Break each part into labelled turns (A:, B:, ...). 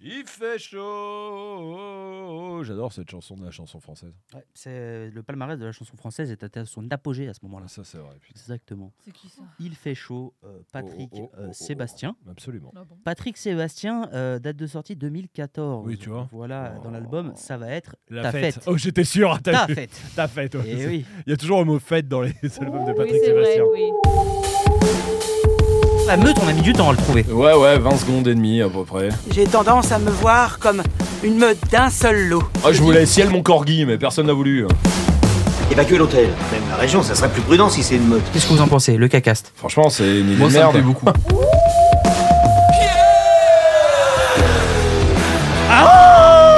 A: Il fait chaud. J'adore cette chanson de la chanson française.
B: Ouais, c'est euh, le palmarès de la chanson française est à son apogée à ce moment-là.
A: Ah, ça, c'est vrai. putain.
B: Exactement.
C: C'est qui ça
B: Il fait chaud, euh, Patrick
A: Oh, oh, oh,
B: euh,
A: oh, oh.
B: Sébastien.
A: Absolument.
C: Ah bon.
B: Patrick Sébastien, euh, date de sortie 2014.
A: Oui, tu vois.
B: Voilà,
A: Oh.
B: dans l'album, ça va être
A: La
B: ta
A: fête.
B: fête.
A: Oh, j'étais sûr. T'as
B: Ta
A: vu.
B: fête.
A: Ta fête. ouais.
B: Et oui.
A: Il y a toujours le mot fête dans les albums de Patrick
C: oui, c'est vrai,
A: Sébastien.
C: oui.
B: La meute, on a mis du temps à le trouver.
D: Ouais, ouais, 20 secondes et demie à peu près.
E: J'ai tendance à me voir comme une meute d'un seul lot.
D: Ah, je voulais ciel mon corgi, mais personne n'a voulu. hein.
F: Évacuer l'hôtel, même la région, ça serait plus prudent si c'est une meute.
B: Qu'est-ce que vous en pensez, le cacaste
D: Franchement, c'est une idée
G: Moi,
D: de
G: ça me
D: merde.
G: plaît beaucoup.
A: Ah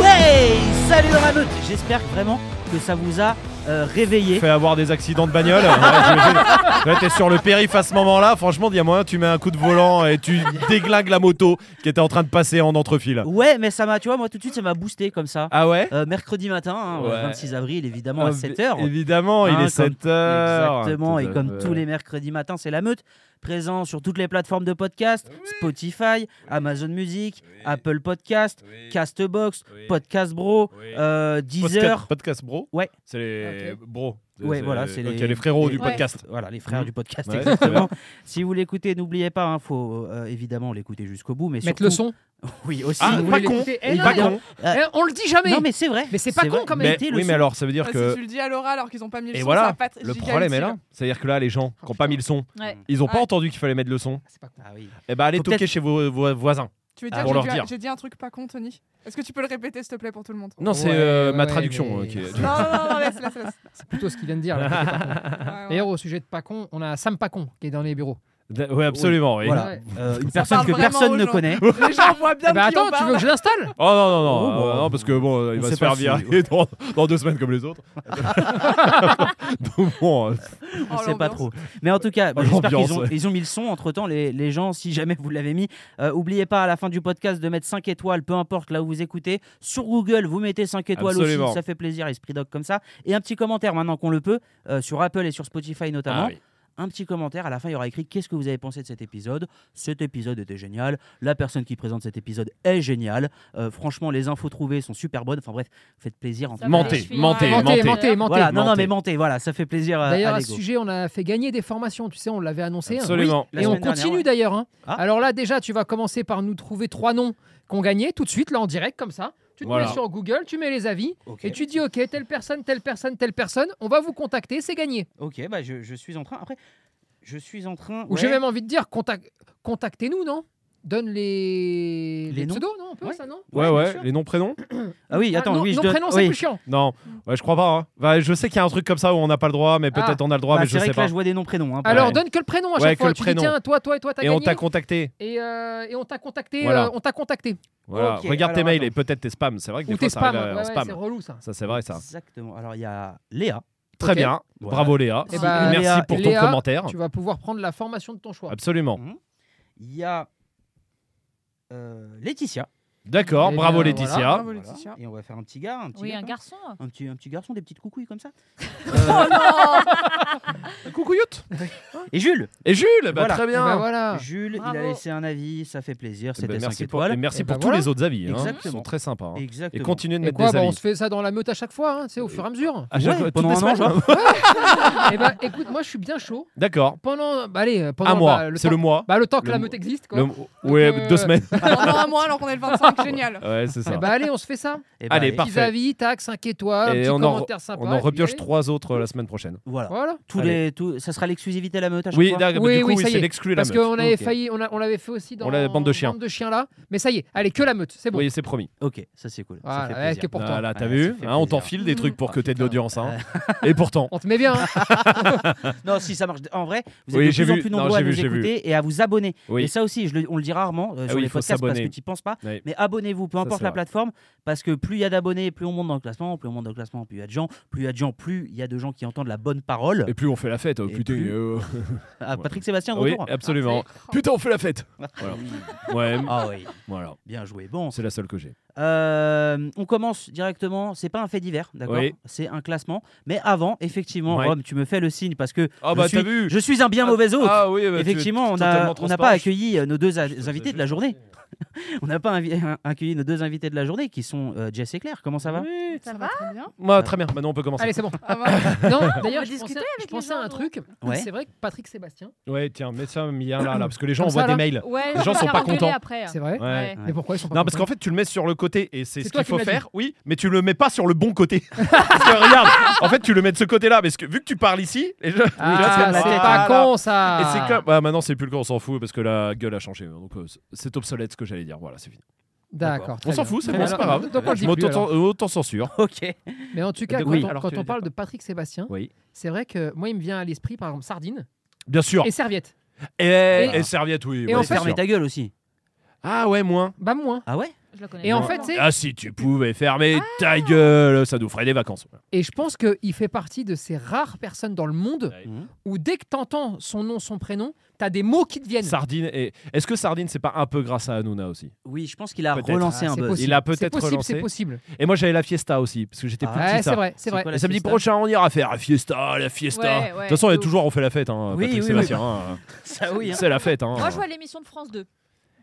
B: Ouais Oh, Salut dans la meute J'espère vraiment que ça vous a euh, réveillé.
A: Fait avoir des accidents de bagnole. Ouais, j'imagine. Ouais, t'es sur le périph' à ce moment-là. Franchement, il y a moyen, tu mets un coup de volant et tu déglingues la moto qui était en train de passer en entrefile.
B: Ouais, mais ça m'a, tu vois, moi tout de suite, ça m'a boosté comme ça.
A: Ah ouais
B: Euh, mercredi matin, hein,
A: Ouais.
B: 26 avril, évidemment, à
A: Ah,
B: 7h.
A: Évidemment, il
B: Hein,
A: est
B: comme-
A: 7 heures.
B: Exactement,
A: Tout
B: et
A: à
B: comme
A: fait.
B: tous les mercredis matins, c'est la meute. Présent sur toutes les plateformes de podcast Spotify, Amazon Music, Apple Podcast, Castbox, Podcast Bro,
A: Oui.
B: euh,
A: Podcast,
B: Deezer.
A: podcast bro
B: Ouais.
A: C'est les bros.
B: Ouais, voilà, c'est
A: ok,
B: les-
A: frérots
B: les-
A: du podcast.
B: Voilà, les frères
A: Mhm.
B: du podcast,
A: Ouais,
B: exactement. si vous l'écoutez, n'oubliez pas, il faut euh, évidemment l'écouter jusqu'au bout. Mais
G: Mettre
B: surtout-
G: le son.
B: Oui, aussi.
A: Ah,
G: vous
A: pas
G: voulez
A: con.
C: l'écouter. Eh non,
A: Pas
C: mais non.
A: con.
B: Euh,
C: Eh, on le dit jamais.
B: Non, mais c'est vrai.
C: Mais c'est pas
B: vrai.
C: con, quand même.
A: Mais,
B: Mettez le
A: oui,
B: son.
A: mais alors, ça veut dire
C: Ah,
A: que
C: Si tu le dis à l'oral alors qu'ils ont pas mis le
A: Et
C: son,
A: voilà,
C: ça va pas être
A: le
C: giga
A: problème est
C: utile.
A: là. C'est-à-dire que là, les gens qui n'ont pas mis le son,
C: Ouais.
A: ils n'ont pas
C: Ouais.
A: entendu qu'il fallait mettre le son.
C: Ah, c'est pas con.
B: Ah oui.
A: Eh ben, allez
B: Faut
A: toquer
B: peut-être-
A: chez vos, vos voisins.
C: Tu veux
B: Ah,
C: dire,
A: pour
C: j'ai
A: leur
C: dit-
A: dire.
C: j'ai dit un truc pas con, Tony Est-ce que tu peux le répéter, s'il te plaît, pour tout le monde
A: Non, c'est
G: Ouais,
A: euh,
G: ouais,
A: ma
G: ouais,
A: traduction.
G: mais-
A: ok.
C: Non, non, non, non, laisse, laisse, laisse.
G: C'est plutôt ce qu'il vient de dire. là, qui était pas con.
C: Ouais, ouais.
G: D'ailleurs, au sujet de Pacon, on a Sam Pacon qui est dans les bureaux.
A: Oui, absolument. oui.
B: Voilà.
G: Ouais.
B: Euh, une
C: Ça
B: personne
C: parle
B: que
C: vraiment
B: personne
C: aux
B: ne
C: gens.
B: connaît.
C: Les gens voient bien
G: Eh ben
C: de qui on
G: attends, tu
C: parle.
G: veux que je l'installe
A: Oh non, non, non,
B: Oh,
A: euh,
B: bah,
A: non, parce que bon, euh, il
B: on
A: va
B: sait
A: se faire
B: pas si-
A: virer dans, dans deux semaines comme les autres. Donc bon, euh,
C: Oh,
B: On sait pas
C: l'ambiance.
B: trop. Mais en tout cas, bah, j'espère
A: Oh, l'ambiance,
B: qu'ils ont,
A: ouais.
B: ils ont mis le son entre temps, les, les gens, si jamais vous l'avez mis. Euh, oubliez pas à la fin du podcast de mettre 5 étoiles, peu importe là où vous écoutez. Sur Google, vous mettez 5 étoiles
A: Absolument.
B: aussi, ça fait plaisir, Esprit Doc comme ça. Et un petit commentaire maintenant qu'on le peut, euh, sur Apple et sur Spotify notamment.
A: ah oui.
B: Un petit commentaire, à la fin il y aura écrit qu'est-ce que vous avez pensé de cet épisode. Cet épisode était génial, la personne qui présente cet épisode est géniale. Euh, franchement, les infos trouvées sont super bonnes. Enfin bref, faites plaisir en
C: Ça
B: tout
C: va,
A: Mentez,
C: je suis-
A: mentez,
C: ouais, ouais.
G: Mentez,
A: mentez.
G: mentez, mentez.
B: Voilà, non, non,
A: mentez.
B: mais euh, mentez, voilà, ça fait plaisir à,
G: D'ailleurs,
B: à
G: à ce
B: l'ego.
G: sujet, on a fait gagner des formations. Tu sais, on l'avait annoncé. hein.
A: absolument.
B: La
G: Et on
B: semaine dernière, ouais.
G: continue d'ailleurs. hein.
B: Ah.
G: Alors là, déjà, tu vas commencer par nous trouver trois noms qu'on gagnait tout de suite, là, en direct, comme ça. Tu te
A: Voilà.
G: mets sur Google, tu mets les avis,
B: Ok.
G: et tu dis, OK, telle personne, telle personne, telle personne, on va vous contacter, c'est gagné.
B: Ok, bah je, je suis en train. Après, je suis en train.
G: Ou j'ai
B: ouais.
G: même envie de dire, contac- contactez-nous, non Donne les...
B: Les noms.
G: pseudos, non, un peu,
B: Ouais.
G: ça, non
A: Ouais,
B: Ouais, bien
A: ouais,
B: sûr.
A: les noms prénoms
B: Ah oui,
G: Ah,
B: attends,
G: non,
B: oui, je
G: nom,
B: donne.
G: prénom, c'est
B: oui.
G: plus chiant.
A: Non, ouais, je crois pas. hein. Bah, je sais qu'il y a un truc comme ça où on n'a pas le droit, mais
G: Ah.
A: peut-être on a le droit,
B: Bah,
A: mais
B: c'est
A: je
B: vrai
A: sais
B: que là,
A: pas.
B: je vois des noms prénoms. hein,
G: Alors
B: pareil.
G: donne que le prénom à
A: Ouais,
G: chaque
A: que
G: fois.
A: le
G: tu
A: prénom.
G: dis tiens, toi, toi et toi, t'as
A: Et on
G: gagné.
A: t'a contacté.
G: Et, euh, et on t'a contacté.
A: Voilà.
G: euh, on t'a contacté.
A: Voilà.
B: Ok,
A: Regarde tes
B: alors,
A: mails
B: attends.
A: et peut-être tes spams. C'est vrai que des
G: Ou
A: fois
G: tes
A: ça
G: spams.
A: arrive
G: ouais,
A: euh, en
G: ouais,
A: spam.
G: c'est relou ça.
A: ça c'est vrai ça.
B: Exactement. Alors, il y a Léa.
A: Très
G: Ok.
A: bien.
B: Voilà.
A: Bravo Léa.
G: Eh
C: Si,
G: ben,
A: Merci
B: Léa-
A: pour
G: Léa,
A: ton commentaire.
G: Tu vas pouvoir prendre la formation de ton choix.
A: Absolument.
B: Il y a. euh, Laetitia.
A: D'accord.
G: Eh
A: Bravo
G: bien,
A: Laetitia.
G: voilà.
C: Bravo, Laetitia.
B: Et on va faire un petit gars. Un petit
C: Oui,
B: gars,
C: un
B: comme-
C: garçon.
B: Un petit, un petit garçon, des petites coucouilles comme ça.
C: Oh non
A: Coucouilloute.
B: Et Jules
A: Et Jules. Bah,
B: Voilà.
A: Très
G: Eh ben,
A: bien.
G: voilà.
B: Jules, il a
C: Ah. Bravo.
B: laissé un avis, ça fait plaisir,
A: Eh ben,
B: c'était 5
A: merci pour, et
B: étoiles.
A: merci
G: Eh
A: pour
G: ben,
A: tous
G: voilà.
A: les autres avis. hein. Ils
B: Exactement.
A: sont très sympas. hein. Et
B: Exactement.
A: continuez de
G: Et
A: mettre
G: quoi,
A: des
G: bah,
A: avis.
G: on se fait ça dans la meute à chaque fois, hein, c'est au fur et à mesure.
A: À chaque
B: Ouais,
A: fois, toutes
B: pendant
A: les
B: un
A: semaines,
B: an, genre.
A: hein.
G: Eh ben, écoute, moi je suis bien chaud.
A: D'accord.
G: Pendant, bah, allez, euh, pendant
A: Un
G: bah,
A: mois.
G: le
A: C'est
G: temps,
A: le mois.
G: bah, le temps que
A: le
G: la
A: mo-
G: meute existe, quoi.
A: Le- Ouais,
G: euh,
A: deux semaines.
C: Pendant un mois alors qu'on est le 25, génial.
A: Ouais, c'est
G: Eh
A: ça.
G: ben, allez, on se fait ça.
B: Et bah,
A: Allez,
B: et-
A: par-
G: Petits
A: Parfait.
G: avis, tac, 5 étoiles,
A: Et
G: petit
A: on en-
G: commentaire sympa.
A: On
G: et
A: en
G: puis,
A: repioche
G: allez.
A: trois autres euh, la semaine prochaine.
B: Voilà.
G: Voilà.
B: Tous
A: Allez.
B: les, tous- ça sera l'exclusivité à la meute à chaque
A: Oui,
B: fois
A: d'accord,
G: Oui,
A: mais du
G: oui,
A: coup,
G: ça y
A: oui, c'est
G: est.
A: l'exclu la
G: Parce
A: meute.
G: qu'on avait
B: Ok.
G: failli, on, a- on l'avait fait aussi dans
A: On l'a- bande de chiens.
G: Bande de chiens là, mais ça y est, allez que la meute, c'est bon.
A: Oui, c'est promis.
B: Ok, ça c'est cool. ça
G: Voilà,
C: eh,
B: fait
G: ouais,
B: plaisir.
G: que pour toi.
A: Ah, là, t'as
B: Ouais,
A: vu
B: ça fait
A: hein, On
B: plaisir.
A: t'enfile des trucs pour
G: Ah,
A: que t'aies de
G: putain.
A: l'audience. hein. Et pourtant.
G: On te met bien. hein.
B: Non, si ça marche. En vrai, vous êtes
A: Oui,
B: de
A: j'ai
B: plus en
A: vu.
B: plus
A: Non,
B: nombreux à
A: j'ai vu,
B: nous
A: j'ai vu.
B: écouter et à vous abonner.
A: Oui.
B: Et ça aussi, je le- on le dit rarement euh,
A: Ah
B: sur
A: oui,
B: les
A: faut
B: podcasts parce que
A: s'abonner.
B: tu n'y penses pas.
A: Oui.
B: Mais abonnez-vous, peu
A: Ça,
B: importe
A: c'est
B: la
A: vrai.
B: plateforme, parce que plus il y a d'abonnés, plus on monte dans le classement, plus on monte dans le classement, plus il y a de gens, plus il y a de gens, plus il y a de gens qui entendent la bonne parole.
A: Et plus on fait la fête. oh,
B: Et
A: Putain.
B: plus-
A: euh,
B: Ah, Patrick Sébastien, de
A: Oui,
B: retour.
A: absolument.
C: Ah,
A: Putain, on fait la fête. Voilà. Ouais,
B: Ah oui,
A: voilà.
B: bien joué. Bon,
A: C'est la seule que j'ai.
B: euh, on commence directement. C'est pas un fait divers, d'accord
A: Oui.
B: C'est un classement. Mais avant, effectivement,
A: Ouais.
B: Rome, tu me fais le signe parce que
A: Ah
B: je
A: bah,
B: suis-
A: t'as vu
B: je suis un bien mauvais hôte.
A: Ah oui, bah, tu-
B: Effectivement, on
A: totalement
B: n'a on n'a
A: transparent.
B: pas accueilli euh, nos deux a-
A: Je te
B: invités
A: faisais
B: de la journée.
A: euh,
B: on n'a pas invi- un- accueilli nos deux invités de la journée qui sont euh, Jess et Claire. Comment ça va
C: Ça va très bien.
A: Moi, très bien. Maintenant, Bah, on peut commencer.
G: Allez, c'est bon.
C: Ah, voilà.
G: Non, d'ailleurs,
C: peut
G: je pensais,
C: discuter
G: je
C: avec les
G: pensais
C: gens,
G: à un
C: donc.
G: truc.
B: Ouais.
G: C'est vrai que Patrick Sébastien.
A: Ouais, tiens, mets ça, Mia, là, là, parce que les gens
G: Comme ça,
A: envoient
G: là
A: des mails.
H: Ouais,
A: Les gens sont pas contents.
H: Après.
G: C'est vrai.
A: Ouais.
H: Ouais.
G: Mais pourquoi ils sont pas
A: Non, parce qu'en
G: contents
A: fait, tu le mets sur le côté et c'est
G: C'est
A: ce
G: toi
A: qu'il
G: qui
A: faut
G: m'as dit.
A: faire, oui, mais tu le mets pas sur le bon côté. parce que regarde, en fait, tu le mets de ce côté-là, parce que vu que tu parles ici, les gens. les gens se
G: Ah,
A: mettent-
G: c'est
A: Voilà.
G: pas con
A: Et
G: ça.
A: c'est comme. Bah, maintenant, c'est plus le cas, on s'en fout, parce que la gueule a changé. Donc, euh, c'est obsolète ce que j'allais dire. Voilà, c'est fini.
G: D'accord. très
A: On s'en
G: bien.
A: fout, c'est
G: Très
A: bon,
G: bien.
A: c'est pas grave.
G: Donc on le
A: Je
G: dit plus, alors.
A: m'auto-censure.
B: Ok.
G: Mais en tout cas,
A: De-
G: quand
A: oui.
G: on,
A: Alors,
G: quand
A: tu
G: on
A: le dis
G: parle
A: pas.
G: de Patrick Sébastien,
A: Oui.
G: c'est vrai que moi, il me vient à l'esprit, par exemple, sardine
A: Bien sûr.
G: et serviette.
A: Et,
G: Et-
A: et serviette, oui.
G: Et
A: ouais,
G: en
B: Et
G: fait-
A: bien
B: fermez
A: sûr.
B: ta gueule aussi.
A: Ah ouais, moins.
G: Bah, moins.
B: Ah ouais
H: Je la connais.
G: Et en
A: Non.
G: fait, c'est.
A: Ah si tu pouvais fermer
G: Ah.
A: ta gueule, ça nous ferait des vacances.
G: Et je pense qu'il fait partie de ces rares personnes dans le monde
A: Ouais.
B: Mhm.
G: où dès que t'entends son nom, son prénom, t'as des mots qui te viennent.
A: Sardine et est-ce que Sardine c'est pas un peu grâce à Hanouna aussi
B: Oui, je pense qu'il a
A: Peut-être.
G: Ah,
B: relancé un
G: c'est
B: buzz.
G: possible.
A: Il a
G: C'est
A: peut-être
G: possible,
A: relancé.
G: C'est possible.
A: Et moi j'avais la fiesta aussi parce que j'étais plus
G: Ouais,
A: petit
G: c'est
A: ça.
G: vrai, c'est
B: C'est
G: vrai.
B: quoi
A: Le samedi
B: fiesta
A: prochain on ira faire la fiesta, la fiesta.
H: Ouais, ouais,
A: de toute façon, on est
H: de
A: toujours on fait la fête hein,
B: Oui,
A: Patrick
B: oui,
A: Sébastien, hein.
B: Ça oui. hein.
A: C'est la fête hein.
H: Moi, je vois l'émission de France 2.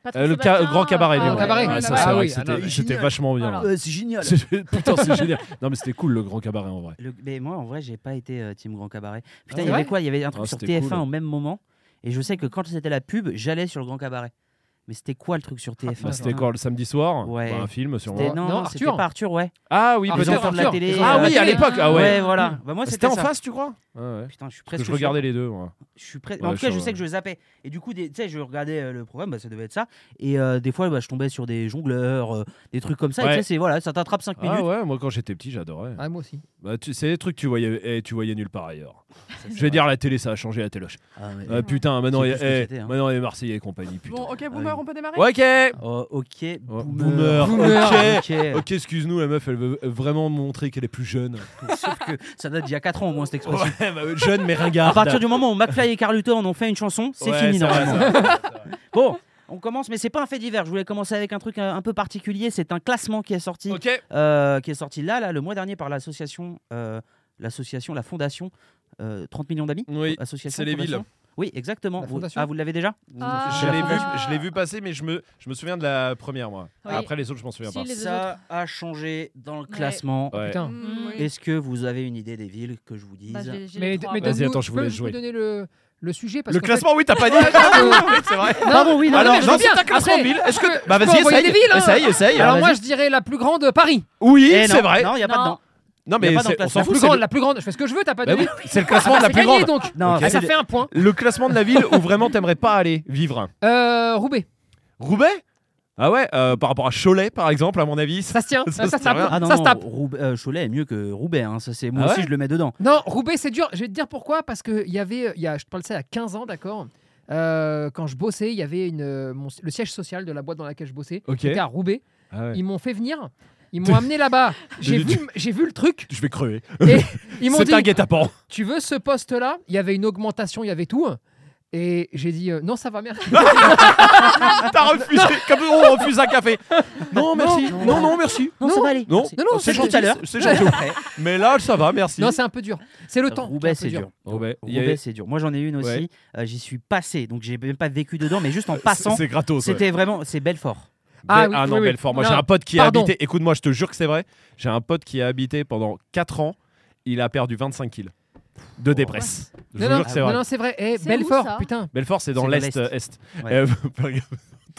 H: Patrick
A: Euh, le ca-
H: Sébastien,
A: grand cabaret,
H: euh,
A: les
G: Grand
H: ouais,
G: cabaret.
H: ouais,
A: Ouais, ça,
H: ouais,
A: c'est
G: Ah
A: vrai
G: oui,
A: que
G: ah non,
A: c'était-
G: mais
A: c'était
B: génial.
A: vachement bien.
H: Voilà.
B: Euh, c'est génial.
A: C'est- Putain, c'est génial. Non, mais c'était cool le grand cabaret en vrai.
B: Le- mais moi, en vrai, j'ai pas été euh, Team Grand Cabaret. Putain,
G: Ah,
B: il y avait
G: ouais
B: quoi Il y avait un truc
A: Ah,
B: sur
A: c'était
B: TF1
A: cool.
B: au même moment. Et je sais que quand c'était la pub, j'allais sur le Grand Cabaret. Mais c'était quoi le truc sur
A: Bah,
B: TF1
A: c'était quoi le samedi soir
B: Ouais.
A: Bah, Un film sur
B: C'était-
G: Non,
B: Non, non, c'était
G: Arthur.
B: pas Arthur, ouais.
A: Ah oui,
G: Ah,
B: Les
G: Arthur,
A: peut-être.
B: enfants de la
G: Arthur.
B: télé.
A: Ah
B: euh,
A: oui, à
H: télé.
A: l'époque. Ah
B: ouais.
A: ouais.
B: voilà. Bah, moi,
A: C'était en
B: ça.
A: face, tu crois Ah ouais.
B: Putain, je suis
A: Parce
B: presque.
A: que je
B: sûr.
A: regardais les deux. moi.
B: Je suis presque.
A: Ouais,
B: en tout cas,
A: je-
B: je sais que je zappais. Et du coup, des- tu sais, je regardais euh, le programme, bah, ça devait être ça. Et euh, des fois, bah, je tombais sur des jongleurs, euh, des trucs comme ça. Et
A: Ouais.
B: tu sais, c'est- voilà, ça t'attrape 5 minutes.
A: Ah ouais, moi quand j'étais petit, j'adorais.
G: Ah, moi aussi.
A: Bah, tu- c'est des trucs que tu voyais, eh, tu voyais nulle part ailleurs.
B: Ça,
A: Je
B: c'est
A: vais
B: vrai.
A: dire, la télé, ça a changé la téloche.
B: Ah ouais.
A: Ah, putain, maintenant,
B: C'est
A: il y
B: plus ce que
A: a- eh,
B: c'était, hein.
A: maintenant, il y a Marseillais et compagnie. Putain.
C: Bon, ok, boomer,
B: oui.
C: on peut démarrer
A: Ouais, ok
B: Oh, ok,
A: Oh,
B: boomer.
A: boomer.
B: Ok.
A: Ok, excuse-nous, la meuf, elle veut vraiment montrer qu'elle est plus jeune.
B: Sauf que ça date d'il y a 4 ans au moins cette expression.
A: Ouais, bah, jeune mais
B: À
A: ringarde.
B: partir du moment où McFly et Carl Luther en ont fait une chanson, c'est
A: Ouais,
B: fini
A: vrai,
B: normalement.
A: c'est vrai, c'est vrai.
B: Bon, on commence, mais c'est pas un fait divers. Je voulais commencer avec un truc euh, un peu particulier. C'est un classement qui est sorti,
A: Ok.
B: euh, qui est sorti là, là, le mois dernier par l'association, euh, l'association, la fondation euh, 30 millions d'amis.
A: Oui,
B: Association,
A: c'est les
B: fondation. Oui, exactement.
G: La
B: Vous-
G: fondation.
B: ah, vous l'avez déjà
H: Ah.
A: Je l'ai vu, je l'ai vu passer, mais je me, je me souviens de la première, moi.
H: Oui.
A: Après, les autres, je m'en souviens
H: Si,
A: pas.
H: les deux
B: Ah, Ça a changé dans le
H: Ouais.
B: classement.
A: Ouais.
G: Putain.
C: Mm, oui.
B: Est-ce que vous avez une idée des villes que je vous dise
H: Bah, je l'ai- j'ai
G: Mais,
H: les trois,
G: mais
H: ouais.
A: Vas-y,
G: donne-nous-
A: attends, je
G: tu
A: voulais
G: peux
A: jouer.
G: nous donner le, le sujet parce
A: Le
G: qu'en
A: classement, oui, t'as pas dit.
B: Ah,
A: c'est vrai.
G: fait- Non,
B: oui,
G: non,
A: Alors,
G: mais je
A: non,
G: veux
A: si
G: bien.
A: t'as classement
G: Après,
A: de ville, est-ce
G: je
A: que.
G: peux-
A: Bah,
G: je peux
A: vas-y,
G: envoyer
A: essaye.
G: des villes, hein.
A: Essaye, essaye.
G: Alors
B: vas-y.
G: moi je dirais la plus grande Paris.
A: Oui,
B: Eh non,
A: c'est vrai.
B: Non, il n'y a pas
H: Non.
B: de nom.
A: Non,
B: Y a
A: mais
B: pas dans le
A: c'est- on
B: classement.
A: s'en
G: La
A: fout.
G: plus
A: c'est
G: grande,
A: le-
G: la plus grande. Je fais ce que je veux, t'as pas
A: Bah
G: donné. Ah,
A: oui, C'est le classement de la
G: C'est
A: plus
G: gagné,
A: grande.
G: donc.
B: Non,
A: Ok.
G: Ah, ça
B: c'est-
G: fait un point.
A: Le classement de la ville où vraiment t'aimerais pas aller vivre.
G: Euh, Roubaix,
A: Roubaix Ah ouais, euh, par rapport à Cholet par exemple, à mon avis.
G: ça se tient,
A: Ça
G: ça,
A: se
G: ça
A: tient.
G: tape,
B: Ah non,
G: ça
B: non,
G: se tape.
B: Roubaix- euh, Cholet est mieux que Roubaix. hein, ça, c'est, moi
A: Ah
B: aussi,
A: ouais
B: je le mets dedans.
G: Non, Roubaix, c'est dur. Je vais te dire pourquoi. Parce qu'il y avait, il y a, je te parle de ça il y a 15 ans, d'accord Euh, Quand je bossais, il y avait une, euh, mon- le siège social de la boîte dans laquelle je bossais.
A: Ok.
G: C'était à Roubaix.
A: Ah ouais.
G: Ils m'ont fait venir. Ils m'ont amené là-bas. J'ai
A: Tu-
G: vu, j'ai vu le truc.
A: Je vais crever.
G: Ils m'ont
A: C'est
G: dit
A: un guet-apens.
G: Tu veux ce poste-là Il y avait une augmentation, il y avait tout. Et j'ai dit euh, Non, ça va, merci.
A: T'as refusé. Comme on refuse un café. Non, merci.
B: Non.
A: Non, non, merci.
B: Non, ça va aller.
A: Non,
B: Merci.
G: Non, non,
A: c'est
G: c'est
A: gentil.
B: tout à l'heure.
A: C'est gentil. Mais là, ça va, merci.
G: non, c'est un peu dur. C'est le temps.
B: Roubaix,
G: qui est
B: c'est
G: un peu
B: dur.
A: Roubaix, il y
B: Roubaix,
A: avait-
B: c'est dur. Moi, j'en ai une aussi.
A: Ouais. Euh,
B: euh, J'y suis passé, donc j'ai même pas vécu dedans, mais juste en passant,
A: C'est gratos. ouais.
B: c'était vraiment. C'est Belfort.
G: Ah
A: Ah,
G: oui,
A: non,
G: oui, oui.
A: Belfort. Moi,
G: Non,
A: j'ai un pote qui
G: pardon.
A: a habité. Écoute-moi, je te jure que c'est vrai. J'ai un pote qui a habité pendant 4 ans. Il a perdu 25 kilos de dépresse. Je
G: Oh. Non,
A: vous
G: non,
A: jure que c'est vrai.
G: non, non, c'est vrai. Eh,
H: C'est où,
G: Belfort,
H: ça
G: putain.
A: Belfort, c'est
B: C'est
A: dans
B: dans
A: l'Est.
B: l'Est.
A: Est.
B: Ouais.
A: Euh, par exemple,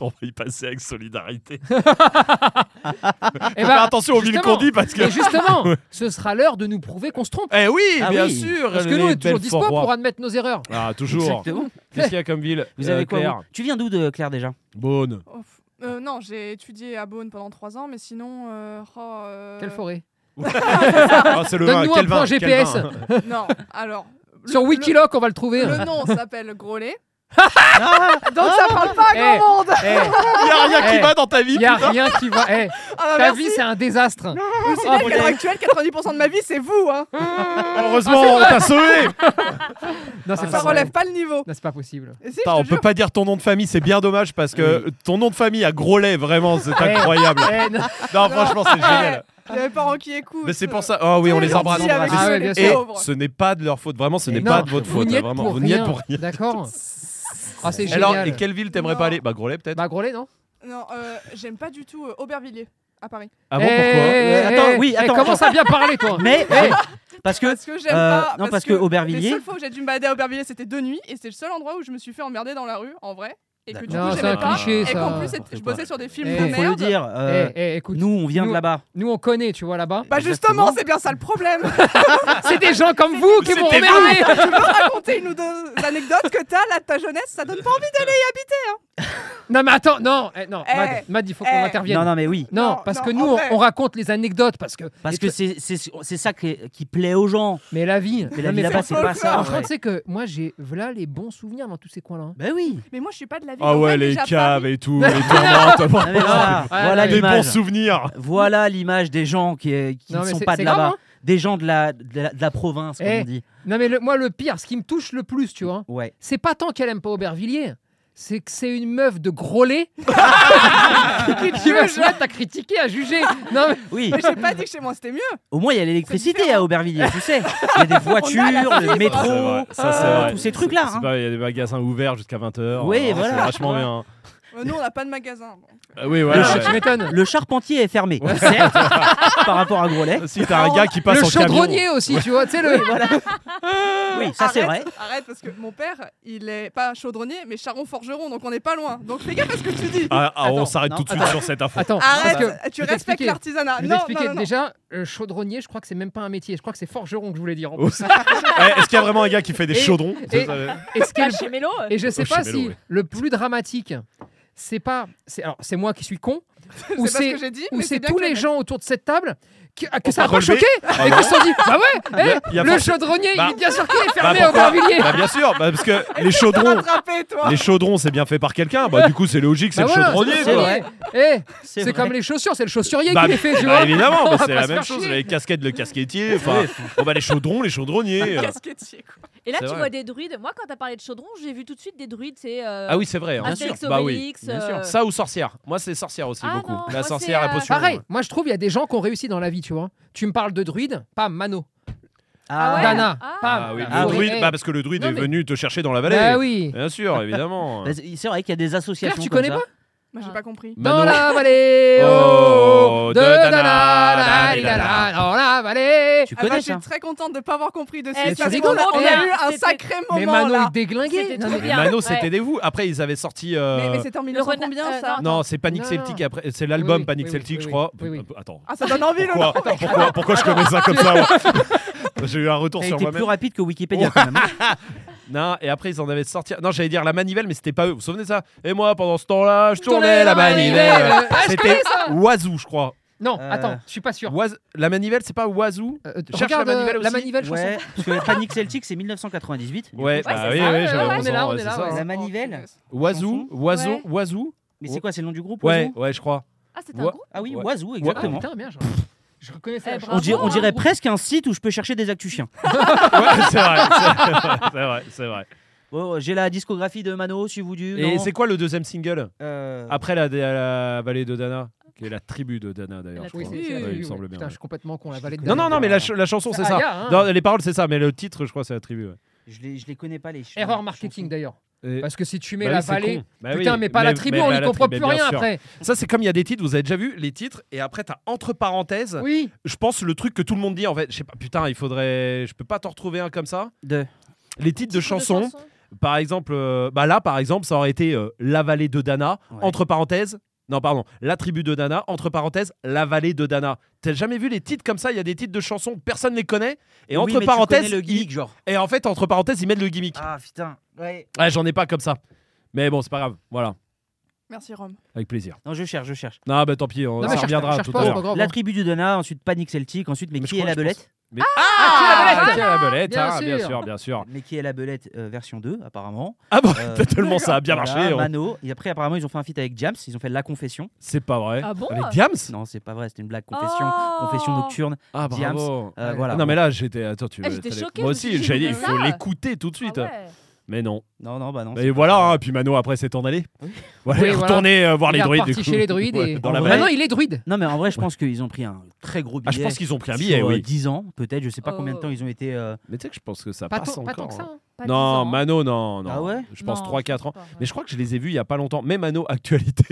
A: on va y passer avec solidarité.
G: Eh
A: Faire
G: ben,
A: attention aux villes
G: Bah, justement.
A: qu'on dit parce que.
G: Et justement, ce sera l'heure de nous prouver qu'on se trompe.
A: Eh oui,
B: Ah
A: bien
B: oui.
A: sûr.
G: Parce que nous, on
A: les
G: est toujours dispo
A: Belforois.
G: pour admettre nos erreurs.
C: Euh,
A: Ah, toujours.
B: Exactement.
A: Qu'est-ce qu'il y a comme ville
B: Vous
A: Euh,
B: avez quoi
A: Claire
B: vous Tu viens d'où de Claire déjà
A: Beaune.
C: Oh, pff, euh, non, j'ai étudié à Beaune pendant 3 ans, mais sinon. euh, oh, euh,
G: Quelle forêt
A: Ah, c'est le vin.
G: Donne-nous un
A: Quel vin,
G: point
A: quel
G: GPS.
A: vin.
C: Non, alors. le-
G: Sur
C: le-
G: Wikiloc, on va le trouver.
C: Le nom s'appelle Grolet.
G: Donc ça parle pas
C: grand
G: monde
A: Il n'y a rien qui
G: Eh.
A: va dans ta vie.
G: Il y a
A: putain.
G: rien qui va. Eh,
C: Ah bah
G: ta
C: merci.
G: vie, c'est un désastre.
C: Vous savez,
G: Ah,
C: à l'heure actuelle, 90% de ma vie, c'est vous. Hein.
G: Ah,
A: Heureusement, on t'a sauvé.
G: Non, c'est
C: Ça
G: pas vrai.
C: relève pas le niveau.
G: Non, c'est pas possible.
C: Et si,
A: Putain,
C: je
A: on
C: te
A: peut
C: jure.
A: pas dire ton nom de famille, c'est bien dommage parce que ton nom de famille a gros lait, vraiment, c'est
G: Ouais.
A: incroyable.
G: Eh, non.
A: Non, franchement, c'est génial.
C: Ouais, J'avais parents qui écoutent.
A: Mais c'est pour ça. Ah oui, on les
C: Gentil
A: embrasse.
B: on les
C: avec
G: embrasse.
C: eux,
G: Ah ouais,
C: les
G: bien
A: Et
G: sûr.
C: pauvres.
A: ce n'est pas de leur faute, vraiment, ce n'est
G: Non,
A: pas de votre
G: vous
A: faute. hein,
G: n'y êtes
A: Vraiment,
G: pour
A: vous n'y êtes
G: rien.
A: pour rien.
G: D'accord. Ah, c'est
A: Alors,
G: génial.
A: et quelle ville t'aimerais
C: Non.
A: pas aller Bah, Grolet peut-être
G: Bah, Grolet, non
C: Non, euh, j'aime pas du tout euh, Aubervilliers à Paris.
A: Ah bon,
G: Eh,
A: pourquoi
G: eh,
B: Euh, Attends,
G: eh,
B: oui,
G: eh,
B: attends,
G: Commence
B: attends.
G: à bien parler, toi.
B: Mais
G: Eh,
B: parce que
C: Parce que j'aime
B: euh,
C: pas.
B: non, parce que Aubervilliers-
C: Les seules fois où j'ai dû me balader à Aubervilliers, c'était deux nuits et c'est le seul endroit où je me suis fait emmerder dans la rue, en vrai. Et que du
G: Non,
C: coup,
G: c'est un
C: j'aimais pas.
G: cliché,
C: Et
G: ça.
C: qu'en plus, c'était-
B: N'importe
C: je
B: quoi.
C: bossais sur des films
G: Eh,
C: de
B: faut le
C: merde.
B: dire, euh,
G: eh, eh, écoute,
B: nous on vient
G: nous-
B: de là-bas.
G: nous, on connaît, tu vois, là-bas.
C: Bah
B: Exactement.
C: justement, c'est bien ça le problème.
G: Ah, C'est des gens comme vous qui vont
A: C'était vous.
G: emmerder.
C: tu veux raconter une ou deux anecdotes que t'as là de ta jeunesse, ça donne pas envie.
G: Non, mais attends, non, eh, non,
C: Eh,
G: Mad, Mad, il faut
C: eh.
G: qu'on intervienne.
B: Non, non, mais oui.
G: Non,
C: Non,
G: parce
C: non,
G: que nous,
C: en vrai.
G: on, on raconte les anecdotes parce que.
B: Parce
G: les
B: que
G: trucs-
B: c'est c'est- c'est ça qui, qui plaît aux gens.
G: Mais la vie.
B: Mais la
G: non,
B: vie là-bas, c'est pas ça.
G: Franchement,
B: en vrai.
G: tu sais que moi, j'ai voilà les bons souvenirs dans tous ces coins-là. hein.
B: Ben oui.
C: Mais moi, je suis pas de la vie.
A: Ah ouais, les caves et tout, les tourmentes. Ah,
B: Non, mais voilà,
G: Ouais,
B: voilà
G: ouais,
A: Des bons
B: l'image.
A: souvenirs.
B: Voilà l'image des gens qui, euh, qui
G: Non,
B: ne
G: mais
B: sont
G: c'est-
B: pas de
G: c'est grave,
B: là-bas,
G: hein.
B: des gens de la, de la, de la province, comme
G: Eh.
B: on dit.
G: Non, mais le- moi, le pire, ce qui me touche le plus, tu vois,
B: Ouais.
G: c'est pas tant qu'elle aime pas Aubervilliers. C'est que c'est une meuf de gros lait qui va se mettre à critiquer, à juger. Non, mais
B: Oui.
C: Mais j'ai pas dit que chez moi c'était mieux.
B: Au moins, il y a l'électricité à
C: différent.
B: Aubervilliers, tu sais. Il y a des voitures, le métro,
A: Ça, Ah, c'est
G: Ah,
B: euh,
A: vrai.
B: tous ces trucs-là.
A: C'est
B: hein.
A: pas- Il y a des magasins ouverts jusqu'à 20h.
B: Oui, voilà.
A: C'est vachement bien.
C: Euh, nous, on n'a pas de magasin. bon.
A: Euh, Oui, voilà.
G: tu m'étonnes.
B: Le charpentier est fermé, certes, par rapport à Grolet.
A: Si t'as un gars qui passe
G: Le
A: en camion.
G: chaudronnier aussi, tu vois, tu sais, le.
B: Oui, ça c'est vrai.
C: Arrête, Arrête, parce que mon père, il est pas chaudronnier, mais charron-forgeron, donc on n'est pas loin. Donc fais gaffe à ce que tu dis.
A: Ah, ah,
G: Attends,
A: on s'arrête
B: non,
A: tout de suite
B: attends.
A: sur cette info.
G: Attends, parce
C: Arrête,
G: que
C: tu
G: je vais
C: respectes
G: t'expliquer.
C: l'artisanat.
G: Je vais
C: Non,
G: t'expliquer.
C: non, non, non.
G: Déjà, euh, chaudronnier, je crois que c'est même pas un métier. Je crois que c'est forgeron que je voulais dire. en
A: Oh,
G: plus.
A: Eh, Est-ce qu'il y a vraiment un gars qui fait des
G: Et-
A: chaudrons Ah
G: et-
A: Ça, ça-
G: Et, ce qui est
H: Là,
G: le-
C: Ah,
H: chez Mélo, euh,
G: et je sais
A: Oh,
G: pas
A: chez Mello,
G: si
A: ouais.
G: le plus dramatique, c'est pas. c'est- Alors, c'est moi qui suis con, ou
C: C'est pas ce
G: c'est
C: que j'ai dit,
G: ou
C: mais
G: c'est
C: c'est bien
G: tous
C: que
G: les
C: le
G: gens autour de cette table qui- ah, que
A: Ont
G: ça a
A: pas
G: pas
A: relevé
G: choqué et qui se sont dit Bah ouais,
A: y a-
G: eh,
A: il y a
G: le
A: forcément-
G: chaudronnier,
A: Bah-
G: il bien sûr qu'il est
A: Bah,
G: fermé au
A: pourquoi
G: Barbilier.
A: Bah, bien sûr, bah, parce que les
C: mec t'a
A: chaudrons,
C: rattrapé, toi.
A: les chaudrons, c'est bien fait par quelqu'un. Bah, du coup, c'est logique, c'est
G: Bah
A: le
G: voilà,
A: chaudronnier.
G: c'est
A: quoi.
G: vrai. Eh,
B: vrai.
G: c'est comme les chaussures, c'est le chaussurier
A: Bah,
G: qui les fait, tu
A: bah,
G: vois.
A: évidemment,
G: On
A: bah,
G: va
A: c'est
G: pas
A: la
G: se
A: même
G: faire
A: chose.
G: chier.
A: Les casquettes, le casquettier. Enfin, bon, bah, les chaudrons, les chaudronniers. euh.
C: Casquettier, quoi.
H: Et là,
A: C'est
H: tu
A: vrai.
H: vois des druides. Moi, quand t'as parlé de chaudron, j'ai vu tout de suite des druides. C'est euh,
A: Ah oui, c'est vrai. hein.
H: Astérix,
A: Bah oui.
H: Obélix, euh,
A: Ça ou sorcière. Moi, c'est sorcière aussi
H: Ah
A: beaucoup.
H: non,
A: la
H: moi,
A: sorcière
H: c'est,
A: et
H: euh,
A: potion.
G: Pareil, moi je trouve il y a des gens qui ont réussi dans la vie, tu vois. Tu me parles de druide, pas Mano.
H: Ah ouais
G: Dana,
H: Ah.
G: pas
A: Ah oui,
B: Ah
A: le
B: oui.
A: druide,
G: Eh,
A: bah, Euh, parce que le druide
G: Non,
A: est
G: mais-
A: venu te chercher dans la vallée.
G: Bah oui.
A: Bien sûr, évidemment.
B: Bah, c'est c'est vrai qu'il y a des associations.
G: Claire, tu
B: comme
G: connais
B: ça.
G: pas
C: Moi, j'ai pas compris.
G: Dans
A: Manon.
G: la vallée oh,
A: Oh,
G: de
A: de
G: Dana,
A: Dana,
G: la,
A: la,
G: li, la,
A: la.
G: la, dans la vallée.
B: Tu
C: Ah bah,
B: connais
C: je suis
B: ça
C: très contente de pas avoir compris de
H: Eh,
C: suite.
G: tu
C: parce
G: rigoles,
C: qu'on a- on
G: hein.
C: a eu un
H: C'était-
C: sacré
G: Mais
C: moment
G: Mano
C: là.
G: est déguingué.
H: C'était
G: Non,
H: trop
G: mais-
H: bien.
A: Mano,
H: Ouais.
A: c'était des vous. Après, ils avaient sorti. euh,
C: Mais, mais c'était en 1900
H: renard-
C: combien
H: euh,
C: ça
H: non.
A: Non, c'est Panic
G: Non.
A: Celtic après. C'est
G: Oui,
A: l'album
G: oui,
A: Panic
G: oui, oui,
A: Celtic,
G: oui,
A: je
G: oui.
A: crois.
G: Oui, oui.
A: Attends.
C: Ah, ça donne envie le
A: Pourquoi,
C: nom.
A: pourquoi, pourquoi je connais ça comme ça moi J'ai eu un retour
B: T'as
A: sur
B: été plus
A: moi-même.
B: rapide que Wikipédia quand même. hein.
A: Non, et après ils en avaient sorti. Non, j'allais dire la manivelle, mais c'était pas eux. Vous vous souvenez de ça Et moi, pendant ce temps-là, je tournais la manivelle.
G: Ah, je
A: C'était
G: connais ça.
A: Oazou, je crois.
G: Non,
B: Euh,
G: attends, je suis pas sûr.
A: Oaz- La manivelle, c'est pas Oazou
G: Euh,
A: Cherche
G: regarde
A: la
G: euh,
A: manivelle
G: la
A: aussi.
G: manivelle chanson.
B: Ouais, parce que Panic Celtic c'est 1998.
A: Ouais, bah
H: c'est
A: oui,
H: ça.
A: oui,
G: Ouais,
A: j'avais
G: ouais,
A: 11
G: on est là,
A: ans,
G: on
A: ouais,
G: est
A: c'est
G: là,
A: ça.
G: ouais.
B: La manivelle
A: Oazou, Oazou,
H: Ouais.
A: Oazou.
B: Mais c'est quoi C'est le nom du groupe
A: Ouais,
B: Oiseau
A: ouais, je crois.
H: Ah, c'est
A: Ouais.
H: un groupe.
B: Ah oui,
A: Ouais.
B: Oiseau,
G: Ah,
B: exactement.
G: putain, merde, je, je
H: Eh,
G: reconnaissais. la
H: bravo,
B: on
G: chanson. Ah,
B: dirait, on
H: hein.
B: dirait presque un site où je peux chercher des actus chiens.
A: Ouais, c'est vrai, c'est- c'est vrai, c'est vrai.
B: Bon, Oh, J'ai la discographie de Mano, si vous dites.
A: Et
B: non.
A: c'est Ah. quoi le deuxième single
B: Euh,
A: Après la, la vallée de Dana, qui est la tribu de Dana d'ailleurs.
H: La
A: je
G: Oui,
A: crois.
G: c'est- c'est-
A: Ouais,
G: oui,
A: il me
G: oui,
A: semble
G: oui.
A: bien.
G: Putain, je suis complètement con la vallée de
A: Non, non,
G: Dana.
A: non, mais la, ch- la chanson, c'est
G: Ah,
A: ça.
G: gars, hein.
A: Non, les paroles, c'est ça, mais le titre, je crois, c'est la tribu. ouais.
B: je, les, je les connais pas les chiens.
G: Erreur marketing d'ailleurs.
A: Et-
G: Parce que si tu mets
A: Bah
G: la
A: oui, c'est
G: vallée.
A: con. Bah
G: Putain,
A: oui,
G: mais pas la tribu,
A: mais
G: on
A: pas
G: n'y
A: la
G: comprend
A: tribu,
G: plus
A: bien
G: rien
A: sûr.
G: après.
A: Ça, c'est comme il y a des titres, vous avez déjà vu les titres, et après, t'as entre parenthèses,
G: Oui.
A: je pense, le truc que tout le monde dit en fait. Je sais pas, putain, il faudrait. Je peux pas t'en retrouver un comme ça.
B: De...
A: Les titres de chansons,
H: chansons.
A: par exemple, euh, bah là, par exemple, ça aurait été euh, La vallée de Dana,
B: Ouais.
A: entre parenthèses. Non, pardon, La tribu de Dana, entre parenthèses, La vallée de Dana. T'as jamais vu les titres comme ça Il y a des titres de chansons, personne les connaît, et
B: Oui,
A: entre
B: mais tu
A: parenthèses,
B: connais le geek,
A: ils-
B: genre.
A: et en fait, entre parenthèses, ils mettent le gimmick.
B: Ah putain. Ouais.
A: Ouais, j'en ai pas comme ça. Mais bon, c'est pas grave. Voilà,
C: Merci Rome.
A: avec plaisir.
B: Non, je cherche, je cherche.
A: Non, bah tant pis, on,
G: Non, mais
A: ça
G: cherche-
A: reviendra
G: cherche
A: tout
G: pas,
A: à
G: c'est
A: l'heure.
G: pas grave,
B: La
G: hein.
B: tribu du Dana, ensuite Panic Celtic, ensuite mais,
A: Mais je
B: qui est
A: crois,
B: la
A: je pense.
B: belette
A: Mais- Ah,
G: qui est la belette
A: qui est la belette,
G: Bien
A: hein, bien
G: sûr.
A: sûr, bien sûr.
B: Mais qui est la belette euh, version 2 apparemment.
A: Ah bon,
B: Euh,
A: tellement ça a bien
B: Voilà,
A: marché. on-
B: Mano. Et après apparemment ils ont fait un feat avec Jams, ils ont fait La Confession.
A: C'est pas vrai.
H: Ah bon
A: Avec Diams
B: Non c'est pas vrai, c'était une blague confession.
H: Oh.
B: Confession nocturne.
A: Ah
B: Diams.
A: bravo.
B: Euh,
G: Ouais.
B: voilà.
A: non mais là j'étais attends tu
H: Ah,
A: veux-
H: j'étais
A: t'allais-
H: choquée,
A: moi
H: je me suis
A: aussi
H: dit,
A: j'ai dit
H: mais
A: il faut
H: ça
A: l'écouter tout de suite
H: Ah ouais.
A: mais non
B: Non non bah non.
A: et voilà hein, puis Mano après s'est en allé
B: Oui.
A: voilà,
G: Oui, voilà.
A: retourner euh, voir
G: Il
A: les
G: est
A: druides
G: reparti
A: du coup.
G: chez les druides.
A: Ouais,
G: et-
A: dans la
B: En
A: vallée
G: Maintenant, il est druide.
B: Non mais en vrai je pense qu'ils ont pris un très gros
A: ah
B: billet.
A: je pense qu'ils ont pris un billet
B: sur, euh,
A: oui
B: 10 ans peut-être, je sais pas
H: Oh.
B: combien de temps ils ont été. euh,
A: mais tu sais que je pense que ça
G: Pas
A: passe
G: tant
A: encore
G: pas tant que ça.
A: hein.
G: hein.
H: Pas
A: non
H: 10 ans.
A: Mano non non
B: Ah ouais
A: je pense
H: Non,
A: 3
H: je
A: 4 ans
H: pense pas, ouais.
A: mais je crois que je les ai vus il y a pas longtemps même Mano actualité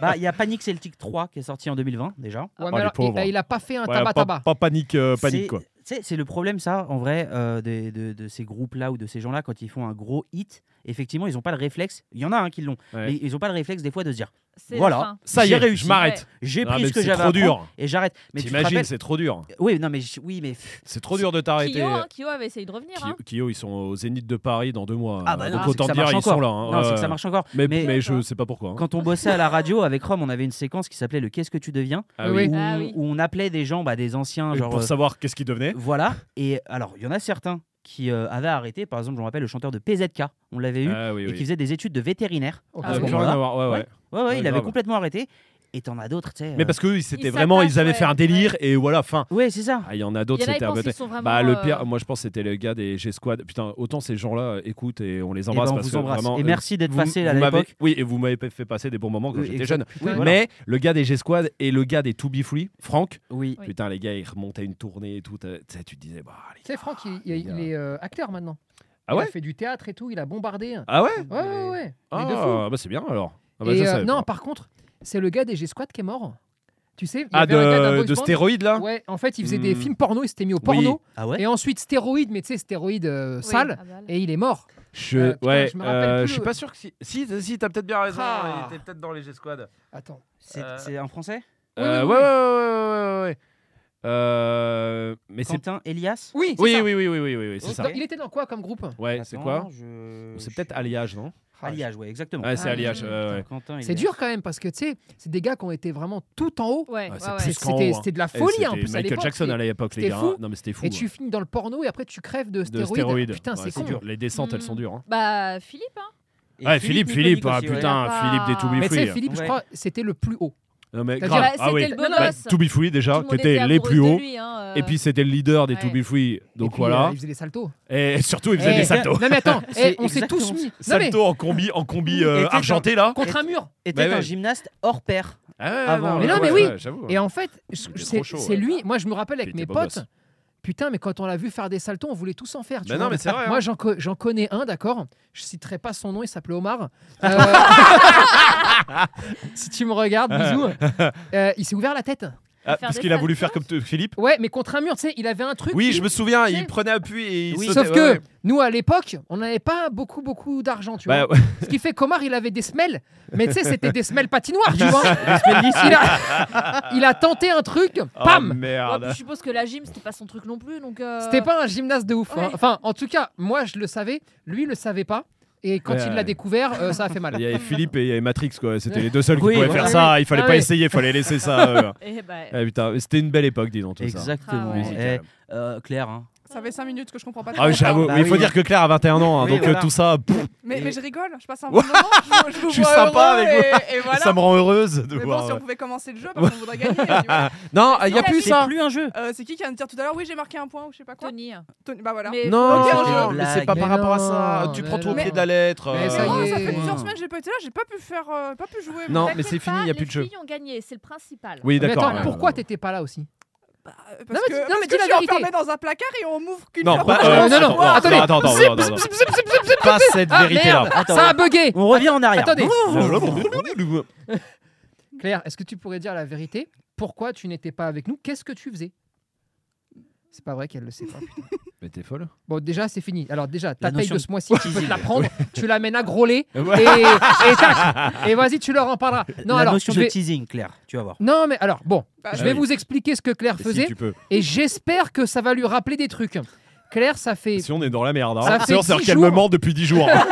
B: Bah, il y a Panic Celtic 3 qui est sorti en 2020 déjà.
G: Ouais, mais
A: Ah, les
G: alors, il-
A: pauvres.
G: il, a pas fait un
A: Ouais,
G: tabac
A: pas,
G: tabac.
A: pas panique, euh,
B: C'est-
A: panique quoi.
B: tu sais, C'est le problème, ça, en vrai, euh, des- de, de ces groupes-là ou de ces gens-là, quand ils font un gros hit, effectivement, ils n'ont pas le réflexe. Il y en a un qui l'ont,
A: Ouais.
B: mais ils n'ont pas le réflexe, des fois, de se dire
H: C'est
B: Voilà.
H: la fin.
A: Ça y
B: J'ai
A: est,
B: réussi.
A: je m'arrête.
B: J'ai
A: Non,
B: pris
A: Ah, mais
B: ce que
A: c'est
B: j'avais à
A: trop
B: prendre
A: dur.
B: et j'arrête. Mais tu te
A: T'imagines,
B: rappelles-
A: c'est trop dur.
B: Oui, non, mais, je- oui, mais pff,
A: C'est trop dur de t'arrêter.
H: Kyo, hein, Kyo avait essayé de revenir.
A: Kyo,
H: hein.
A: Kyo, ils sont au Zénith de Paris dans deux mois.
B: Ah bah non,
A: Donc
B: c'est
A: autant
B: que ça
A: dire,
B: marche
A: ils
B: encore.
A: sont là. hein.
B: non, c'est que
A: Euh,
B: ça marche encore.
A: Mais,
B: Mais-
A: mais je sais pas pourquoi. hein.
B: Quand on bossait à la radio avec Rome, on avait une séquence qui s'appelait le Qu'est-ce que tu deviens
A: Ah
G: oui.
B: où,
H: Ah oui.
B: où on appelait des gens, bah, des anciens,
A: Et
B: genre.
A: pour
B: euh,
A: savoir qu'est-ce qu'ils devenaient.
B: voilà. Et alors, il y en a certains qui euh, avaient arrêté. Par exemple, je me rappelle le chanteur de PZK, on l'avait eu,
A: Ah oui,
B: et qui
A: oui.
B: faisait des études de vétérinaire.
G: Ok.
H: Ah
A: Ah,
H: oui.
A: plus rien à voir, ouais, ouais.
B: Ouais, ouais,
A: Ouais,
B: il avait
A: grave.
B: complètement arrêté. Et t'en as d'autres, tu sais.
A: Mais
B: euh,
A: parce que eux, ils s'étaient
H: Ils
A: vraiment, ils
H: s'attachent,
A: avaient fait
H: ouais,
A: un délire et voilà, fin.
B: Ouais, c'est ça.
A: Ah, il y en a
H: Il
A: d'autres,
H: y en a, ils
A: c'était un
H: pensent
A: peu.
H: qu'ils sont vraiment.
A: Bah, le
H: euh,
A: pire, moi je pense que c'était les gars des G-Squad. Putain, autant ces gens-là euh, écoutent et on les
B: Eh ben,
A: embrasse
B: on
A: parce
B: vous
A: que
B: embrasse.
A: vraiment.
B: et
A: euh,
B: merci d'être
A: vous-
B: passé à
A: vous m'avez-
B: l'époque.
A: Oui, et vous m'avez fait passer des bons moments quand
B: Euh,
A: j'étais
B: exact-
A: jeune.
B: oui,
G: Ouais.
B: voilà.
A: Mais le gars des G-Squad et le gars des To Be Free, Franck,
B: Oui.
H: Oui.
A: putain, les gars, ils remontaient une tournée et tout. euh, Tu sais, tu te disais, bah, allez.
G: Tu sais, Franck, il, il- il
A: gars.
G: est euh, acteur maintenant.
A: Ah
G: il
A: ouais
G: a fait du théâtre et tout, il a bombardé.
A: Ah ouais
G: Ouais, ouais, ouais. Mais de fou.
A: Ah, bah c'est bien alors. Ah, bah,
G: Et,
A: ça,
G: euh,
A: je savais
G: non,
A: pas.
G: par contre, c'est le gars des G-Squad qui est mort. Tu sais, il y
A: Ah,
G: avait un gars d'un
A: de,
G: boys
A: de
G: band.
A: stéroïdes là
G: Ouais, en fait, il faisait des
A: Hmm.
G: films porno, il s'était mis au porno.
B: Ah ouais
G: Et ensuite, stéroïde, mais tu sais, stéroïde euh,
H: oui,
G: sale.
H: ah bah là.
G: Et il est mort.
A: Je,
G: Euh, putain,
A: ouais,
G: je me rappelle
A: euh,
G: plus.
A: je suis pas sûr que si. Si, si, t'as peut-être bien raison.
G: Ah.
A: Il était peut-être dans les G-Squad.
G: Attends.
B: C'est
A: Euh,
B: c'est en français
A: Euh,
G: oui,
A: ouais, ouais, ouais, ouais, ouais, ouais. Euh, mais c'est.
B: Quentin Elias
G: Oui, c'est
A: Oui,
G: ça.
A: oui, oui, oui, oui, oui, oui, c'est ça.
G: Donc, Il était dans quoi comme groupe
A: Ouais, c'est quoi
B: Attends, je-
A: C'est peut-être Alliage, non
B: Ah, Alliage, ouais, exactement.
A: Ouais, c'est
G: Ah,
A: Alliage.
H: oui.
A: ouais,
B: Putain,
A: ouais.
B: Quentin
G: C'est
B: Elias.
G: dur quand même parce que tu sais, c'est des gars qui ont été vraiment tout en haut.
H: Ouais,
A: Ouais,
H: ouais,
A: c'est
H: ouais.
A: plus- qu'en
G: C'était
A: haut, hein.
G: c'était de la
A: Eh,
G: folie
A: c'était
G: hein, en plus à
A: Michael
G: l'époque.
A: Jackson à l'époque, les
G: c'était
A: gars.
G: fou.
A: Non, mais c'était fou.
G: Et
A: ouais.
G: tu finis dans le porno et après tu crèves de
A: De
G: stéroïdes.
A: stéroïdes.
G: Putain,
A: Ouais,
G: c'est con.
A: dur. Les descentes, elles sont dures. hein.
H: Bah, Philippe, hein.
B: Et
A: Ouais, Philippe, Philippe,
B: Nicolic
A: ah,
B: aussi, ouais.
A: putain,
H: Ah.
A: Philippe des To
H: Mais
A: Be
G: Mais tu sais,
A: Free.
G: Philippe, je
B: Ouais.
G: crois, c'était le plus haut.
A: Non, mais
G: C'est-à-dire,
A: grave.
H: Bah,
A: Ah
H: c'était
A: oui.
H: le beau
A: Bah,
H: gosse.
A: to Be Free,
H: Tout
A: déjà,
H: le
A: qui
H: monde
A: était
H: était
A: les
H: amoureuse
A: plus
H: de
A: hauts.
H: lui, hein, euh.
A: Et puis, c'était le leader des To
H: Ouais.
A: Be Free.
G: Et
A: Donc
G: puis, euh,
A: voilà.
G: il faisait des saltos.
A: Et surtout, il faisait
G: Eh,
A: des saltos.
G: Non mais attends,
B: C'est
G: eh, on s'est tous
B: exactement
G: mis. Non, mais,
A: Salto en combi, en combi euh,
B: Et t'es dans-
A: argenté là.
G: contre un mur.
B: Était
A: Bah, ouais.
B: un gymnaste hors pair.
A: Avant.
G: Mais non, mais oui.
A: j'avoue.
G: Et en fait, je-
A: était
G: c'est
A: trop chaud,
G: c'est
A: ouais.
G: lui. Moi, je me rappelle
A: Puis
G: avec
A: il
G: mes
A: était beau
G: potes.
A: gosse.
G: Putain, mais quand on l'a vu faire des saltons, on voulait tous en faire. tu
A: Bah
G: vois.
A: non, mais c'est vrai,
G: Moi,
A: hein.
G: j'en co- j'en connais un, d'accord. Je citerai pas son nom, il s'appelait Omar. Euh, si tu me regardes, bisous. Euh, il s'est ouvert la tête.
A: Ah,
H: faire
A: parce
H: des
A: qu'il a voulu faire
H: saltos.
A: comme te- Philippe.
G: Ouais, mais contre un mur, tu sais, il avait un truc.
A: Oui,
G: qui-
A: je me souviens,
G: sais.
A: il prenait appui et il
B: Oui.
A: sautait,
G: Sauf
A: ouais,
G: que
A: ouais.
G: nous, à l'époque, on n'avait pas beaucoup, beaucoup d'argent, tu
A: Bah,
G: vois.
A: ouais.
G: Ce qui fait qu'Omar, il avait des semelles. Mais tu sais, c'était des semelles patinoires, tu vois. il, a... il a tenté un truc,
A: Oh,
G: pam
H: Ouais, puis
A: merde.
H: je suppose que la gym, c'était pas son truc non plus, donc. euh,
G: C'était pas un gymnase de ouf. hein.
H: Ouais.
G: Enfin, en tout cas, moi, je le savais. Lui, il le savait pas. Et quand
A: Ouais,
G: il
A: ouais.
G: l'a découvert, euh, ça a fait mal.
A: Il y avait Philippe et il y avait Matrix, quoi. C'était les deux seuls qui
B: Oui,
A: pouvaient
B: voilà.
A: faire ça. Il fallait
G: Ah
A: pas
G: oui.
A: essayer, il fallait laisser ça. à eux.
H: eh ben,
A: Ah, putain, c'était une belle époque, dis donc, tout ça.
B: Exactement.
H: Ah ouais.
A: Musical.
B: Eh, euh, Claire, hein.
C: Ça fait 5 minutes que je comprends pas.
A: Ah, oui, j'avoue.
B: Bah
A: Mais il faut
B: oui.
A: dire que Claire a 21 ans, hein,
B: Oui,
A: donc euh,
B: voilà.
A: tout ça, pff,
C: Mais,
B: Et-
C: mais je rigole, je passe un bon moment. Je, vous- je vous
A: Je suis
C: vois
A: sympa
C: heureux
A: avec
C: et, et voilà.
A: ça me rend heureuse de
C: mais bon,
A: voir. euh,
C: si on pouvait commencer le jeu, parce qu'on voudrait gagner. tu vois.
A: Non, il y a
C: C'est
A: plus hein.
B: C'est
A: ça.
B: plus un jeu.
C: Euh, c'est qui qui vient de dire tout à l'heure Oui, j'ai marqué un point ou je sais pas quoi.
H: Tony.
C: Tony- Bah voilà.
H: Mais
A: Non,
C: Ok,
A: non,
C: je-
A: non, mais
B: blague.
A: c'est pas par
G: Mais
A: rapport à
G: non,
A: ça. Tu prends
G: mais
A: tout au
G: non.
A: pied de la lettre.
G: Mais
A: euh,
G: ça
C: Oh,
G: y
C: ça
G: est.
C: fait plusieurs
B: Ouais.
C: semaines que j'ai pas été là, j'ai pas pu faire, euh, pas pu jouer.
A: Non,
C: moi.
A: mais c'est
H: T'inquiète
A: fini,
H: pas,
A: il y a plus de jeu.
H: Les filles ont gagné, c'est le principal.
A: Oui,
G: Mais
A: d'accord.
G: attends,
A: ouais,
G: pourquoi
A: ouais.
G: t'étais pas là aussi
C: Euh, parce
G: Non,
C: que,
G: mais dis- non,
C: parce
G: mais
C: que
G: dis la
C: je suis
G: vérité.
C: enfermée dans un placard et on m'ouvre qu'une
A: Non,
C: fois
A: pas,
C: par
A: euh,
C: jour.
G: Ah, non, non,
A: attends,
G: attendez.
A: attends, attends,
G: Zip,
A: attends,
G: zip,
A: attends.
G: zip, zip, zip, zip, zip.
A: Pas cette
G: Ah,
A: vérité-là.
G: merde.
B: Attends.
G: Ça a bugué
B: On revient en arrière.
G: Attendez.
A: Attendez.
G: Ah, Claire, est-ce que tu pourrais dire la vérité Pourquoi tu n'étais pas avec nous Qu'est-ce que tu faisais C'est pas vrai qu'elle le sait pas. putain.
A: Mais t'es folle.
G: Bon, déjà, c'est fini. Alors, déjà, ta
B: La
G: paye
B: notion
G: de ce mois-ci, tu peux te la prendre, tu l'amènes à grôler et,
A: Ouais.
G: et tac. Et vas-y, tu leur en parleras. Non,
B: la
G: alors,
B: notion
G: je
B: de
G: vais...
B: teasing, Claire, tu vas voir.
G: Non, mais alors, bon,
C: Bah,
G: je
A: Ah
G: vais
A: oui.
G: vous expliquer ce que Claire faisait
A: Si tu peux.
G: et j'espère que ça va lui rappeler des trucs. Claire, ça fait,
A: Si on est dans la merde,
G: Ça
A: hein.
G: fait
A: c'est c'est
G: dix
A: calmement depuis 10 jours. hein.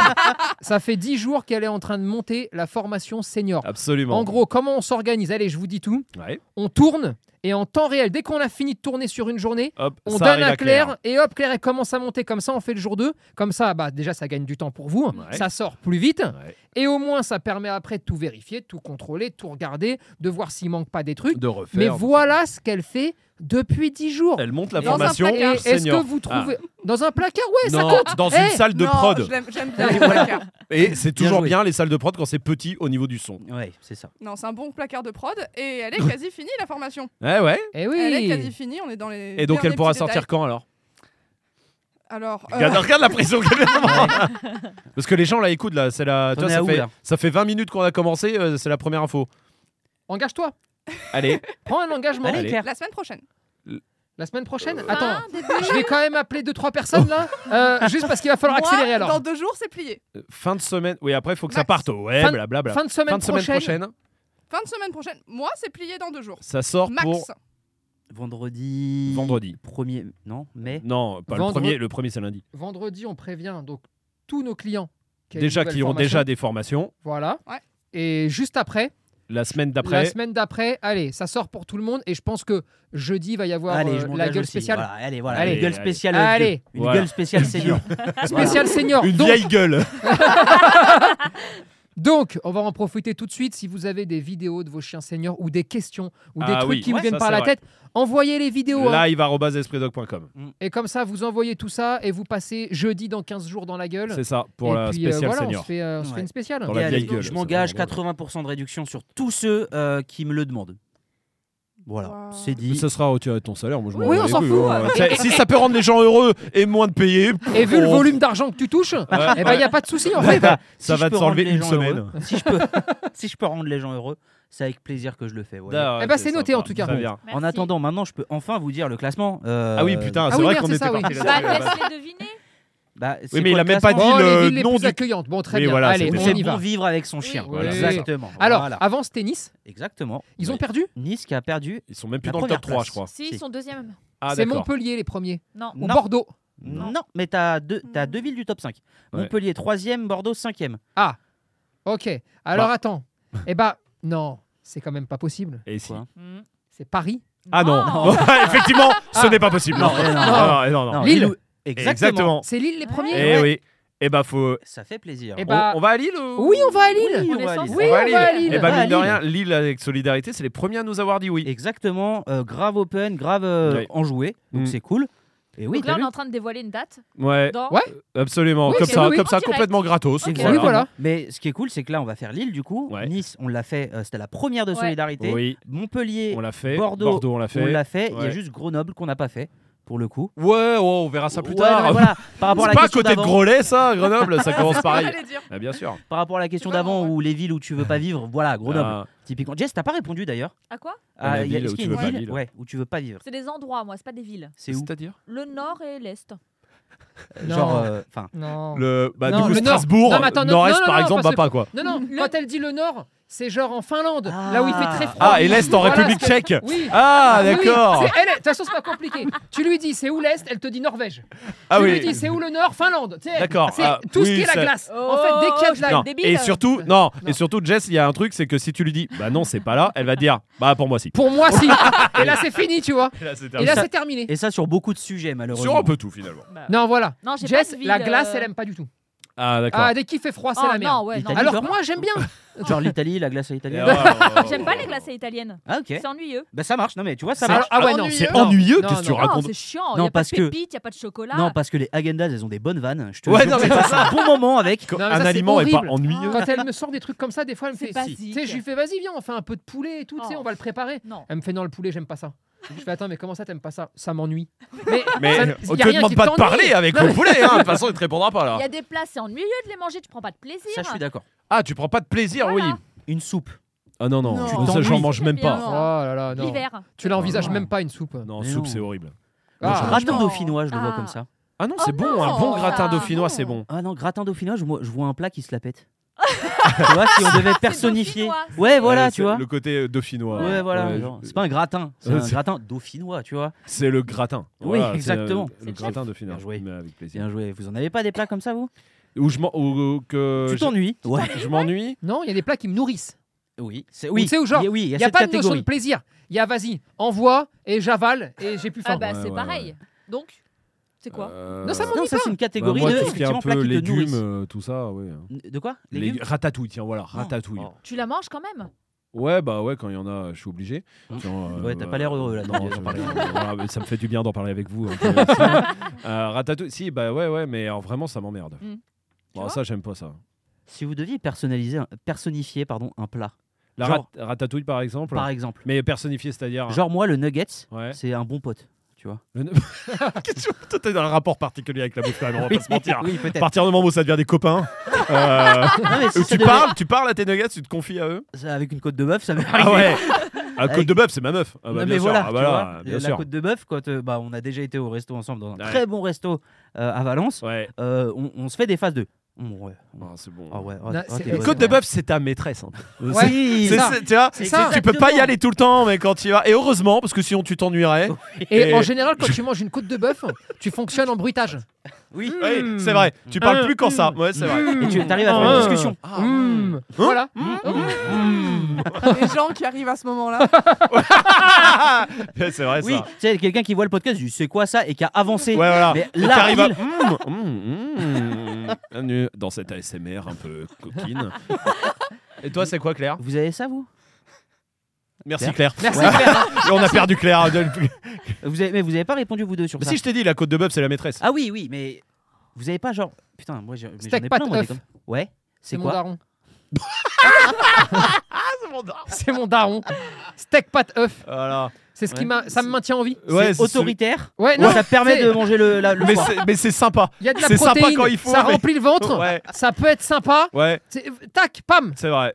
G: ça fait 10 jours qu'elle est en train de monter la formation senior.
A: Absolument.
G: En gros, comment on s'organise Allez, je vous dis tout.
A: Ouais.
G: On tourne et en temps réel, dès qu'on a fini de tourner sur une journée,
A: Hop,
G: on
A: ça
G: donne
A: arrive
G: à Claire, et hop, Claire, elle commence à monter comme ça, on fait le jour 2. Comme ça, bah, déjà, ça gagne du temps pour vous, hein.
A: Ouais.
G: ça sort plus vite,
A: Ouais.
G: et au moins, ça permet après de tout vérifier, de tout contrôler, de tout regarder, de voir s'il manque pas des trucs.
A: De
G: Mais
A: refaire.
G: voilà ce qu'elle fait depuis 10 jours.
A: Elle monte la
C: Dans un
A: formation.
G: Et
C: placard.
G: est-ce
A: senior.
G: que vous trouvez. Dans un placard, ouais, ça
A: Ah. Non,
G: compte
A: dans
G: Eh,
A: une salle de
C: non, je
A: prod.
C: l'aime- J'aime bien les
B: Voilà.
C: placards.
A: Et c'est
B: Bien
A: toujours
B: joué.
A: bien les salles de prod quand c'est petit au niveau du son.
B: Ouais, c'est ça.
C: Non, c'est un bon placard de prod et elle est quasi finie la formation.
A: Ouais, ouais.
G: Eh
C: Elle est quasi
G: oui
C: finie, on est dans les.
A: Et donc
C: derniers
A: elle pourra
C: petits
A: sortir
C: détails.
A: quand alors
C: Alors, euh,
A: Regarde, regarde la pression qu'elle met vraiment. Parce que les gens là écoutent là, c'est la.
B: T'en
A: tu vois,
B: es
A: ça,
B: à où,
A: fait,
B: là
A: ça fait 20 minutes qu'on a commencé, euh, c'est la première info.
G: Engage-toi.
A: Allez,
G: Prends un engagement.
B: Allez, Claire.
C: euh, la semaine prochaine.
G: La semaine prochaine.
H: Fin,
G: Attends.
H: début.
G: Je vais quand même appeler deux trois personnes là, Euh, juste parce qu'il va falloir
C: Moi,
G: accélérer alors.
C: Dans deux jours, c'est plié.
A: euh, fin de semaine. Oui, après, il faut que ça
C: Max.
A: parte au web,
G: Fin-
A: blablabla.
G: Fin de semaine,
A: Fin de semaine
G: prochaine.
A: prochaine,
C: Fin de semaine prochaine. Moi, c'est plié dans deux jours.
A: ça sort
C: Max.
A: pour
B: Vendredi.
A: vendredi.
B: Premier. Non, mais.
A: Non, pas
G: Vendredi.
A: le premier, le premier c'est lundi.
G: Vendredi, on prévient donc tous nos clients. y a une
A: Déjà
G: nouvelle
A: qui ont
G: formation.
A: déjà des formations.
G: Voilà.
C: Ouais.
G: Et juste après,
A: La semaine
G: la
A: d'après,
G: semaine d'après, allez, ça sort pour tout le monde. Et je pense que jeudi, il va y avoir
B: allez, je
G: euh, la
B: m'engage
G: gueule
B: aussi.
G: spéciale.
B: Voilà, allez, voilà.
G: Allez,
B: une gueule
A: allez.
B: spéciale.
G: Allez.
B: vieux. Une
A: Voilà.
B: gueule spéciale senior.
G: Spéciale senior.
A: une
G: donc,
A: vieille gueule.
G: donc, on va en profiter tout de suite. Si vous avez des vidéos de vos chiens seniors ou des questions ou des
A: Ah
G: trucs
A: oui,
G: qui vous
A: ouais,
G: viennent
A: ça,
G: par
A: c'est
G: la
A: vrai.
G: tête, envoyez les vidéos. hein.
A: Live.espritdoc.com.
G: Et comme ça, vous envoyez tout ça et vous passez jeudi dans 15 jours dans la gueule.
A: C'est ça, pour
G: et
A: la
G: puis, euh,
A: spéciale
G: voilà, on
A: senior.
G: se fait, euh, on se fait
B: Ouais.
G: une spéciale.
A: Dans
B: Et
A: la
B: allez,
A: vieille gueule,
B: Je
A: ça,
B: m'engage
A: c'est vraiment
B: 80% de réduction sur tous ceux euh, qui me le demandent. Voilà,
C: Wow.
B: c'est dit.
A: Ça sera au tiré de ton salaire, moi je m'en
G: Oui,
A: bats
G: on
A: les
G: s'en
A: couilles,
G: fout,
A: hein.
G: ouais.
A: Ça-
G: Et-
A: Si ça peut rendre les gens heureux et moins de payer,
G: Et vu le
A: on-
G: volume d'argent que tu touches, eh ben, il n'y a pas de souci en
A: Ouais,
G: fait.
A: bah,
B: Si
A: ça
B: je
A: va
B: peux
A: te s'enlever
B: rendre les
A: une
B: gens
A: semaine.
B: heureux, si, je peux, si je peux rendre les gens heureux, c'est avec plaisir que je le fais. ouais.
A: D'accord,
G: Eh ben,
A: ok,
G: c'est
A: ça
G: noté,
A: va.
G: en tout cas.
A: Très bien.
H: Merci.
B: En attendant, maintenant, je peux enfin vous dire le classement. euh,
A: Ah oui, putain,
G: Ah
A: c'est
G: oui,
A: vrai
G: merde,
A: qu'on
G: c'est
A: était
G: ça, oui.
A: parti
H: Bah,
A: là-dessus.
H: laisse-les deviner.
B: bah, c'est
A: Oui, mais
B: quoi
A: il a
B: le
A: même pas dit
B: classement
G: Oh,
A: le
G: les villes les
A: nom
G: plus
A: du-
G: accueillantes. Bon, très
A: Oui,
G: bien.
A: voilà,
G: Allez,
A: c'était
G: on
B: C'est
G: y
B: bon
G: va.
B: vivre avec son chien.
G: Oui, voilà.
B: Exactement.
G: Alors,
A: ah,
B: Voilà.
G: avant, c'était Nice.
B: exactement.
G: Ils ont
B: Oui.
G: perdu
B: Nice qui a perdu.
A: Ils sont même plus
B: La
A: dans le top
B: première
A: 3,
B: place.
A: je crois.
H: Si, ils sont deuxième.
A: Ah,
G: C'est
A: d'accord.
G: Montpellier les premiers.
H: Non.
G: Ou
B: Non.
G: Bordeaux.
B: Non, mais t'as deux, t'as deux villes du top 5.
A: Ouais.
B: Montpellier 3ème, Bordeaux 5ème.
G: Ok. Alors
A: Bah.
G: attends. Eh ben, non, c'est quand même pas possible.
A: Et si.
B: Quoi
H: Hmm.
G: C'est Paris.
A: Ah non, effectivement, ce n'est pas possible.
B: Non, non, non.
A: Ah, non, non, non.
G: Lille.
B: Exactement.
A: Exactement.
G: C'est Lille les premiers.
A: Eh oui. Eh bah, faut.
B: Ça fait plaisir.
G: Eh
A: On
G: bah,
A: on va à Lille ou
G: oui, on va à Lille.
B: Oui,
H: on
B: on va
H: est
B: à Lille.
G: Oui, on va à Lille.
A: Eh
B: On va
A: bah,
B: à
A: mine de
B: Lille.
A: rien, Lille avec Solidarité, c'est les premiers à nous avoir dit oui.
B: Exactement. euh, grave open, grave euh,
A: Oui.
B: enjoué. Donc
A: Mm.
B: c'est cool. Et oui,
H: Donc là,
B: t'as
H: on est
B: vu
H: en train de dévoiler une date.
A: Ouais,
H: Dans...
G: Ouais.
A: absolument.
G: Oui,
A: Comme
G: c'est-
A: ça,
G: oui,
A: comme
H: en
A: ça,
H: direct.
A: complètement gratos.
H: Ok.
G: Oui, Eh ben, voilà.
B: Mais ce qui est cool, c'est que là, on va faire Lille du coup.
A: Ouais.
B: Nice, on l'a fait. euh, C'était la première de
H: Ouais.
B: solidarité.
A: Oui,
B: Montpellier,
A: on l'a fait.
B: Bordeaux,
A: on l'a
B: on
A: fait.
B: l'a fait. Il y a
A: Ouais.
B: juste Grenoble qu'on n'a pas fait pour le coup.
A: Ouais, oh, on verra ça plus
B: Ouais,
A: tard.
B: non, mais voilà, par rapport à
A: C'est
B: la
A: pas à
B: question
A: côté de
B: d'avant.
A: Grelais, ça, Grenoble, ça commence
C: On
A: pareil.
C: allait dire.
A: Ah, bien sûr.
B: Par rapport à la question
C: C'est vraiment,
B: d'avant
C: ouais.
B: où les villes où tu veux pas vivre, voilà, Grenoble.
A: Ah,
B: Typiquement. Jess, t'as pas répondu d'ailleurs.
H: À quoi
A: Ah, la
B: il y a-
A: ville
B: est-ce
A: où
B: qu'il y
A: tu
B: a
A: veux
B: une
A: pas
B: ville
A: vivre.
B: ouais, où tu veux pas vivre
H: C'est des endroits, moi, c'est pas des villes.
B: C'est où
A: C'est-à-dire
H: Le nord et l'est.
B: Euh, Genre,
G: Non.
B: euh, enfin,
G: Non.
A: le, bah,
G: Non,
A: du coup,
G: le Nord.
A: Strasbourg,
G: Non, mais attends, non,
A: Nord-Est,
G: non, non,
A: par
G: non,
A: exemple,
G: parce
A: bah, pas quoi.
G: Non, non.
H: Le-
G: Quand elle dit le Nord, c'est genre en Finlande, là où il fait très froid.
A: Ah, et l'Est en
G: Voilà ce
A: République
G: que-
A: tchèque.
G: Oui.
A: Ah,
G: Oui,
A: d'accord.
G: c'est- elle est- De toute façon, c'est pas compliqué. Tu lui dis c'est où l'Est, elle te dit Norvège.
A: Ah
G: tu lui
A: oui.
G: dis c'est où le Nord, Finlande. Tu sais,
A: D'accord.
G: C'est
A: Ah,
G: tout ce
A: oui,
G: qui est la
A: ça-
G: glace. en fait, dès qu'il y a de la.
A: Non.
H: Débile.
A: Et surtout, non,
G: Non.
A: et surtout, Jess, il y a un truc, c'est que si tu lui dis, bah non, c'est pas là, elle va dire, bah pour moi si.
G: Pour moi, si. Et là, c'est fini, tu vois.
A: Et là, c'est
G: Et
A: terminé.
G: là, c'est terminé.
B: et ça sur beaucoup de sujets malheureusement.
A: Sur un peu tout finalement.
G: Non, voilà.
H: Non, j'ai pas
G: Jess,
H: de ville,
G: la glace,
H: euh,
G: elle aime pas du tout.
A: Ah, d'accord.
G: Ah, dès qu'il fait froid, c'est
H: Oh,
G: la merde.
H: Non, ouais, non.
B: Italie.
G: Alors que
B: Genre-
G: moi, j'aime bien.
B: Genre l'Italie, la glace à
A: Et
B: l'italienne.
A: alors- euh,
H: J'aime pas les glacés italiennes.
B: Ah ok.
H: C'est ennuyeux.
B: Bah ça marche. Non mais tu vois ça
G: Alors-
B: marche.
G: ah ouais, non.
C: Ennuyeux.
A: C'est
G: Non.
A: ennuyeux,
G: Non,
A: qu'est-ce que tu
G: non.
H: Non,
A: racontes
H: c'est chiant.
B: Non,
H: Il y a
B: parce
H: pas
B: que-
H: de pépites, il y a pas de chocolat.
B: Non parce que les Agendas elles ont des bonnes vannes. Je te
A: Ouais,
B: jure,
A: non,
B: tu
A: mais
B: passes un bon moment avec.
G: Non, mais ça,
A: Un
G: c'est
A: aliment est pas
G: horrible.
A: ennuyeux.
G: Quand elle me sort des trucs comme ça, des fois, elle me
H: C'est
G: fait.
H: basique.
G: Tu sais, je lui fais, vas-y, viens, on fait un peu de poulet et tout, tu sais,
H: Oh.
G: on va le préparer.
H: Non.
G: Elle me fait, non, le poulet, j'aime pas ça. Je fais, attends, mais comment ça, t'aimes pas ça Ça m'ennuie. Mais,
A: Mais
G: ça-
A: on
G: y a
A: te
G: rien
A: demande
G: qui
A: pas de
G: t'ennuie.
A: parler avec le poulet, hein. de toute façon, il te répondra pas là.
H: Il y a des plats, c'est ennuyeux de les manger, tu prends pas de plaisir.
B: Ça je suis d'accord.
A: Ah, tu prends pas de plaisir,
H: Voilà.
A: oui.
B: Une soupe.
A: Ah non, non,
B: Non.
A: je-
B: Tu
A: ça, j'en
B: t'ennuies.
A: mange même
H: C'est bien.
A: pas.
G: Oh là là, non.
H: L'hiver.
G: Tu l'envisages
A: Non.
G: même pas, une soupe.
A: Non,
B: Mais
A: soupe,
B: non.
A: c'est horrible.
G: Ah.
B: Le gratin
H: non.
B: dauphinois je le vois
H: Ah.
B: comme ça.
A: Ah non,
H: Oh
A: c'est bon, un
H: non,
A: bon gratin
H: ça,
A: dauphinois,
H: non.
A: c'est bon.
B: Ah non gratin dauphinois je vois, je vois un plat qui se la pète. tu vois si on devait personifier.
H: dauphinois, c'est-
B: Ouais voilà
A: Ouais,
B: tu
A: c'est
B: vois.
A: Le côté euh, dauphinois.
B: Ouais voilà.
A: Ouais,
B: genre,
A: je-
B: C'est pas un gratin. C'est
A: Ouais,
B: un
A: c'est-
B: gratin dauphinois tu vois.
A: C'est le gratin.
B: Oui,
A: Voilà, c'est, euh,
B: exactement.
A: Le,
H: C'est
A: gratin dauphinois.
B: Bien joué.
A: mais avec plaisir.
B: Bien joué. Vous en avez pas des plats comme ça, vous
A: Ou je m'en- ou- ou que
B: Tu
A: Euh, je-
B: t'ennuies Ouais.
A: je m'ennuie.
G: Non, il y a des plats qui me nourrissent.
B: Oui. C'est
G: Ou
B: oui.
G: tu sais, ou genre,
B: il y a- oui, il y
G: Il
B: a,
G: n'y a,
B: cette
G: pas de notion de
B: catégorie.
G: plaisir. Il y a vas-y, envoie et j'avale et j'ai plus faim.
H: Ah bah
A: Ouais,
H: c'est
A: ouais,
H: pareil. Donc, c'est quoi
A: Euh,
G: Non, ça
A: bah,
G: m'ennuie
B: Non, ça
G: pas.
B: c'est une catégorie
A: moi,
B: de
A: tout ce qui est un
B: effectivement, plats
A: peu
B: qui te
A: légumes,
B: nourrissent.
A: euh, tout ça, ouais.
B: De quoi
A: Les-
B: Légumes
A: Ratatouille, tiens, voilà, ratatouille.
B: Oh.
H: Tu la manges quand même
A: Ouais, bah ouais, quand il y en a, je suis obligé. Tiens, euh,
B: Ouais, t'as
A: bah,
B: pas l'air heureux, là,
A: Non,
B: d'en-
A: je-
B: d'en parler.
A: voilà, mais ça me fait du bien d'en parler avec vous. un peu aussi. Euh, ratatouille, si, bah ouais, ouais, mais alors, vraiment, ça m'emmerde.
H: Mm.
A: Bon,
H: vois
A: ça, j'aime pas ça.
B: Si vous deviez personnaliser, un- personnifier pardon, un plat,
A: La
B: Genre-
A: rat- ratatouille, par exemple.
B: par exemple.
A: Mais personnifié, c'est-à-dire.
B: Genre moi, le nuggets,
A: Ouais.
B: c'est un bon pote. tu vois.
A: Toi, t'es dans un rapport particulier avec la bouffe quand même, on va pas se mentir.
B: Oui,
A: À
B: peut-être.
A: partir du moment où ça devient des copains, euh,
B: Non, mais si
A: où
B: ça
A: tu
B: devait-
A: parles, tu parles à tes nuggets, tu te confies à eux.
B: ça, Avec une côte de bœuf, ça m'est
A: Ah
B: arrivé.
A: ouais. À
B: Avec-
A: côte de bœuf, c'est ma meuf. Ah bah,
B: Non,
A: bien
B: mais
A: sûr.
B: voilà,
A: Ah
B: tu
A: bah là,
B: vois,
A: bien
B: la
A: sûr.
B: côte de bœuf, quand euh, bah, on a déjà été au resto ensemble dans un
A: Ouais.
B: très bon resto euh, à Valence,
A: Ouais.
B: euh, on, on se fait des phases de. Mm, ouais.
D: Ah, c'est bon.
B: Ah ouais, oh,
G: Non,
B: oh,
G: c'est-
B: t'es
G: Une
B: bonne.
A: Côte de bœuf, c'est ta maîtresse. un peu.
G: Ouais,
B: Oui,
A: C'est-
G: ça.
A: c'est- tu vois,
G: C'est
A: tu-
G: ça.
A: tu peux pas y
B: Exactement.
A: aller tout le temps, mais quand tu y vas, et heureusement, parce que sinon tu t'ennuierais.
G: Et
A: Et-
G: en général, quand tu manges une côte de bœuf, tu fonctionnes en bruitage.
B: oui.
A: Oui, c'est vrai. Tu parles
G: Hum,
A: plus qu'en ça. Ouais, c'est vrai.
B: Et tu arrives à faire une discussion.
G: Mmh. Voilà.
C: Les gens qui arrivent à ce moment-là.
A: Ouais, c'est vrai
B: Oui,
A: ça.
B: tu sais, quelqu'un qui voit le podcast, il dit c'est quoi ça et qui a avancé.
A: Ouais, voilà.
B: Mais
A: Et
B: là,
A: t'arrives à- Mmh,
B: pile-
A: Mm, mm, mm. Bienvenue dans cette ASMR un peu coquine. Et toi, c'est quoi, Claire
B: Vous avez ça, vous
A: Merci, Claire.
B: Ouais.
A: Et on a perdu Claire. Mais
B: vous avez... Mais vous avez pas répondu, vous deux, sur ça.
A: Bah, si je t'ai dit, la côte de bœuf, c'est la maîtresse.
B: Ah oui, oui, mais vous avez pas genre. Putain, moi j'ai- mais j'en
G: Steak
B: ai
G: pâte
B: plein, moi, des
G: œuf.
B: comme- Ouais, c'est
G: C'est mon
B: quoi
G: daron. C'est mon daron. Steak pâte œuf.
A: Voilà.
G: C'est ce
B: Ouais.
G: qui m'a, ça me maintient en vie.
A: Ouais, c'est-
B: Autoritaire
G: Ouais,
A: Ouais.
G: non,
B: Ça permet
G: c'est-
B: de manger le, la- le
A: Mais
B: foie.
A: c'est- Mais c'est sympa.
G: Il y a de la
A: C'est sympa
G: protéine.
A: quand il faut,
G: ça
A: mais-
G: remplit le ventre.
A: Ouais,
G: Ça peut être sympa.
A: ouais,
G: C'est- Tac, pam.
A: c'est vrai.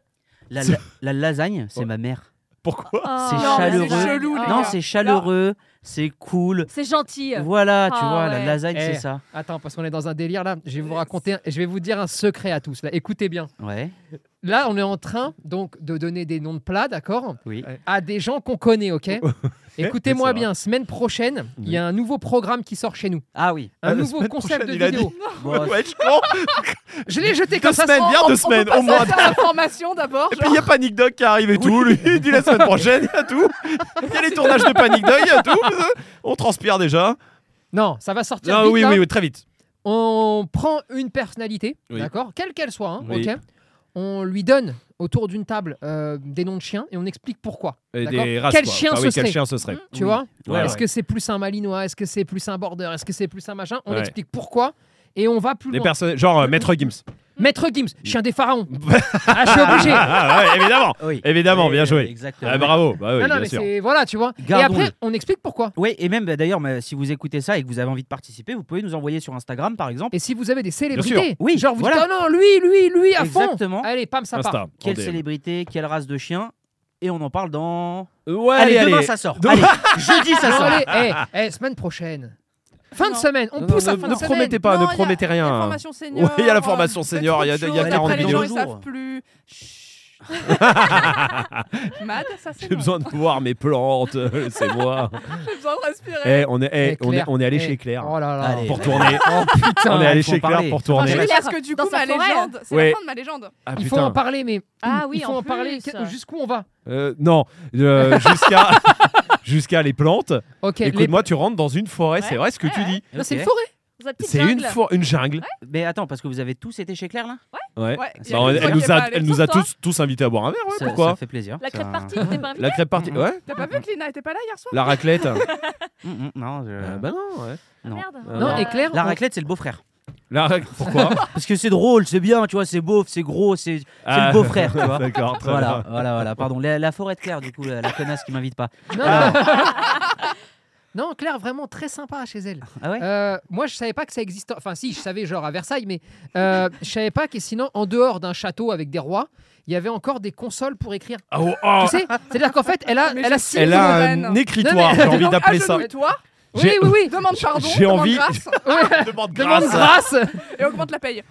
B: La,
A: c'est-
B: la- la lasagne, c'est
A: Ouais.
B: ma mère.
A: Pourquoi
H: Ah,
B: C'est
H: non, mais
B: chaleureux.
H: c'est
C: chelou, les
B: Non,
C: gars.
B: c'est chaleureux, c'est cool.
H: C'est gentil.
B: Voilà, tu
H: Ah,
B: vois, la
H: ouais.
B: lasagne,
G: Eh.
B: c'est ça.
G: Attends, parce qu'on est dans un délire là. Je vais vous raconter, un- je vais vous dire un secret à tous là. Écoutez bien.
B: Ouais,
G: Là, on est en train donc de donner des noms de plats, d'accord,
B: oui.
G: à des gens qu'on connaît, ok. Écoutez-moi
A: C'est vrai.
G: bien. Semaine prochaine, il y a un nouveau programme qui sort chez nous.
B: Ah oui.
G: Un
A: Ah, la
G: nouveau
A: semaine
G: concept de
A: prochaine, il a
G: vidéo.
B: Bon,
A: Ouais, je comprends.
G: Je l'ai jeté
A: Deux
G: comme ça.
A: semaines,
G: sans-
A: bien
C: On-
A: deux
C: on
A: semaines,
C: peut pas
A: au moins.
C: faire la formation d'abord.
A: Et puis il y a Panic Dog qui arrive et tout. Lui, il dit la semaine prochaine, il y a tout. Il y a les tournages de Panic Dog, il y a tout. On transpire déjà.
G: Non, ça va sortir.
A: Ah,
G: vite,
A: oui,
G: là.
A: oui, oui, très vite.
G: On prend une personnalité,
A: Oui.
G: d'accord, quelle qu'elle soit, hein,
A: Oui.
G: ok. On lui donne autour d'une table euh, des noms de chiens et on explique pourquoi.
A: Et
G: D'accord.
A: des races,
G: Quel
A: quoi.
G: chien
A: Enfin,
G: ce
A: oui, quel
G: serait Mmh.
A: chien ce serait
G: Tu vois
A: Ouais,
G: Est-ce
A: ouais.
G: que c'est plus un malinois Est-ce que c'est plus un border Est-ce que c'est plus un machin On
A: Ouais.
G: explique pourquoi et on va plus
A: Des
G: loin.
A: personnes, genre euh, Maître Gims.
G: Hmm. Maître Gims, chien des pharaons. ah, je suis obligé.
A: Ah, ouais, évidemment,
B: oui.
A: évidemment,
B: Et,
A: bien
B: euh,
A: joué.
B: Exactement.
A: Ah, bravo, bah oui,
G: non, non,
A: bien
G: mais
A: sûr.
G: c'est voilà, tu vois.
B: Gardons-le.
G: Et après, on explique pourquoi.
B: Oui, et même bah, d'ailleurs, mais si vous écoutez ça et que vous avez envie de participer, vous pouvez nous envoyer sur Instagram, par exemple.
G: Et si vous avez des
A: Bien
G: célébrités,
B: Oui,
G: genre vous
B: voilà.
G: dites oh non, lui, lui, lui à
B: Exactement.
G: fond. Allez, pam, ça part.
A: Insta, en
B: Quelle
A: DM.
B: célébrité, quelle race de chien Et on en parle dans.
A: Ouais,
B: allez,
A: allez,
B: demain
A: allez.
B: ça sort.
A: Demain-
B: Allez, jeudi ça
G: Non,
B: sort.
G: allez, eh, eh, semaine prochaine. Fin de
C: Non.
G: semaine, on
A: Non,
G: pousse
A: non,
G: à
A: ne-
G: fin
A: ne
G: de semaine.
A: promettez pas,
C: Non,
A: ne
C: il y a
A: promettez
C: la
A: rien.
C: formation senior.
A: il y a la formation
C: euh, c'est
A: senior,
C: trop
A: il y a- il y a
C: chaud. Après,
B: 40
C: les gens, ils
B: vidéos.
C: savent plus. Chut. Mad, ça c'est
A: J'ai
C: moi.
A: besoin de voir mes plantes, c'est moi.
C: J'ai besoin de respirer.
A: Eh, on est, eh,
G: Eh,
A: on est,
G: Claire,
A: on est allé
G: eh,
A: chez Claire
G: Oh là là.
B: Allez.
A: pour tourner.
G: Oh putain.
A: on est allé
B: faut
A: chez
B: en
A: Claire
B: parler.
A: pour
C: Enfin,
A: tourner.
G: Ah,
C: je
H: Franchement,
C: parce que du
H: Dans
C: coup,
H: sa
C: ma
H: forêt.
C: légende, c'est
A: Ouais.
C: la fin de ma légende.
A: Ah,
G: Il faut
A: putain.
G: en parler, mais
H: Ah oui,
G: il faut
H: en
G: en parler.
H: plus.
G: Que- Jusqu'où on va
A: Euh, non, euh, jusqu'à jusqu'à les plantes.
G: Ok. les-
A: Écoute-moi, tu rentres dans une forêt,
H: Ouais,
A: c'est vrai ce que
H: ouais,
A: tu
H: ouais.
A: dis.
G: Non, c'est une
B: Ok.
G: forêt.
H: Dans la petite
A: C'est une,
H: jungle.
A: for- une jungle.
B: Mais attends, parce que vous avez tous été chez Claire là
A: Ouais.
C: Ouais, il y a
A: Non,
C: que
A: elle,
C: toi
A: elle
C: qui
A: nous
C: es pas
A: a,
C: allé.
A: elle nous a
H: Sauf toi.
A: tous, tous invités à boire un verre, ouais,
B: ça,
A: pourquoi
B: ça fait plaisir.
H: La
B: ça-
H: crêpe partie, t'es pas invité
A: La crêpe partie,
B: Mhm.
A: ouais.
C: T'as pas vu que Lina était pas là hier soir
A: La raclette.
B: Mm, mm, Non, je-
A: Euh, bah non, ouais.
B: Non.
H: Merde.
G: Non,
A: euh,
B: Non.
G: et Claire.
B: La
G: on-
B: raclette, c'est le beau-frère.
A: La rac- Pourquoi
B: Ah. Parce que c'est drôle, c'est bien, tu vois, c'est beau, c'est gros, c'est c'est
A: Ah,
B: le beau-frère, tu vois.
A: D'accord, très
B: Voilà,
A: bien.
B: voilà, voilà, pardon. La, la forêt de Claire, du coup, la, la connasse qui m'invite pas.
G: Non, non, Claire, vraiment très sympa chez elle.
B: Ah ouais
G: Euh, moi, je savais pas que ça existait. Enfin, si, je savais genre à Versailles, mais euh, je savais pas que sinon, en dehors d'un château avec des rois, il y avait encore des consoles pour écrire.
A: Ah, oh, oh.
G: Tu sais C'est-à-dire qu'en fait, elle a,
C: Mais
G: elle a
C: je-
G: six-
A: Elle
C: une
A: a
C: reine.
A: un écritoire,
G: Non, mais-
A: j'ai envie
C: Donc,
A: d'appeler ça.
C: agenouille-toi,
G: Oui, oui, oui.
C: demande pardon,
A: J'ai
C: demande
A: envie-
C: grâce
A: Demande
G: Demande
A: grâce.
G: grâce.
C: et augmente la paye.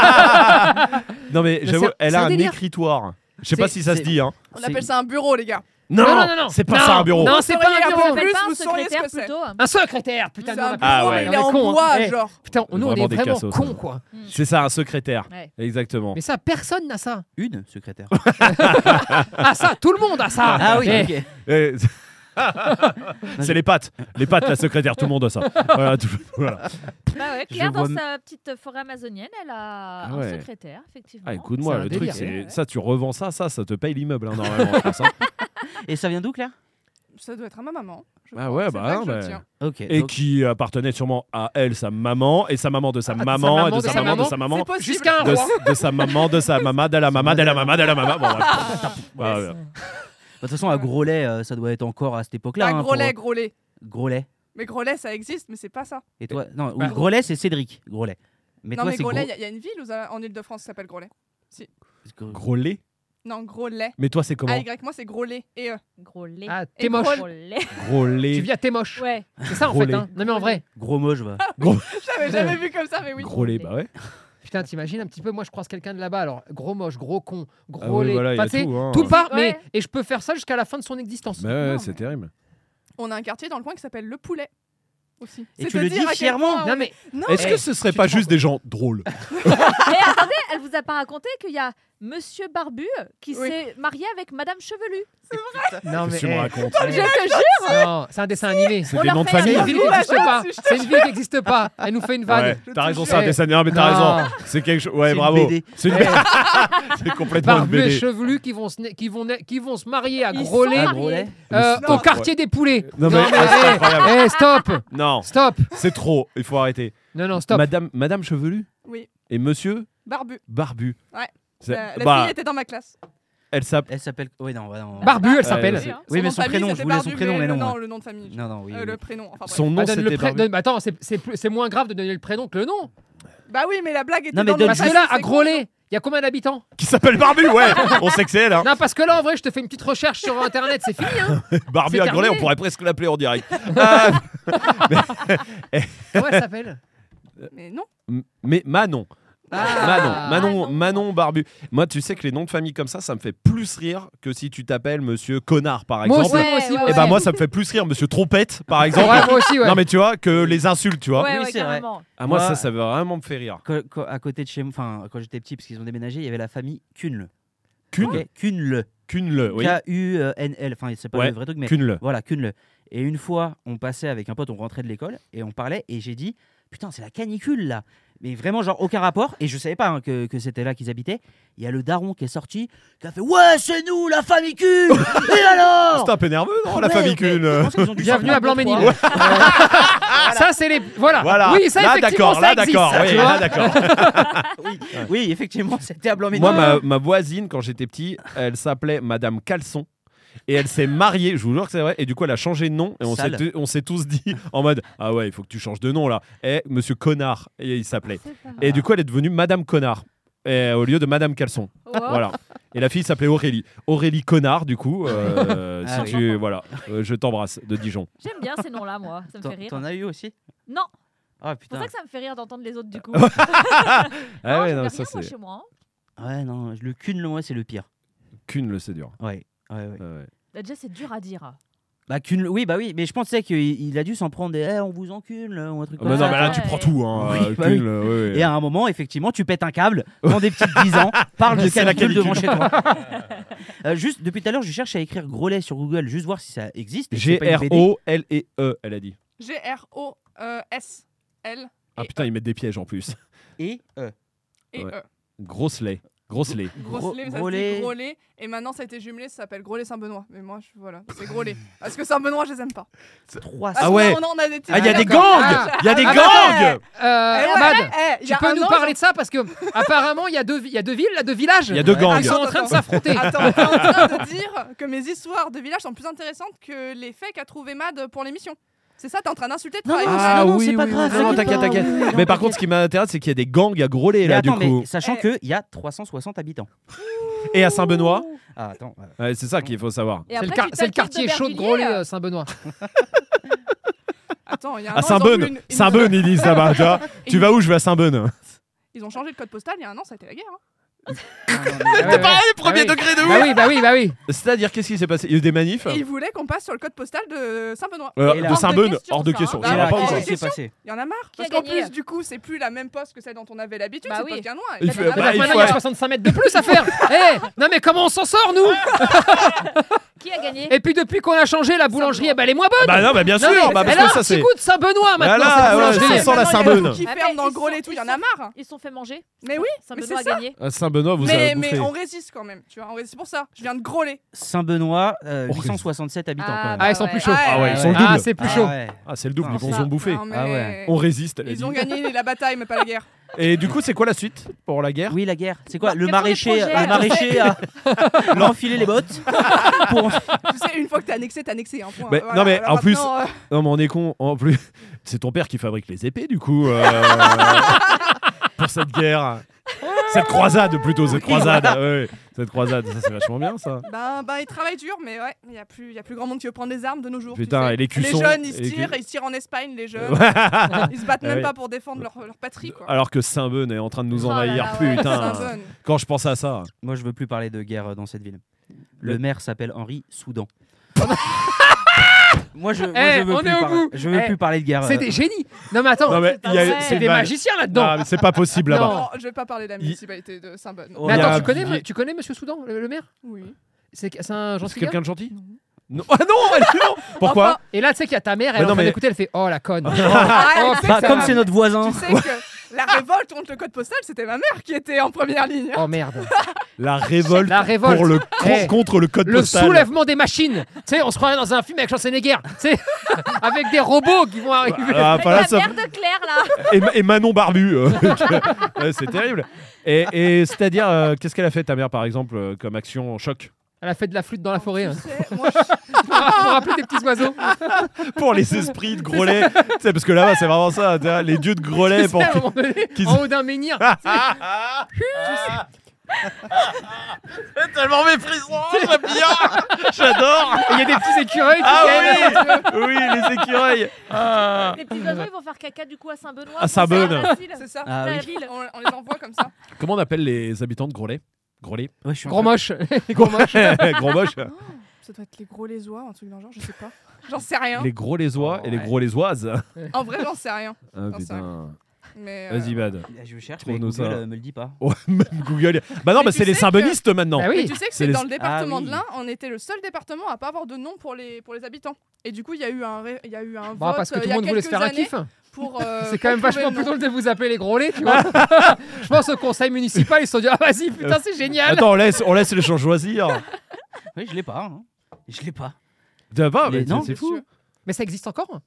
A: Non mais
G: Mais
A: j'avoue,
G: c'est-
A: elle
G: c'est
A: a
G: un
A: un
G: délire.
A: écritoire. Je sais pas
B: C'est-
A: si ça se
B: c'est-
A: dit. Hein.
C: On
B: C'est-
C: appelle ça un bureau, les gars.
A: Non,
G: non, non, non.
A: c'est pas
G: Non,
A: ça un bureau.
G: Non, c'est pas un
C: Vous
G: bureau.
C: savez,
H: Appelle pas
C: Plus,
H: un
C: vous sauriez ce
H: secrétaire
C: que c'est.
H: plutôt.
G: Un secrétaire, putain.
C: C'est
G: nous, on
C: un
G: a-
A: Ah
C: bureau,
A: ouais.
C: mais
G: on
C: il est en
G: cons,
C: bois,
G: hein. Eh,
C: genre.
G: Putain, nous, on
A: Ah. Vraiment
G: est
A: des
G: vraiment
A: cassos,
G: cons, quoi.
A: C'est ça un secrétaire.
H: Ouais.
A: Exactement.
G: Mais ça, personne n'a ça.
B: Une secrétaire.
G: Ah, ça, tout le monde a ça.
B: Ah oui,
G: Eh,
B: ok.
A: Eh, c'est les pattes. Les pattes, la secrétaire, tout le monde a ça. Voilà, tout- voilà.
H: Bah ouais,
B: Je
H: Claire, dans
B: vois-
H: sa petite forêt amazonienne, elle a
A: Ah
H: un
A: ouais.
H: secrétaire, effectivement.
A: Ah,
G: C'est
A: écoute-moi,
G: un
A: le
G: délire.
A: truc, c'est
H: Ouais.
A: ça, tu revends ça, ça, ça te paye l'immeuble, hein, normalement. je pense, hein.
B: Et ça vient d'où, Claire
C: Ça doit être à ma maman. je
A: Ah
C: crois.
A: ouais,
C: C'est
A: bah,
C: vrai que je le
A: bah.
C: tiens.
B: Ok.
A: Et
B: donc-
A: qui appartenait sûrement à elle, sa maman, et sa maman de sa
G: Ah, de sa
A: maman, et
G: maman,
A: de sa maman, de sa maman.
C: C'est possible.
G: Jusqu'à un
A: De,
G: roi.
A: de sa maman, de sa maman, de la maman, de la maman, de la maman. Bon, voilà. Voilà, voilà.
B: De toute façon, à Grolet, euh, ça doit être encore à cette époque-là.
C: Ah,
B: hein,
C: gros
B: pour-
C: lait, gros lait.
B: Grolet.
C: Mais Grolet, ça existe, mais c'est pas ça.
B: Et toi, non, ou
G: Bah.
B: Grolet, c'est Cédric Grolet. Mais
C: non,
B: toi,
C: mais
B: c'est
C: Grolet, il
B: Gro-
C: y, a une ville où- euh, en Ile-de-France qui s'appelle Grolet.
B: Gro-
A: Gros lait
C: Non, Grolet.
A: Mais toi, c'est comment
C: AY, moi, c'est Grolet. Et euh,
H: Gros lait.
G: Ah,
H: Et
G: t'es moche.
H: Gros lait.
A: Gros
G: Tu
A: lait.
G: viens, t'es moche.
H: Ouais.
G: C'est ça en
A: Gros
G: fait.
A: lait.
G: hein. Non mais en vrai,
B: Gros moche, va.
C: Ah, j'avais jamais vu comme ça, mais oui.
A: Gros lait, bah ouais.
G: putain, t'imagines un petit peu. Moi, je croise quelqu'un de là-bas. Alors, gros moche, gros con, gros
A: Ah oui,
G: lait.
A: voilà, il y a
G: Enfin, tu sais,
A: tout, hein.
G: tout part,
H: Ouais.
G: mais et je peux faire ça jusqu'à la fin de son existence.
A: Bah ouais,
C: Non,
A: c'est
C: mais-
A: terrible.
C: On a un quartier dans le coin qui s'appelle Le Poulet. Aussi.
B: Et
C: C'est
B: tu
C: te
B: le
C: dire
B: dis
C: à quel
B: fièrement.
C: point on
G: Non mais
C: est- Non,
A: Est-ce
B: Eh,
A: que ce serait
B: tu
A: pas
B: te rends
A: juste des gens drôles
H: Et attendez, elle vous a pas raconté qu'il y a Monsieur Barbu qui
C: Oui.
H: s'est marié avec Madame Chevelue.
G: non
A: Qu'est-ce
G: mais.
A: que tu me
G: eh,
A: racontes
H: Je
G: eh,
H: te jure,
G: Non, c'est un dessin animé.
A: C'est
H: on
A: des
H: leur
A: noms de
H: fait la
G: C'est
A: famille
G: une
H: même
G: ville
H: chose.
G: qui
C: Ouais,
G: n'existe
C: ouais,
G: pas.
C: je te
G: C'est une ville qui n'existe pas. Elle nous fait une vanne.
A: Ouais,
C: Je te
A: t'as raison,
C: jure.
A: c'est un dessin animé. mais t'as
G: Non.
A: raison. C'est quelque chose. Ouais,
B: C'est une
A: bravo.
B: BD.
A: C'est une
G: Eh.
A: BD. C'est complètement une
G: Barbu et
A: BD.
G: chevelus qui vont se, na- qui vont na- qui vont se marier à
H: Ils
G: gros
H: sont
G: lait
H: mariés.
B: Gros lait.
G: euh,
A: Mais
G: au
A: stop,
G: quartier des poulets.
A: Non, mais-
G: eh,
A: c'est incroyable.
G: eh, stop,
A: ouais. Non,
G: stop.
A: c'est trop. Il faut arrêter.
G: Non non stop.
A: Madame, Madame Chevelu
C: Oui,
A: et Monsieur
C: barbu.
A: Barbu.
C: Ouais.
A: C'est-
C: La, la
A: bah,
C: fille était dans ma classe.
A: elle s'appelle.
B: Elle s'appelle. Oui, non, bah, non.
G: Barbu elle s'appelle.
A: Euh, c'est-
H: hein.
B: Oui, mais
C: nom de
B: son
C: famille,
B: prénom, je
C: c'était
B: voulais son
C: Barbu,
B: prénom, mais
C: le-
B: non.
C: non, le nom de famille.
B: Non, non, oui.
C: Euh,
B: oui.
C: Le prénom. Enfin, bref.
A: Son nom
G: Ah, donne
A: c'était
G: le pré-
A: Barbu.
G: donne- bah, attends, c'est- c'est plus- c'est moins grave de donner le prénom que le nom.
C: Bah oui, mais la blague était
B: Non, mais
C: dans le
B: donne
G: Parce que
C: passé,
G: là,
C: c'est
G: à
C: con.
G: Grolet, il y a combien d'habitants
A: Qui s'appelle Barbu, ouais. On sait que c'est elle. hein.
G: Non, parce que là, en vrai, je te fais une petite recherche sur Internet, c'est fini. Hein
A: Barbu
G: C'est
A: à Grolet,
G: terminé.
A: on pourrait presque l'appeler en direct. Euh,
G: Comment elle s'appelle
C: Mais non.
A: m- mais Manon. Manon,
G: Ah.
A: Manon, Manon Barbu. Moi, tu sais que les noms de famille comme ça, ça me fait plus rire que si tu t'appelles Monsieur Connard, par
G: Moi
A: exemple.
G: aussi, moi aussi.
H: Ouais,
G: moi
A: Et
G: aussi.
A: bah moi, ça me fait plus rire Monsieur Trompette, par exemple.
G: Ouais, moi aussi, ouais.
A: Non mais tu vois que les insultes, tu vois.
H: ouais,
B: oui,
H: ouais,
B: c'est vrai.
H: carrément.
A: Ah, moi,
B: Moi-
A: ça, ça vraiment me fait rire.
B: Co- co- à côté de chez moi, enfin, quand j'étais petit, parce qu'ils ont déménagé, il y avait la famille Kunle.
A: Kuhn
B: Ok, Kunle.
A: Kunle, oui.
B: K-U-N-L. Enfin, c'est pas
A: Ouais,
B: le vrai truc, mais.
A: Kunle.
B: Voilà, Kunle. Et une fois, on passait avec un pote, on rentrait de l'école et on parlait et j'ai dit Putain, c'est la canicule là Mais vraiment, genre, aucun rapport. Et je savais pas hein, que, que c'était là qu'ils habitaient. Il y a le daron qui est sorti qui a fait Ouais, c'est nous, la famicule Et alors
G: Oh.
A: C'est un peu nerveux, non, la
B: Ouais,
A: famille
B: mais
A: Kuhn euh
B: je pense qu'ils ont dû
G: Bienvenue
B: sortir
G: à Blanc-Ménil.
B: deux, trois.
G: Ça, c'est les. Voilà.
A: Voilà.
G: Oui, ça,
A: là
G: effectivement,
A: d'accord,
G: ça
A: là
G: existe,
A: d'accord,
G: ça,
A: oui,
G: tu vois.
A: là d'accord.
B: oui, oui, effectivement, c'était à Blanc-Ménil.
A: Moi, ma, ma voisine, quand j'étais petit, elle s'appelait Madame Caleçon. Et elle s'est mariée, je vous jure que c'est vrai, et du coup elle a changé de nom, et on s'est
B: Sale.
A: t- on s'est tous dit en mode Ah ouais, il faut que tu changes de nom là. Et Monsieur Connard, et il s'appelait.
B: Ah.
A: Et du coup elle est devenue Madame Connard, et, euh, au lieu de Madame Caleçon.
H: Oh,
B: Oh.
A: Voilà. Et la fille s'appelait Aurélie. Aurélie Connard, du coup, euh,
B: Ah
A: si
B: oui. Oh,
A: tu. Voilà, Euh, je t'embrasse de Dijon.
H: J'aime bien ces noms-là, moi. Ça me
B: T'en-
H: fait rire.
B: T'en as eu aussi
H: Non,
B: Ah
H: c'est pour
B: putain.
H: ça que ça me fait rire d'entendre les autres du coup.
A: Ah
H: Non,
A: ouais,
H: je
A: non,
H: fais
A: ça
H: rien,
A: c'est.
H: moi, chez moi. hein.
B: Ouais, non, le Kunle, moi, c'est le pire.
A: Qu'une le c'est dur.
B: Ouais. Ouais, ouais.
A: Ouais, ouais.
H: Bah, déjà, c'est dur à dire.
B: Bah, Kunle- oui, bah oui, mais je pensais qu'il il a dû s'en prendre des Eh, on vous encule ou un truc
A: Ah,
B: comme
A: bah
B: ça.
A: non, mais là
H: ouais.
A: tu prends tout. Hein.
B: Oui,
A: euh,
B: bah
A: Kuhn,
B: oui.
A: euh, ouais, ouais.
B: Et à un moment, effectivement, tu pètes un câble quand des petites 10 ans parle de
A: C'est la
B: canicule devant chez
A: canicule.
B: toi. Euh, juste, depuis tout à l'heure, je cherche à écrire Grolet sur Google, juste voir si ça existe. et que c'est pas une BD.
A: G-R-O-L-E-E, E elle a dit.
C: euh, G-R-O-E-S-L
A: Ah putain, ils mettent des pièges en plus.
B: Et euh,
C: et
A: Ouais.
C: E.
A: Grosse lait. Grosse lait.
B: Gros-
C: Grosse lait, mais ça se
B: Grolet.
C: dit Grolet. Et maintenant, ça a été jumelé, ça s'appelle Grolet Saint-Benoît. Mais moi, je, voilà, c'est Grolet. Parce que Saint-Benoît, je les aime pas.
B: 300.
A: Ah
C: Parce qu'on
A: ouais.
C: a- on a- on a des
A: Ah, il y a
C: petits
A: des
C: gars comme-
A: gangs Il y a des
G: Ah,
A: gangs
C: Eh
G: Euh,
C: ouais,
G: Mad,
C: eh, il y
G: tu
C: a
G: peux
C: un
G: nous
C: an,
G: parler de ça parce que apparemment, il y, a deux vi- il y a deux villes, là, deux villages.
A: Il y a deux gangs.
G: Ils sont en train de s'affronter.
C: Attends, t'es en train de dire que mes histoires de village sont plus intéressantes que les faits qu'a trouvé Mad pour l'émission. C'est ça, t'es en train d'insulter de
B: Non, non,
C: travailler.
A: Ah,
B: non, non,
A: oui,
B: c'est pas
A: oui,
B: grave.
A: oui, non, t'inquiète,
B: pas,
A: t'inquiète.
B: oui, oui, non,
A: Mais par contre, ce
B: t'inquiète.
A: qui m'intéresse, c'est qu'il y a des gangs à gros lait
B: Mais
A: là, du
B: attends,
A: coup.
B: mais sachant
C: Eh.
B: qu'il y a 360 habitants.
A: Et à Saint-Benoît.
B: Ah, attends. euh,
A: Ouais, c'est ça qu'il faut savoir.
H: Et
G: C'est
H: après,
G: le,
H: tu
G: quar- c'est le
H: t'inquiètes
G: quartier chaud de
H: Bervilliers,
G: Grolet,
H: euh,
G: euh, Saint-Benoît.
C: Attends, il y a un
A: À
C: an, ils ont voulu
A: Saint-Beun.
C: une- une-
A: Saint-Beun, ils disent là-bas. Tu, vois. Tu vas où Je vais à Saint-Beun.
C: Ils ont changé de code postal il y a un an, ça a été la guerre. hein.
G: Ouais, ouais, ouais.
A: premier
G: Bah oui.
A: degré de
G: Bah oui, bah oui, bah oui.
A: C'est-à-dire, qu'est-ce qui s'est passé Il y a eu des manifs
C: Et ils voulaient qu'on passe sur le code postal de Saint-Benoît.
A: Euh,
B: Et là-
A: De Saint-Beun
H: Hors de
A: Hors de question.
H: question,
A: Ça
C: ça,
B: et
A: va
B: là,
A: pas
C: Ah,
B: qu'est-ce
A: ensemble.
B: qui s'est passé
C: Il y en a marre.
H: Qui a
C: Parce qu'en
H: gagné
C: plus, du coup, c'est plus la même poste que celle dont on avait l'habitude.
H: Bah
C: c'est
H: oui.
C: pas bien loin.
A: Il
C: Et
A: fait-
C: maintenant,
A: bah,
G: Peut-être
A: il
G: maintenant,
A: faut
G: il y a
A: aller-
G: 65 mètres de plus à faire. Eh, non, mais comment on s'en sort, nous
H: Qui a gagné
G: Et puis, depuis qu'on a changé, la boulangerie, eh ben, elle est moins bonne.
A: Bah non, bah bien
G: Non,
A: sûr.
G: mais
A: bah, Parce
G: elle a
A: que
G: un
A: ça,
G: petit
A: c'est.
G: coup de Saint-Benoît maintenant.
A: Voilà,
G: cette
A: ouais,
G: boulangerie.
A: ça sent la
C: maintenant, il y a
A: Saint-Beun.
C: tout Qui
H: Après,
C: ferme dans
H: ils
C: le Grolet et
H: sont-
C: tout, il
H: ils
C: y en a
H: sont-
C: marre. hein.
H: Ils se sont fait manger.
C: Mais oui, mais
H: Saint-Benoît
C: c'est
H: a
C: ça.
H: gagné.
A: À Saint-Benoît, vous
C: Mais,
A: avez
C: mais
A: bouffé.
C: on résiste quand même, tu vois, on résiste pour ça. Je viens de Grolet.
B: Saint-Benoît, euh,
A: Oh,
B: 867 habitants
H: Ah,
B: quand même.
H: bah,
G: Ah, ils sont plus chauds.
A: Ah ouais, ils sont
B: ouais.
A: doubles.
G: Ah, c'est plus chaud.
B: ouais.
A: Ah, c'est le double,
C: Non,
A: ils
C: ça-
A: vont en bouffer.
C: non, mais
B: Ah ouais.
A: On résiste. elle a
C: Ils ont
A: dit.
C: gagné la bataille, mais pas la guerre.
A: Et du coup, c'est quoi la suite pour la guerre
B: Oui, la guerre. C'est quoi Le
H: Quels sont les
B: maraîcher, euh,
H: projets
B: le maraîcher a l'enfilé les bottes. Pour...
C: tu sais, une fois que t'es annexé, t'es annexé. un point.
A: Mais-
C: Voilà,
A: non, mais
C: voilà,
A: en plus-
C: maintenant, euh,
A: Non, mais on est con. En plus, c'est ton père qui fabrique les épées, du coup. euh, pour cette guerre. Cette croisade, plutôt, cette croisade. ouais, ouais. cette croisade, ça, c'est vachement bien, ça.
C: Ben, ben, ils travaillent dur, mais ouais, il y a plus, il y a plus grand monde qui veut prendre des armes de nos jours. tu
A: Putain,
C: sais.
A: et les cuissons,
C: jeunes, ils
A: et
C: se
A: les
C: tirent,
A: cu-
C: ils se tirent en Espagne, les jeunes. ils se battent
A: Ah
C: même
A: oui.
C: pas pour défendre leur, leur patrie, quoi.
A: Alors que Saint-Beun est en train de nous
H: Oh là
A: envahir.
H: là, ouais.
A: Putain.
C: Saint-Bonne.
A: Quand je pense à ça.
B: Moi, je veux plus parler de guerre euh, dans cette ville. Le
A: Le-
B: maire s'appelle Henri Soudan. moi, je, moi,
G: Eh,
B: je veux,
G: on
B: plus,
G: est au
B: parler-
G: bout.
B: je veux
G: Eh,
B: plus parler de guerre.
G: C'est
B: euh,
G: des génies. Non, mais attends,
A: Non, mais
H: c'est pas
A: il y a-
H: vrai.
G: c'est
A: c'est
G: des
A: mal-
G: magiciens là-dedans.
A: Non, Ah, mais c'est pas possible là-bas.
C: Non, je vais pas parler de la
A: Il-
C: municipalité de Saint-Bonne.
B: Oh,
G: Mais
A: Il y a
G: attends,
A: un
G: tu connais,
A: billet-
G: tu connais Monsieur Soudan, le, le maire
C: Oui.
G: C'est c'est un gentil
A: C'est
G: gars
A: quelqu'un de gentil non. Ah non, elle- non Pourquoi
G: Et là, tu sais qu'il y a ta mère, elle
A: Mais
G: est
A: non,
G: en train
A: mais-
G: d'écouter, elle fait Oh la conne
A: Ah,
C: Arrête, tu sais
B: bah,
C: que Ah, ça
B: comme
C: va-
B: c'est notre voisin.
G: Oh,
C: Tu sais que la révolte contre le code postal, c'était ma mère qui était en première ligne.
G: Oh merde
A: La révolte,
G: La révolte.
A: Pour le,
G: Eh.
A: contre le code
G: Le
A: postal.
G: soulèvement des machines Tu sais, on se croirait dans un film avec Schwarzenegger Tu sais, avec des robots qui vont arriver
A: Ah,
H: Avec
A: enfin, là,
H: la
A: ça-
H: mère de Claire là.
A: et, Ma- et Manon Barbu. euh, ouais, c'est terrible. Et, et c'est-à-dire, euh, qu'est-ce qu'elle a fait ta mère, par exemple, euh, comme action en choc
G: Elle a fait de la flûte dans la forêt hein,
C: Tu sais, moi, je-
G: pour rappeler des petits oiseaux
A: Pour les esprits de Grolet. Tu sais, parce que là-bas, c'est vraiment ça. tu vois, Les dieux de Grolet.
G: C'est
A: Eh, Pour...
G: ça, à un moment donné,
A: qu'ils-
G: En haut d'un menhir
A: tellement méprisant, j'aime bien. J'adore.
G: Il y a des petits écureuils qui
A: Ah
G: viennent, si tu veux.
A: Oui, les écureuils. Ah.
H: Les petits oiseaux ils vont faire caca du coup à Saint-Benoît.
A: À Saint-Benoît.
H: C'est un asile.
C: c'est ça.
B: Ah
H: la
B: oui.
H: ville.
C: On, on les envoie comme ça.
A: Comment on appelle les habitants de Grolet Grolet.
B: Ouais, je suis un
G: Gros
B: peu-
G: moche Les gros moches
A: Gros moche.
C: Ça doit être les gros lésois, un truc dans le genre, je sais pas. J'en sais rien.
A: Les gros lésois et les
G: Ouais.
A: gros lésoises.
C: En vrai, j'en sais rien.
A: Ah,
C: ça.
A: putain.
C: Mais euh,
G: bah.
A: Vas-y, Bad.
B: Eh, Je cherche, mais
A: Trouve-nous
B: Google
A: ça.
B: euh, me le dit pas.
A: Oh, même Google. Bah non,
C: Mais
A: bah
C: tu
A: c'est les
C: sais que-
A: symbonistes maintenant.
G: Bah
C: Mais
G: oui
C: tu sais que
A: C'est
C: c'est
A: les-
C: dans le département
B: Ah oui.
C: de l'Ain, on était le seul département à pas avoir de nom pour les, pour les habitants. Et du coup, il y a eu un, ré- il y a eu un
G: Bon,
C: vote
G: Bah, parce que
C: euh,
G: tout le
C: il y a
G: monde voulait se
C: quelques
G: faire un
C: années
G: kiff
C: pour. euh,
G: C'est quand même
C: pour trouver
G: vachement
C: le
G: plus
C: nom.
G: drôle de vous appeler les gros laits, tu vois. Je pense au conseil municipal, ils se sont dit Ah, vas-y, putain, c'est génial
A: Euh, Attends, on laisse, on laisse les gens choisir.
B: Oui, je l'ai pas. hein. Je l'ai pas.
A: T'as pas,
B: Les
A: mais
B: noms.
A: c'est- c'est fou.
G: Mais ça existe encore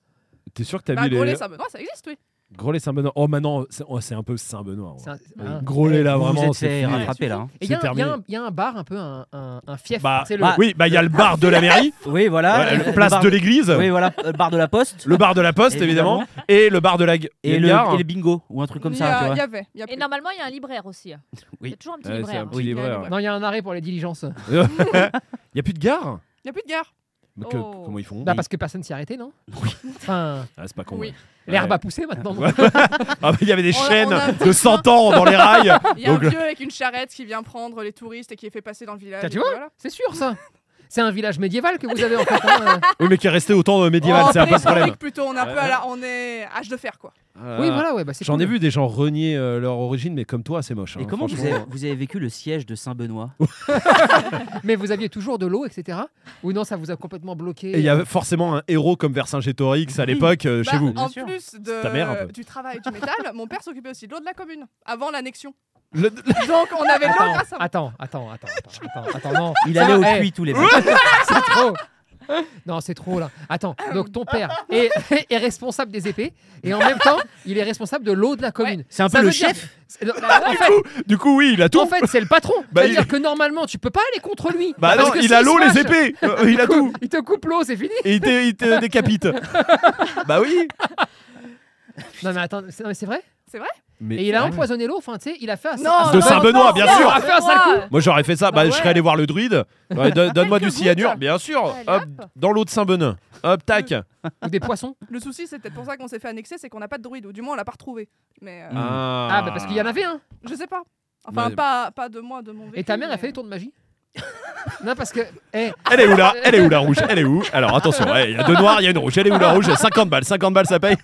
A: T'es sûr que t'as
C: Bah,
A: mis
C: Grolet,
A: les.
C: Saint-Benoît, ça existe, oui.
A: Grolet Saint-Benoît. Oh, maintenant, c'est oh, c'est un peu Saint-Benoît.
G: C'est un-
A: ouais.
G: un-
A: Grolet, là,
B: Vous
A: vraiment,
B: vous êtes
A: c'est
B: fait
A: fini.
B: rattraper là. hein.
G: Et il y, a
A: C'est
G: un- il y a
A: terminé.
G: un- il y a un bar un peu, un, un, un fief.
A: Bah,
G: c'est le-
B: bah,
A: Oui, bah, il y a le bar de la mairie,
B: Oui, voilà.
A: voilà,
B: euh,
A: le place
B: bar-
A: de l'église,
B: Oui, voilà. euh, Bar de la Poste.
A: le bar de la poste, évidemment, et le bar de la. gu-
B: Et
A: il
B: le,
A: y a un-
B: et le bingo ou un truc comme
C: il y,
B: ça. tu
C: a-
B: vois.
C: il y avait. il y a
H: Et
C: plus.
H: normalement il y a un libraire aussi. hein. Il y
B: Oui.
H: a toujours un petit
A: Ouais, Euh, c'est
H: libraire. hein.
A: un petit libraire, ouais.
G: Non, il y a un arrêt pour les diligences.
A: Il y a plus de gare
C: Il y a plus de gare.
A: Mais que-
H: Oh.
A: Comment ils font
G: Bah, parce que personne s'y arrêtait, non Enfin,
A: Ah, C'est pas con.
C: Oui.
A: ouais.
G: l'herbe
A: Ouais.
G: a poussé maintenant.
A: Ouais. Ah, mais il y avait des
C: On a-
A: chaînes
C: on a un
A: de 100 ans dans les rails.
C: Il y a un
A: Donc, le-
C: vieux avec une charrette qui vient prendre les touristes et qui les fait passer dans le village.
G: Tiens,
C: et
G: tu
C: puis
G: vois
C: voilà.
G: C'est sûr, ça. C'est un village médiéval que vous avez en fait. hein.
A: Oui, mais qui est resté au temps euh, médiéval,
C: Oh,
A: c'est un peu le
C: préhistorique
A: problème.
C: plutôt, on est un peu
A: Ouais.
C: à la- on est âge de fer, quoi.
G: Oui, voilà, ouais, bah, c'est
A: Euh, J'en ai
G: cool.
A: vu des gens renier euh, leur origine, mais comme toi, c'est moche.
B: Et
A: hein,
B: comment vous
A: franchement.
B: avez, vous avez vécu le siège de Saint-Benoît
G: Mais vous aviez toujours de l'eau, etc. Ou non, ça vous a complètement bloqué
A: Et il y avait forcément un héros comme Vercingétorix à l'époque euh, chez
C: Bah,
A: vous.
B: bien
C: En
B: sûr.
C: plus
A: ta mère, un peu.
C: de, du travail du métal, mon père s'occupait aussi de l'eau de la commune avant l'annexion.
A: Le-
C: Donc on avait de l'eau
G: Attends,
C: grâce à
G: attends, attends, attends, attends, attends, non.
B: Il
G: Ça,
B: allait au
G: eh,
B: puits tous les matins.
G: C'est trop. Non, c'est trop là. Attends, donc ton père est, est responsable des épées et en même temps, il est responsable de l'eau de la commune.
B: C'est un
G: Ça
B: peu le
G: veut dire- Bah
B: chef.
G: C'est- non, en, fait,
A: Du coup, oui, il a tout.
G: en fait, c'est le patron.
A: Bah,
G: C'est-à-dire
A: il-
G: que normalement, tu peux pas aller contre lui.
A: bah
G: Parce
A: non,
G: que
A: il
G: s'il
A: a
G: se
A: l'eau, les
G: fâche,
A: épées. Euh, il a
G: il te
A: tout.
G: coupe- Il te coupe l'eau, c'est fini.
A: Et il te, il te décapite. bah oui.
G: Non mais attends, c'est non, mais c'est vrai.
A: Mais ah
G: Et il a empoisonné l'eau. Enfin, tu sais, il a fait un.
C: Non,
A: De Saint-Benoît, bien
G: Oh, non,
A: sûr.
G: ah, fais un sale
H: Saint-Benoît.
A: Moi, j'aurais fait ça. Bah,
C: Bah
A: je
C: ouais.
A: serais allé voir le druide. Ouais, don- Donne-moi du
C: Quelques
A: cyanure,
C: gouttes.
A: bien sûr.
H: Allez,
A: Hop,
H: hop.
A: dans l'eau de Saint-Benin. Hop,
G: Mm.
A: tac.
G: Ou des poissons.
C: Le souci, c'est peut-être pour ça qu'on s'est fait annexer, c'est qu'on n'a pas de druide, ou du moins on l'a pas retrouvé. Mais euh,
B: Mm.
G: Ah, bah parce qu'il y en avait un.
C: je sais pas. Enfin,
A: Ouais.
C: pas, pas de moi, de mon vécu.
G: Et ta mère a
C: mais- euh,
G: fait les tours de magie. Non parce que. eh,
A: Elle est où là Elle est où la rouge Elle est où Alors attention, ouais, il y a deux noirs, il y a une rouge. Elle est où la rouge 50 balles, 50 balles ça paye.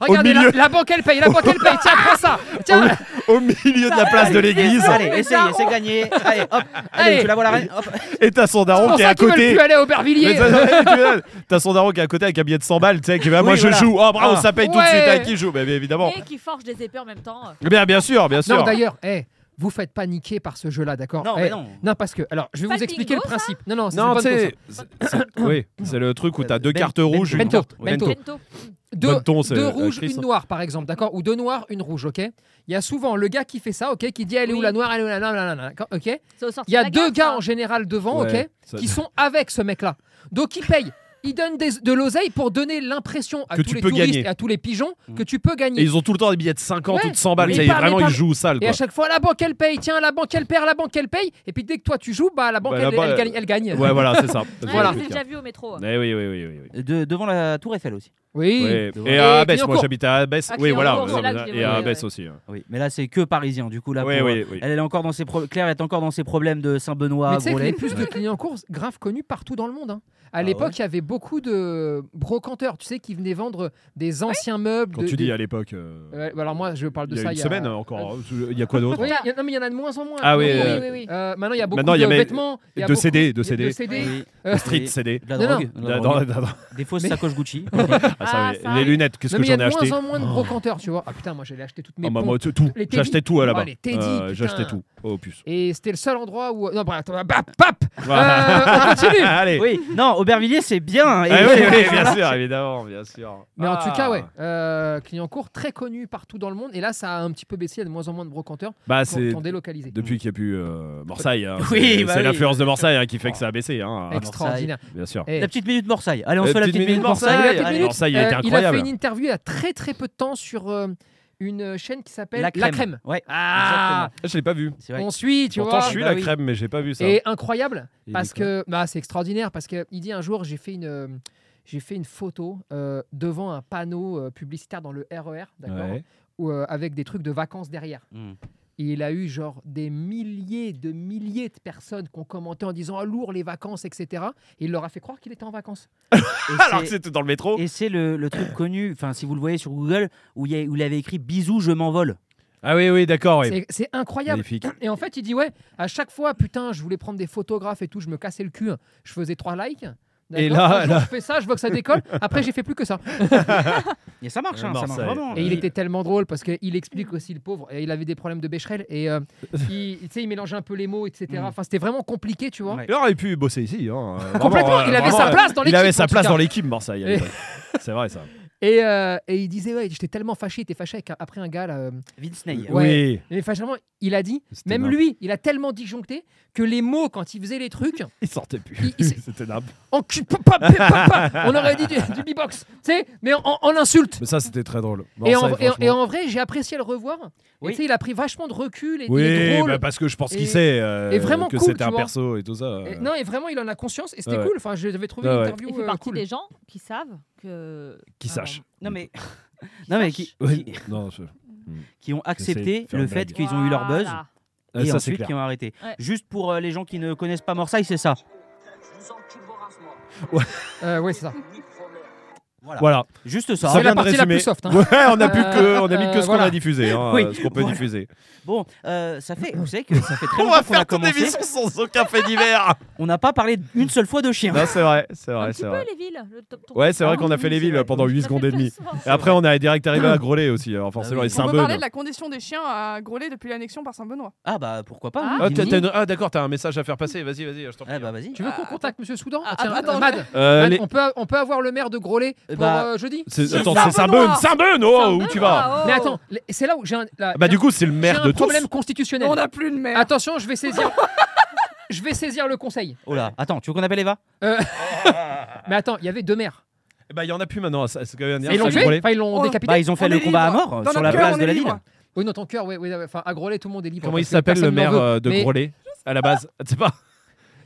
G: regardez la,
A: milieu.
G: la banque elle paye, la banque elle paye. Tiens, prends ça. Tiens,
A: Au Ah milieu de la place de l'église.
B: Allez, essaye, c'est gagné. Allez, hop. Allez,
G: Allez.
B: tu la vois la reine. Hop.
A: Et t'as son
G: c'est
A: daron
G: pour
A: qui est à
G: ça qu'ils veulent
A: côté.
G: plus aller à
A: Mais
G: Aubervilliers.
A: ça, ça, tu vois, T'as son daron qui est à côté avec un billet de 100 balles, tu sais, qui va, moi
B: Oui,
A: je
B: voilà.
A: joue, oh bravo,
B: Ah.
A: ça paye tout de suite,
G: Ouais.
A: à qui joue Bah, Bien évidemment.
H: Et qui forge des épées en même temps. euh,
A: Bien, bien sûr, bien
G: Non,
A: sûr.
G: d'ailleurs, eh, vous faites paniquer par ce jeu-là, d'accord
B: Non,
G: Eh,
B: mais non.
G: Non, parce que, alors, je vais
H: Pas
G: vous
H: le
G: expliquer
H: bingo,
G: le principe. Non, non, c'est
A: Non,
G: le
A: tu
G: bento,
A: sais, c'est- c'est- oui, c'est le truc où t'as deux
B: Ben-
A: cartes
B: bento.
A: rouges. une
G: hein. Bento,
A: carte-
G: bento.
H: Bento.
G: ça. deux,
A: Bonne ton, c'est,
G: deux
A: euh,
G: rouges,
A: Chris.
G: une noire, par exemple, d'accord Ou deux noirs, une rouge, ok Il y a souvent le gars qui fait ça, ok Qui dit elle est où
H: Oui.
G: la noire, elle est où la noire, nanana, d'accord, ok
H: C'est au sorti
G: Il y a
H: de la
G: deux
H: gare,
G: gars
H: ça.
G: en général devant,
A: Ouais,
G: ok
A: ça-
G: Qui sont avec ce mec-là. Donc ils payent. Ils donnent des- de l'oseille pour donner l'impression à
A: Que
G: tous
A: tu
G: les
A: peux
G: touristes
A: gagner.
G: et à tous les pigeons
B: Mm.
G: que tu peux
A: Et
G: gagner.
A: ils ont tout le temps des billets de 50 ou
G: Ouais.
A: de 100 balles.
G: Mais
A: ça,
G: pas-
A: vraiment,
G: mais pas-
A: ils jouent au sale.
G: Et
A: Quoi.
G: à chaque fois, la banque elle paye, tiens, la banque elle perd, la banque elle paye, et puis dès que toi tu joues, bah la banque
A: Bah,
G: elle,
A: là-bas,
G: elle gagne. elle gagne.
A: Ouais, voilà, c'est ça.
H: Ouais,
G: Voilà.
H: je l'ai déjà vu au métro. euh.
A: Eh oui, oui, oui, oui, oui.
B: Euh, De- devant la Tour Eiffel aussi.
G: Oui.
A: Ouais.
B: Et
A: Et à Abbesse, moi
G: Clignancourt.
A: j'habite à Abbesse.
H: Ah,
A: Oui, voilà.
H: Clignancourt, c'est là que je l'ai
A: Et à
H: vu,
A: Abbesse
H: ouais.
A: aussi. ouais.
B: Oui, mais là c'est que parisien du coup là.
A: Oui,
B: pour, euh,
A: oui, oui.
B: Elle, elle est encore dans ses pro- Claire est encore dans ses problèmes de Saint-Benoît. Euh,
G: Mais tu sais qu'il y
B: Grolet.
G: a plus de clients courses grave connus partout dans le monde. hein. À
B: Ah
G: l'époque,
B: ouais
G: il y avait beaucoup de brocanteurs, tu sais, qui venaient vendre des anciens meubles.
A: Quand
G: de-
A: tu dis
G: des-
A: à l'époque. euh,
G: Ouais, bah alors moi, je parle
A: Il
G: de
A: y a
G: ça
A: une semaine encore. Il y a quoi d'autre
G: euh, Oui, il y a- non, mais il y en a de moins en moins.
A: Ah oui,
G: Euh,
A: euh,
H: oui, oui.
G: euh, maintenant, il y a beaucoup
A: Maintenant, il y
G: de
A: a mes-
G: vêtements. il y a
A: de
G: beaucoup-
A: CD, de
G: il y a
A: CD.
B: Oui.
G: Euh,
A: Street
B: Et-
A: CD.
B: De la
G: Non,
B: drogue. de la
A: Dans-
B: drogue.
A: dans- dans-
B: Des fausses
G: Mais-
B: sacoches Gucci.
A: Ah, ça,
H: Ah,
A: oui.
H: ça,
A: les
H: oui.
A: lunettes, qu'est-ce
G: Non,
A: que
G: mais il y a
A: j'en ai
G: de
A: acheté
G: moins en moins de brocanteurs, tu vois. Ah putain, moi, j'allais acheter toutes mes
A: Ah, bah,
G: pompes.
A: moi, tu- tout.
G: les Teddy.
A: J'achetais tout à la
G: Oh,
A: barre.
G: les Teddy,
A: Euh,
G: putain.
A: J'achetais tout. Oh puce.
G: Et c'était le seul endroit où. Non, bah, attends, bah, pap
A: Voilà.
G: on continue.
A: Allez.
B: Oui, non, Aubervilliers c'est bien. hein.
A: Ah
B: Et-
A: oui, oui, bien sûr, évidemment, bien sûr.
G: Mais en tout
A: Ah.
G: cas, ouais, euh, Clignancourt, très connu partout dans le monde. Et là, ça a un petit peu baissé, il y a de moins en moins de brocanteurs
A: Bah,
G: qui ont-
A: c'est
G: qui ont délocalisé.
A: depuis qu'il n'y a plus euh, Marseille. hein,
B: Oui,
A: c'est
B: bah
A: c'est
B: oui.
A: l'influence de Marseille hein, qui fait que ça a baissé. Hein,
B: Ex-
G: Extraordinaire.
A: bien sûr.
G: Eh,
B: La petite minute Morsaille. Allez, on
A: Euh,
B: se fait la petite minute Morsaille.
G: Marseille, la petite
B: Allez.
G: minute.
A: Marseille a été
G: euh, il a fait
A: incroyable.
G: une interview il y a très très peu de temps sur euh, une chaîne qui s'appelle
B: La crème. Ouais.
G: Ah,
A: Je l'ai pas vu.
B: C'est vrai.
G: On suit, tu
A: Pourtant,
G: vois.
A: je suis
B: bah
A: la
B: oui.
A: crème, mais j'ai pas vu ça.
G: Et incroyable,
B: Il
G: parce
B: dit quoi
G: que bah, c'est extraordinaire, parce qu'il dit un jour, j'ai fait une, euh, j'ai fait une photo euh, devant un panneau euh, publicitaire dans le RER, d'accord,
A: Ouais.
G: où, euh, avec des trucs de vacances derrière.
B: Mm.
G: Et il a eu genre des milliers de milliers de personnes qui ont commenté en disant ah, lourd les vacances, etc. Et il leur a fait croire qu'il était en vacances.
B: Et
A: Alors que
B: c'est-
A: c'était dans le métro.
B: Et c'est le, le truc connu, enfin si vous le voyez sur Google, où il, y a- où il avait écrit Bisous, je m'envole.
A: Ah oui, oui, d'accord. oui.
G: C'est- C'est incroyable.
A: Magnifique.
G: Et en fait, il dit ouais, à chaque fois, putain, je voulais prendre des photographes et tout, je me cassais le cul, je faisais trois likes.
A: Et
G: D'accord
A: là-
G: Un jour,
A: là-
G: je fais ça, je vois que ça décolle. Après, j'ai fait plus que ça.
B: Et ça marche,
A: Euh,
B: hein, ça marche
A: Marseille.
B: vraiment.
G: Et
A: Ouais.
G: il était tellement drôle parce qu'il explique aussi le pauvre. Et il avait des problèmes de bécherel et euh, il, tu sais, il mélangeait un peu les mots, etc.
B: Mm.
G: Enfin, c'était vraiment compliqué, tu vois.
B: Ouais.
A: Il aurait pu bosser ici. hein, euh,
G: Complètement,
A: vraiment, euh,
G: il avait
A: vraiment,
G: sa
A: euh,
G: place dans l'équipe.
A: Il avait sa
G: en tout
A: place
G: cas.
A: dans l'équipe Marseille. à
G: Et-
A: l'époque. C'est vrai ça.
G: Et, euh, et il disait, ouais, j'étais tellement fâché, il était fâché avec un- après un gars. Là, euh,
B: Vince Neil.
G: Ouais. mais fâchement, il a dit,
A: C'était
G: même
A: naze.
G: lui, il a tellement disjoncté que les mots, quand il faisait les trucs,
A: Il sortait plus.
G: Il- il s'est-
A: C'était dingue.
G: en cul, pop, pop, pop, pop, on aurait dit du, du beatbox, tu sais, mais en, en insulte.
A: Mais ça, c'était très drôle.
G: Et en,
A: Marseille,
G: et en-
A: franchement.
G: et en vrai, j'ai apprécié le revoir. Et
B: Oui.
G: tu sais, il a pris vachement de recul et il est
A: Oui,
G: drôle.
A: bah, parce que je pense
G: Et-
A: qu'il sait euh,
G: et vraiment
A: que
G: cool,
A: c'était
G: tu
A: un
G: vois.
A: perso et tout ça. euh.
G: Et- non, et vraiment, il en a conscience et c'était
A: Ouais.
G: cool. Enfin, j'avais trouvé
A: Ouais, ouais.
G: l'interview
H: Il fait
G: euh,
H: partie
G: cool.
H: des gens qui savent que.
A: Qui
H: Ah,
A: sache.
B: Non mais, non, mais qui,
A: Ouais.
B: qui,
A: Non, je-
B: qui
A: J'essaie
B: ont
A: de
B: accepté
A: faire
B: le
A: une
B: fait
A: blague.
B: qu'ils ont eu leur buzz
H: Voilà.
A: Ah,
B: et
A: ça, c'est
B: ensuite
A: clair.
B: qui ont arrêté.
H: Ouais.
B: Juste pour euh, les gens qui ne connaissent pas Morsaille, c'est ça.
G: Euh, ouais, c'est ça.
A: Voilà.
B: Juste ça.
A: Ça,
G: C'est
A: vient
G: la
A: de
G: partie la
A: résumer.
G: plus soft. hein.
A: Ouais, on a plus que, on a mis
G: Euh,
A: que ce qu'on
G: voilà.
A: a diffusé, hein,
B: Oui,
A: euh, ce qu'on peut
B: voilà.
A: diffuser.
B: Bon, euh, ça fait, vous savez que ça fait très longtemps qu'on a commencé.
A: sans aucun fait divers.
B: On n'a pas parlé une seule fois de chien.
A: Non, c'est vrai, c'est
H: Un
A: vrai,
H: petit
A: c'est
H: peu
A: vrai.
H: les villes. le top tour.
A: Ouais, c'est vrai
B: Ah
A: qu'on a fait
B: oui,
A: les
B: c'est
A: villes euh,
B: vrai.
A: pendant 8
H: Ça
A: secondes
H: fait
A: et demie.
H: peur,
A: Et
H: ça.
A: après, on est direct arrivé à Grolet aussi, alors forcément,
B: Ah
A: les
B: oui.
C: On peut parler
A: Saint-Benoît.
C: de la condition des chiens à Grolet depuis l'annexion par Saint-Benoît.
B: Ah bah pourquoi pas.
H: Ah.
B: hein,
A: Ah, t'as-
B: Vinny.
A: t'as une- ah, d'accord, t'as un message à faire passer, vas-y, vas-y, je t'en prie.
B: Eh bah vas-y.
G: Tu veux qu'on contacte Monsieur Soudan
C: Ah,
G: Tiens,
C: attends,
G: euh, Mad,
A: Euh,
G: Mad,
A: les-
G: on, peut, on peut avoir le maire de Grolet
B: Eh
G: pour
B: bah,
G: euh, jeudi
A: c'est-
C: C'est
A: Attends, c'est Saint-Benoît
C: Saint-Benoît.
A: Saint-Benoît, oh, où tu vas
H: Ah, oh.
G: Mais attends, les- c'est là où j'ai un, là,
A: Bah,
G: j'ai
A: du coup, c'est le
G: un- oh. j'ai
A: maire
G: un
A: de tous.
G: problème constitutionnel.
C: On n'a plus de
A: Ah,
C: maire.
G: Attention, je vais saisir. Je vais saisir le conseil.
B: Oh là, attends, tu veux qu'on appelle Eva
G: Mais attends, il y avait deux maires.
A: Eh Bah, il y en a plus maintenant, c'est ce que vient de dire.
G: Et ils l'ont
A: Salut,
G: fait
A: Grolet.
G: Enfin, ils l'ont
C: Oh.
G: décapité
B: Bah ils ont fait
C: On
B: le
C: est
B: combat à
C: libre.
B: mort
C: Dans
B: sur la
C: notre cœur,
B: place
C: on
B: de la
C: est
B: ville.
C: libre.
G: Oui, dans ton cœur, oui, oui. Enfin, à Grolet, tout le monde est libre.
A: Comment il
G: parce que
A: s'appelle le maire
G: personne n'en veut.
A: euh, de
G: Mais-
A: Grolet à la base Tu sais pas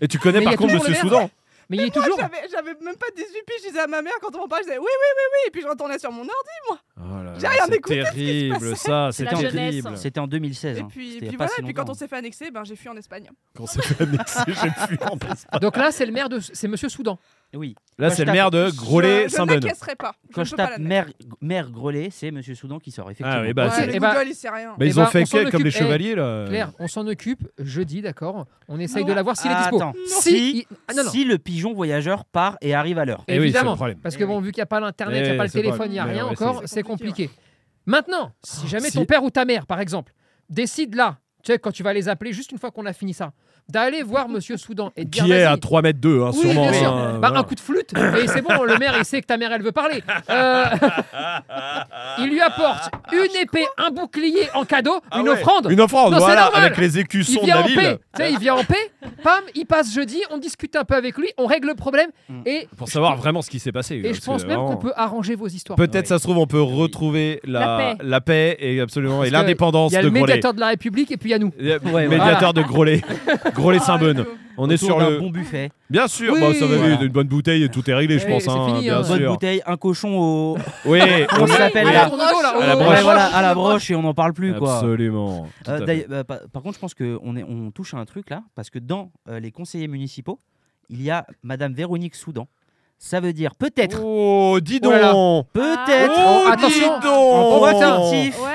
A: Et tu connais
G: Mais il y
A: par
G: a
A: contre
G: toujours
A: Monsieur
G: le
A: Soudan
G: Mais il est toujours.
C: J'avais j'avais même pas 18 piges, je disais à ma mère quand on m'en parlait, je disais oui, oui, oui, oui. Et puis je retournais sur mon ordre.
A: Oh là là,
C: J'ai rien
A: C'est
C: écouté
A: terrible ça, c'est
H: la
A: terrible.
H: jeunesse.
B: C'était en 2016.
C: Et
B: hein. C'était
C: puis, et
B: il y
C: puis
B: a pas
C: voilà,
B: si
C: et puis quand
B: longtemps.
C: on s'est fait annexer, ben, j'ai fui en Espagne.
A: Quand c'est fait annexer, j'ai plus en Espagne.
G: Donc là, c'est le maire de. C'est Monsieur Soudan.
B: Oui.
A: Là,
B: Quand
A: c'est
B: je
A: le maire de Grolet
C: je je
A: Saint-Benoît.
C: n'encaisserai pas. Je
B: Quand
C: ne
B: je
C: peux pas
B: tape
C: l'admettre.
B: mère, mère Grelet, c'est Monsieur Soudan qui sort, effectivement.
A: Ah oui,
C: Ouais,
A: bah, c'est-
C: les
G: Eh ben-
C: Google, ils savent rien.
A: Mais
G: Eh
A: ils ont
G: ben, on
A: fait
G: s'en
A: que- comme les
G: occupe. Eh,
A: chevaliers là.
G: Claire, on s'en occupe jeudi, d'accord On essaye
C: Non.
G: de l'avoir s'il est dispo.
B: Ah, Attends.
G: Si,
B: Si-
G: il- ah, non, non.
B: Si Eh le pigeon voyageur part et arrive à l'heure.
A: Eh oui, c'est
G: Évidemment.
A: le problème.
G: Parce que
B: Eh
G: bon, vu qu'il n'y a pas l'internet, il n'y a
A: Eh,
G: pas le
A: c'est pas-
G: téléphone, il n'y a
A: mais
G: rien
A: ouais,
G: encore,
C: c'est-
G: c'est
C: c'est compliqué,
G: compliqué. Maintenant, si jamais
A: Oh, si-
G: ton père ou ta mère, par exemple, décide là, Tu sais, quand tu vas les appeler, juste une fois qu'on a fini ça, d'aller voir Monsieur Soudan et de dire.
A: Qui est
G: vas-y.
A: à 3 mètres 2, hein,
G: Oui,
A: sûrement.
G: bien sûr.
A: hein,
G: Bah,
A: voilà.
G: Un coup de flûte, et c'est bon, le maire, il sait que ta mère, elle veut parler. Euh, il lui apporte une épée, un bouclier en cadeau,
A: Ah
G: une
A: ouais,
G: offrande.
A: Une offrande,
G: Non, c'est
A: voilà,
G: normal.
A: avec les
G: Il
A: écussons de
G: vient
A: la
G: en paix,
A: ville.
G: tu sais, il vient en paix, pam, il passe jeudi, on discute un peu avec lui, on règle le problème,
B: Mm.
G: et,
A: Pour savoir vraiment ce qui s'est passé.
G: et
A: parce
G: je
A: que
G: pense même
A: vraiment-
G: qu'on peut arranger vos histoires.
A: Peut-être
B: Oui.
A: ça se trouve, on peut retrouver la,
H: La
A: la, paix. et absolument et
G: Parce que
A: l'indépendance
G: Il y a
A: de
G: le
A: Grolet.
G: médiateur de la République, et puis il y a nous.
A: Le
B: voilà.
A: Médiateur de Grolet. Grolet Saint-Bonne.
C: Euh,
A: On est sur le.
B: bon buffet.
A: Bien sûr,
G: Oui.
A: bah, ça va
B: Voilà.
A: une bonne bouteille et tout est réglé, je
G: Oui,
A: pense.
G: c'est
A: hein,
G: fini,
A: bien
G: hein.
B: Bonne
A: sûr.
B: bouteille, un cochon au.
A: Oui,
B: Comment
A: on
B: ça s'appelle
C: à
B: là
C: la
G: tourne au dos, là.
A: À la
G: Oh,
A: broche.
B: Ouais, voilà, à la broche et on n'en parle plus quoi.
A: Absolument. Tout à
B: Euh,
A: fait.
B: d'ailleurs, bah, par par contre, je pense qu'on on touche à un truc là, parce que dans euh, les conseillers municipaux, il y a Madame Véronique Soudan. Ça veut dire peut-être,
A: Oh, dis
G: Oh
A: donc.
G: là là.
B: peut-être,
A: Oh,
G: Oh, attention.
A: dis donc.
B: emploi fictif.
H: Ouais.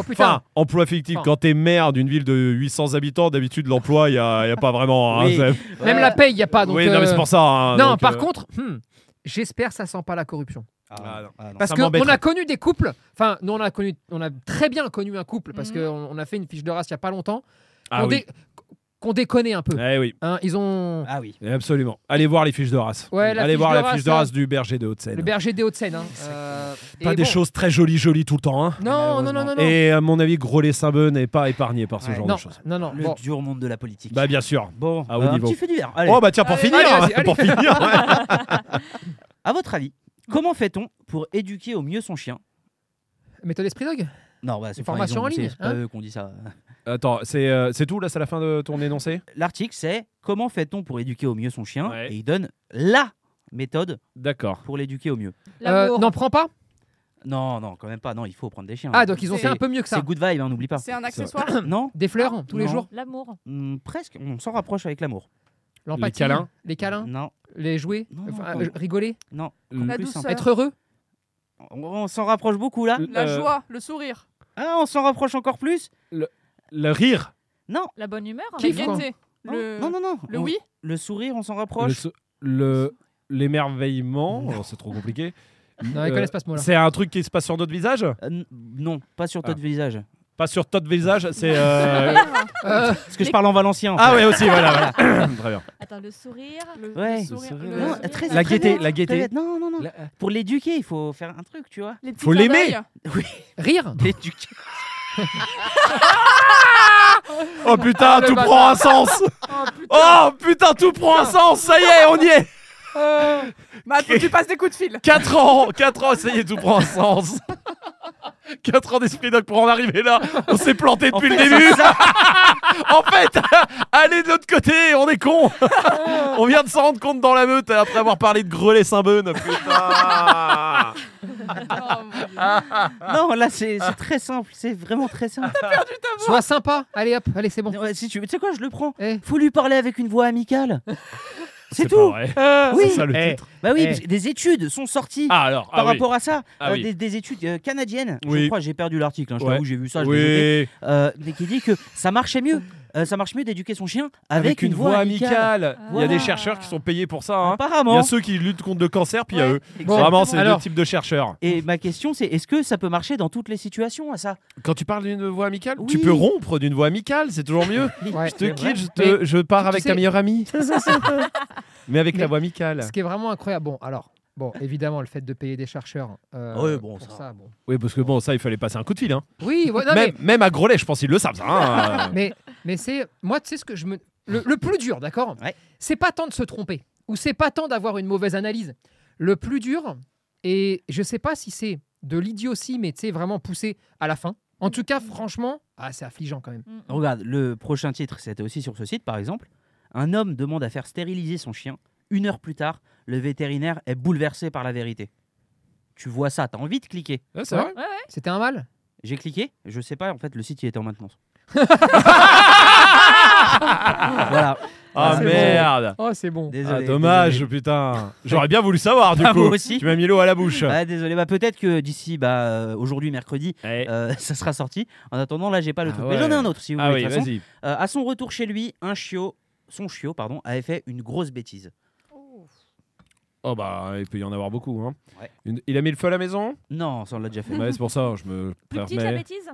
G: Oh putain,
A: Enfin, emploi fictif.
G: Enfin.
A: Quand t'es maire d'une ville de 800 habitants, d'habitude, l'emploi, il n'y a, y a pas vraiment. hein,
B: Oui.
A: c'est-
G: même
B: Ouais.
G: la paix, il n'y a pas. Donc,
A: oui, non, mais
G: euh,
A: c'est pour ça. hein,
G: non,
A: donc,
G: par
A: euh,
G: contre, hmm, j'espère ça sent pas la corruption.
A: Ah, non.
B: Ah, non.
G: Parce
A: Ça
G: qu'on
A: m'embêterait.
G: a connu des couples, enfin, nous on a connu, on a très bien connu un couple parce qu'on a fait une fiche de race il n'y a pas longtemps,
A: Ah
G: qu'on
A: oui.
G: dé- qu'on déconnait un peu.
A: Eh oui,
G: Hein, ils ont
B: Ah oui.
A: absolument. Allez voir les fiches de race.
G: Ouais, la
A: Allez
G: fiche
A: voir
G: de
A: la
G: race,
A: fiche de
G: là.
A: race du berger de
G: le
A: Haute-Seine.
G: berger des Hauts-de-Seine. hein. Euh,
A: Pas
G: et
A: des
G: bon.
A: choses très jolies, jolies tout le temps. hein.
G: Non, non, non, non, non.
A: Et à mon avis, Grolet Saint-Beu n'est pas épargné par ce
B: Ouais.
A: genre
G: non,
A: de choses.
G: non, non,
B: Le
G: bon.
B: dur monde de la politique.
A: Bah bien sûr.
B: bon,
A: à haut
B: un
A: niveau.
B: petit feu d'hiver. Allez,
A: Oh bah tiens, pour
C: Allez,
A: finir,
G: allez, vas-y,
A: pour finir. ouais. bah.
B: à votre avis, comment fait-on pour éduquer au mieux son chien
G: Méthode esprit dog
B: Non, bah, c'est
G: Une
B: pas-
G: formation
B: ils ont-
G: en ligne,
B: C'est pas
G: hein.
B: eux qu'on dit ça.
A: Attends, c'est euh, c'est tout là, c'est la fin de ton énoncé
B: L'article, c'est comment fait-on pour éduquer au mieux son chien
A: Ouais.
B: Et il donne la méthode
A: D'accord.
B: pour l'éduquer au mieux.
G: Euh,
H: L'amour.
G: N'en prends pas
B: Non, non, quand même pas. Non, il faut prendre des chiens.
G: Ah, donc ils ont
C: C'est-
G: fait un peu mieux que ça.
B: C'est good vibe, hein, n'oublie pas.
C: C'est un accessoire.
B: Non
G: Des fleurs
A: Ah,
G: hein, tous les
B: Non.
G: jours
H: L'amour.
B: Hmm, Presque. On s'en rapproche avec l'amour.
G: L'empathie,
A: Les câlins.
G: les câlins,
B: Non,
G: les jouets,
B: Non, non,
G: enfin,
B: non.
G: euh, rigoler,
B: non.
A: La
B: encore plus
C: douceur.
B: simple.
G: être heureux.
B: On, on s'en rapproche beaucoup là.
A: Le-
C: La
A: Euh,
C: joie, le sourire,
B: Ah, on s'en rapproche encore plus
A: Le rire.
B: Non.
H: La bonne humeur.
G: Qui
C: la
G: Kiff, quoi.
C: gaieté,
B: non,
C: le,
B: non, non, non.
C: le
B: On-
C: oui.
B: Le sourire, on s'en
A: Le
B: rapproche.
A: so- le- l'émerveillement. oh, c'est trop compliqué.
G: Non,
A: Euh,
G: ils connaissent pas ce mot-là.
A: C'est un truc qui se passe sur d'autres visages
B: Euh, n- non, pas sur
A: Ah.
B: ton visage.
A: Pas sur d'autres visages, c'est. euh,
G: Euh,
B: Parce que je parle en valencien. en
A: Ah
B: fait.
A: ouais aussi, voilà. voilà. Très bien.
H: Attends, le sourire.
C: Le,
B: Ouais.
C: le sourire,
A: Le sourire,
C: le-
B: Non,
H: Euh,
B: très- très
H: la
A: gaieté,
B: bête,
A: la
B: très
A: gaieté.
B: bête. Non, non, non.
A: La- euh,
B: Pour l'éduquer, il faut faire un truc, tu vois.
C: les petits
A: Faut
C: clins
A: l'aimer.
C: d'œil.
G: Rire
B: L'éduquer.
A: Oh putain,
G: Le
A: tout
G: bâtard.
A: prend un sens. Oh putain, tout prend un sens. Ça y est, on y est.
C: Bah, faut que tu passes des coups de fil.
A: 4 ans, 4 ans, ça y est, tout prend un sens. 4 ans d'esprit doc pour en arriver là. On s'est planté depuis le début. en fait, allez de l'autre côté, on est con. on vient de s'en rendre compte dans la meute après avoir parlé de Grelet Saint-Beune. Putain.
C: Oh, mon Dieu.
B: Non, là, c'est c'est très simple. C'est vraiment très simple.
G: Sois sympa Allez hop, allez c'est bon.
B: Ouais, si tu veux- tu sais quoi, je le prends.
G: Eh.
B: Faut lui parler avec une voix amicale. C'est
A: pas
B: tout.
A: vrai.
B: oui.
A: C'est ça le
G: Eh.
A: titre.
B: Bah oui,
G: Eh.
B: parce que des études sont sorties
A: Euh, Ah alors,
B: par
A: ah oui.
B: rapport à ça.
A: Ah
B: Euh,
A: oui.
B: des, des études euh, canadiennes.
A: Oui.
B: Je crois, j'ai perdu l'article. hein, je
A: Ouais.
B: t'avoue, j'ai vu ça. Je l'ai jeté.
A: Oui,
B: Euh, mais qui dit que ça marchait mieux. Euh, ça marche mieux d'éduquer son chien avec,
A: avec une voix amicale. Il y a des
H: Voilà.
A: chercheurs qui sont payés pour ça. hein.
B: Apparemment.
A: Il y a ceux qui luttent contre le cancer, puis il y a
B: Ouais.
A: eux.
B: Exactement.
A: Vraiment, c'est deux
G: Alors-
A: types de chercheurs.
B: Et ma question, c'est est-ce que ça peut marcher dans toutes les situations à ça
A: Quand tu parles d'une voix amicale,
B: Oui.
A: tu peux rompre d'une voix amicale, c'est toujours mieux.
G: Ouais.
A: Je te quitte, je, te-
G: Mais
A: je pars
G: tu
A: avec
G: sais-
A: ta meilleure amie. Mais avec la
G: Mais-
A: voix amicale.
G: Ce qui est vraiment incroyable. Bon, alors, bon, évidemment, le fait de payer des chercheurs. euh,
B: Ouais, bon,
G: pour
B: ça.
G: bon.
A: Oui, parce que bon, ça, il fallait passer un coup de fil. hein.
G: Oui, ouais, non, Ah,
A: même, même à Grolet, je pense qu'ils le savent. ça, hein.
G: mais, mais, mais c'est. Moi, tu sais ce que je me. Le, le plus dur, d'accord
B: Ouais.
G: C'est pas tant de se tromper, ou c'est pas tant d'avoir une mauvaise analyse. Le plus dur, et je sais pas si c'est de l'idiotie, mais tu sais, vraiment poussé à la fin. En tout cas, franchement, ah, c'est affligeant quand même.
H: Mm, mm.
B: Regarde, le prochain titre, c'était aussi sur ce site, par exemple. Un homme demande à faire stériliser son chien. Une heure plus tard, le vétérinaire est bouleversé par la vérité. Tu vois ça, t'as envie de cliquer.
A: Ouais, c'est vrai.
H: Ouais, ouais.
G: C'était un mal
B: J'ai cliqué, je sais pas, en fait, le site il était en maintenance. voilà.
A: Ah
G: c'est bon.
A: merde.
G: Oh, c'est bon.
B: Désolé.
A: Ah, dommage,
B: désolé.
A: putain. J'aurais bien voulu savoir du
B: Ah,
A: coup.
B: moi aussi.
A: Tu m'as mis l'eau à la bouche.
B: Ah, désolé, bah, peut-être que d'ici bah, euh, aujourd'hui, mercredi,
A: Eh.
B: euh, ça sera sorti. En attendant, là, j'ai pas le
A: Ah
B: truc.
A: ouais.
B: Mais j'en ai un autre, si vous
A: Ah
B: voulez.
A: oui,
B: de toute façon.
A: vas-y.
B: Euh, à son retour chez lui, un chiot, son chiot, pardon, avait fait une grosse bêtise.
A: Oh bah, il peut y en avoir beaucoup. hein.
B: Ouais.
A: Une- Il a mis le feu à la maison
B: Non, ça on l'a déjà fait.
A: Ouais, c'est pour ça, hein, je me
H: Plus petite la
A: permets.
H: bêtise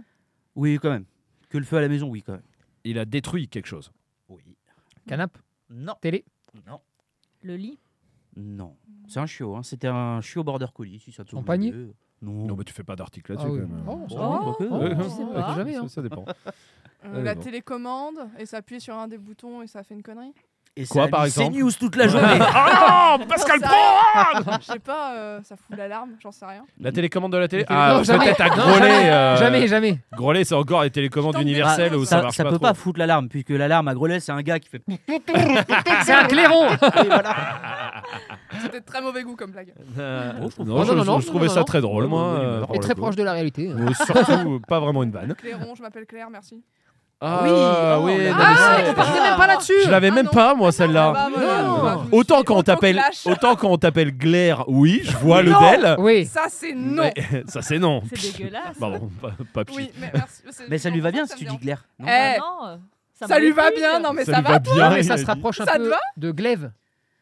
B: Oui, quand même. Que le feu à la maison, oui, quand même.
A: il a détruit quelque chose.
B: Oui.
G: Canap,
B: Non.
G: télé.
B: Non.
H: Le lit.
B: Non. C'est un chiot. Hein. C'était un chiot border collie. Si ça te
G: Son
B: sauve
G: panier
B: le- Non.
A: Non, mais tu fais pas d'article
G: Ah
A: là-dessus
G: oui.
A: quand même.
G: Oh, ça
H: Oh,
G: va.
A: quoique.
H: oh,
A: Ouais,
H: tu
A: hein,
H: sais
A: ouais,
H: pas.
A: jamais, hein. Ça, ça dépend.
C: Euh, la
A: Ah bon.
C: télécommande et s'appuyer sur un des boutons et ça fait une connerie
B: Et
A: Quoi,
B: ça a
A: par
B: mis
A: exemple
B: CNews toute la journée. Bah,
A: Ah non Pascal
C: J'en sais
A: Pro
C: rien. Je sais pas, euh, ça fout l'alarme, j'en sais rien.
A: La télécommande de la télé
G: Ok.
A: Ah,
G: Non, jamais.
A: peut-être à
G: Non,
A: Grolet.
G: jamais.
A: euh,
G: Jamais, jamais.
A: Grolet, c'est encore les télécommandes
C: Je t'en
A: universelles
C: prie.
A: où ça,
B: ça
A: marche
B: ça
A: pas
B: peut
A: trop.
B: pas foutre l'alarme, puisque l'alarme à Grelais, c'est un gars qui fait.
G: C'est un clairon.
B: Et voilà.
C: C'était de très mauvais goût comme blague.
A: Euh,
B: Bon, je trouve
A: non,
G: pas.
A: je,
G: Non, non,
A: je
G: non,
A: trouvais
G: non,
A: ça
G: non.
A: très drôle, moi.
B: Bonne
A: euh,
B: humeur.
A: pour
G: Et
A: le
G: très
A: coup.
G: proche de la réalité. hein.
A: Euh, Surtout, pas vraiment une vanne.
C: Clairon, je m'appelle Claire, merci.
A: Ah
B: oui,
A: ouais,
B: oh,
A: oui, non,
B: on l'a-
A: mais
G: Ah,
A: c'est-
G: on partait même pas là-dessus.
A: Je l'avais
C: Ah
A: même
C: non.
A: pas, moi, celle-là.
C: Ah bah voilà,
G: Non.
C: bah, vous me
A: Autant
C: suivez.
A: quand on t'appelle,
C: clash.
A: autant quand on t'appelle Glaire, oui, je vois le
C: Non.
A: DEL.
G: Oui.
C: Ça, c'est non.
A: Ah. Mais- ça c'est non. Bah,
H: C'est dégueulasse.
A: Pardon, pas, pas pchi.
C: Oui, mais merci.
B: Mais ça lui va bien
C: ça
B: si
C: me
B: tu dis
C: dérange.
B: Glaire. non
C: Eh,
H: Ah non, euh, ça
C: ça lui va
H: m'étonne.
C: bien, non mais ça,
A: lui
C: va.
A: bien.
G: Ah mais
A: il a
G: ça
A: dit.
G: se rapproche un
C: Ça te
G: peu
C: va
G: de glaive.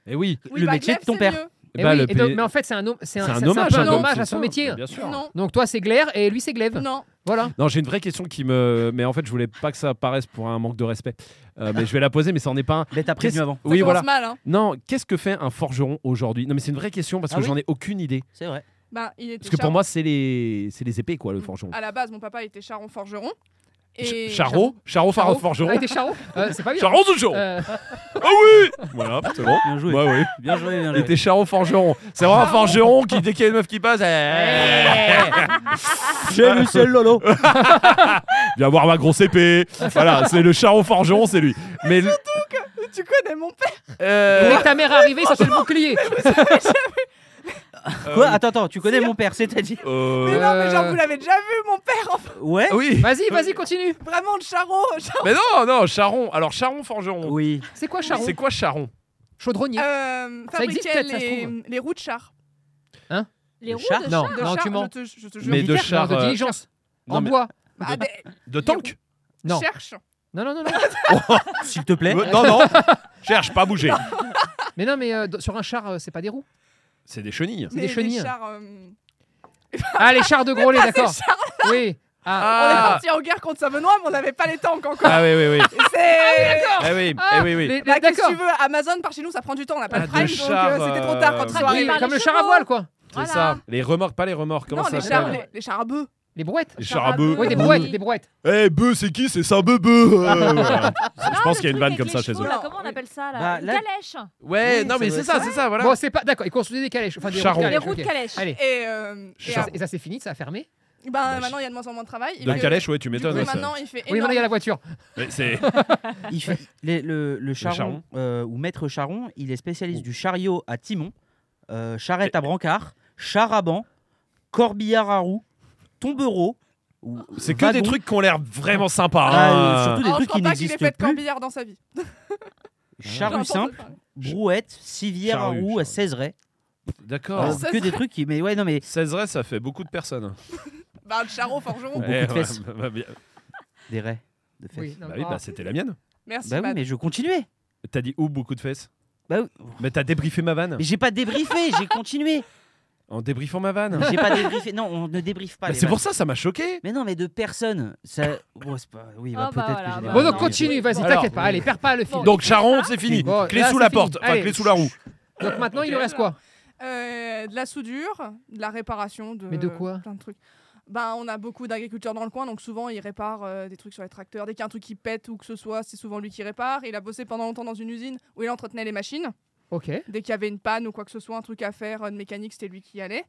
A: Eh oui.
C: Oui,
B: le
C: bah,
B: métier de
C: Glaive,
B: ton
C: c'est
B: père.
C: mieux.
G: Eh
A: Bah,
G: oui,
A: le
G: et donc-
A: P-
G: mais en fait, c'est un, hom- c'est un,
A: C'est un
G: c'est- c'est
A: hommage,
G: peu
A: un homme,
G: hommage
A: c'est
G: à son
A: ça,
G: métier. hein.
A: Bien sûr.
C: Non,
G: Donc toi, c'est Glaire et lui, c'est glaive.
C: non.
G: Voilà.
A: Non, j'ai une vraie question qui me. Mais en fait, je voulais pas que ça paraisse pour un manque de respect. Euh, mais je vais la poser, mais ça en est pas un.
B: Mais t'as prévenu
A: Qu'est-ce-
B: avant.
C: Ça
A: Oui,
C: commence
A: voilà.
C: mal, hein.
A: Non, qu'est-ce que fait un forgeron aujourd'hui Non, mais c'est une vraie question parce que
B: Ah oui
A: j'en ai aucune idée.
B: C'est vrai.
C: Bah, il était
A: Parce que pour
C: charron.
A: moi, c'est les, c'est les épées, quoi, le forgeron.
C: À la base, mon papa était charron forgeron. Et...
A: Ch- Charot Charot, Farot,
G: Charot. Ah,
A: forgeron
G: t'es charron Euh, C'est pas bien.
A: Charron, toujours
G: Euh,
A: Ah oui Voilà, c'est bon.
B: Bien joué.
A: Ouais, oui.
B: Bien joué. Bien
A: Oh, bah, Il
B: joué.
A: était charron forgeron. C'est vraiment un forgeron qui, dès qu'il y a une meuf qui passe, eh,
B: Chez Michel Lolo.
A: viens voir ma grosse épée. Voilà, c'est le charron forgeron, c'est lui. Mais le-
C: Tu connais mon père
A: euh,
G: Dès que ta mère est arrivée, ça c'est le bouclier.
B: Quoi Attends, attends. Tu connais mon père, c'est-à-dire.
A: euh,
C: Mais non, mais genre,
G: Euh.
C: vous l'avez déjà vu, mon père enfin,
B: Ouais.
A: oui.
G: Vas-y, vas-y, continue.
C: Vraiment, le charron genre,
A: Mais non, non, charron. Alors charron forgeron.
B: Oui.
G: C'est quoi charron
A: C'est quoi charron
G: Chaudronnier.
C: euh,
G: Ça existe
C: fabriquait
G: peut-être, ça se
C: les,
G: trouve.
C: les roues de char.
H: Les
B: Le
H: roues
B: chat
H: de
G: Non,
H: chat.
C: De
G: non,
C: char,
G: tu mens.
C: je te, je te jure.
A: Mais de
G: Non,
A: char.
G: de
A: euh,
G: diligence.
A: non,
G: en
A: mais-
G: bois.
C: Ah, des-
A: De tank
G: Non.
C: Cherche.
G: Non, non, non, non.
B: S'il te plaît.
A: Euh, Non, non. Cherche, pas bouger.
G: mais non, mais euh, d- sur un char, euh, c'est pas des roues.
A: C'est des chenilles.
G: C'est
C: Mais
G: des chenilles.
C: chars, euh,
G: Ah, les chars de Grolet, d'accord. Oui. Ah.
C: On est
A: Ah,
C: parti en guerre contre Savenois, mais on n'avait pas les tanks encore.
A: ah oui, oui, oui.
C: C'est.
A: Ah oui,
G: Ah,
A: eh oui, oui.
G: les- les-
C: Bah, qu'est-ce que
G: d'accord.
C: tu veux Amazon par chez nous, ça prend du temps, on n'a pas
A: Ah,
C: de
A: de
C: prime, donc
A: char,
C: euh, c'était trop tard
A: euh,
C: quand
H: oui.
C: arrivé.
H: Par les
G: Comme le
H: chevaux.
G: char à voile, quoi.
A: C'est
H: Voilà.
A: ça. Les remorques, pas les remorques. Comment
C: Non,
A: ça
C: les
A: s'appelle
C: chars, les, les chars à bœufs.
G: Les brouettes.
A: Les
H: chars à
A: charabeux.
G: Oui, des brouettes, des brouettes.
A: Eh, bœuf, c'est qui C'est ça, bœuf
H: Non,
A: Je pense
H: le
A: qu'il y a une
H: truc
A: vanne
H: avec
A: comme
H: les
A: ça chez
H: chevaux,
A: eux.
H: là, Comment on appelle ça là
B: Bah,
H: Une
B: là-
H: calèche.
A: Ouais,
B: Oui,
A: non,
B: ça
A: mais
B: doit
A: c'est
B: être
A: ça,
B: ça.
A: c'est ça, voilà.
G: Bon, c'est pas. D'accord, ils construisaient des calèches. Enfin, des
A: Charron.
G: roues de
H: Les
G: calèche,
H: roues de
G: ok.
H: calèche.
G: Allez.
C: Et, euh, et
A: Char-
G: Et ça, c'est fini, ça a fermé.
C: à- bah,
A: je-
C: maintenant, il y a de moins en moins de travail. Il
A: De
C: fait-
A: calèche, ouais, tu
C: Du coup,
A: m'étonnes. ça.
C: maintenant, il fait
G: Oui, maintenant, il y a la voiture.
A: Mais c'est-
B: Il fait- les- le, le charron,
A: charron.
B: euh, ou maître charron, il est spécialiste
A: Oh.
B: du chariot à timon, euh, charrette à brancard, charaban, corbillard à roue, tombereau. ou-
A: C'est que
B: wagon.
A: des trucs qui ont l'air vraiment sympas.
B: Ah,
A: hein.
B: surtout des
C: Alors, Oh, je
B: trucs qui
C: crois pas qu'il ait
B: n'existent
C: fait de
B: plus.
C: corbillard dans sa vie.
B: Charrue
C: J'entends
B: simple,
C: parler.
B: brouette, civière à
A: Charrue,
B: roue, à
A: charrue.
B: céserais.
A: D'accord.
B: Euh, que des trucs qui. Mais ouais, non, mais.
A: 16 raies, ça fait beaucoup de personnes.
C: Bah, le charreau forgeron.
B: Ouais. Beaucoup de
A: Eh,
B: fesses.
A: bah, bah, bien-
B: Des raies. De fesses.
G: Oui, non,
A: bah
G: mais
A: oui,
G: pas-
A: bah, c'était la mienne.
C: Merci,
B: Bah oui,
C: Matt.
B: mais je continuais.
A: T'as dit où beaucoup de fesses
B: Bah oui.
A: Mais t'as débriefé ma vanne
B: Mais j'ai pas débriefé, j'ai continué.
A: En débriefant ma vanne
B: J'ai pas débriefé. Non, on ne débriefe pas.
A: Bah,
B: les
A: C'est pour
B: vannes.
A: ça, ça m'a choqué.
B: Mais non, mais de personne. Ça... Bon, c'est pas... Oui, bah, peut-être
H: Oh, bah voilà,
B: que j'ai
H: bah,
G: Bon,
B: débriefé.
G: donc continue, vas-y,
A: Alors,
G: t'inquiète pas. Allez, perds pas le fil.
H: Bon.
A: Donc, Charon, c'est fini.
G: Bon,
A: clé
G: là,
A: sous
G: c'est
A: la
G: fini.
A: porte, enfin,
G: Allez.
A: clé sous la roue.
G: Donc maintenant, il lui reste quoi
C: Euh, de la soudure, de la réparation, de
G: Mais de quoi
C: plein de trucs. Bah, on a beaucoup d'agriculteurs dans le coin, donc souvent ils réparent euh, des trucs sur les tracteurs. Dès qu'il y a un truc qui pète ou que ce soit, c'est souvent lui qui répare. Il a bossé pendant longtemps dans une usine où il entretenait les machines.
G: Ok.
C: Dès qu'il y avait une panne ou quoi que ce soit, un truc à faire, euh, de mécanique, c'était lui qui y allait.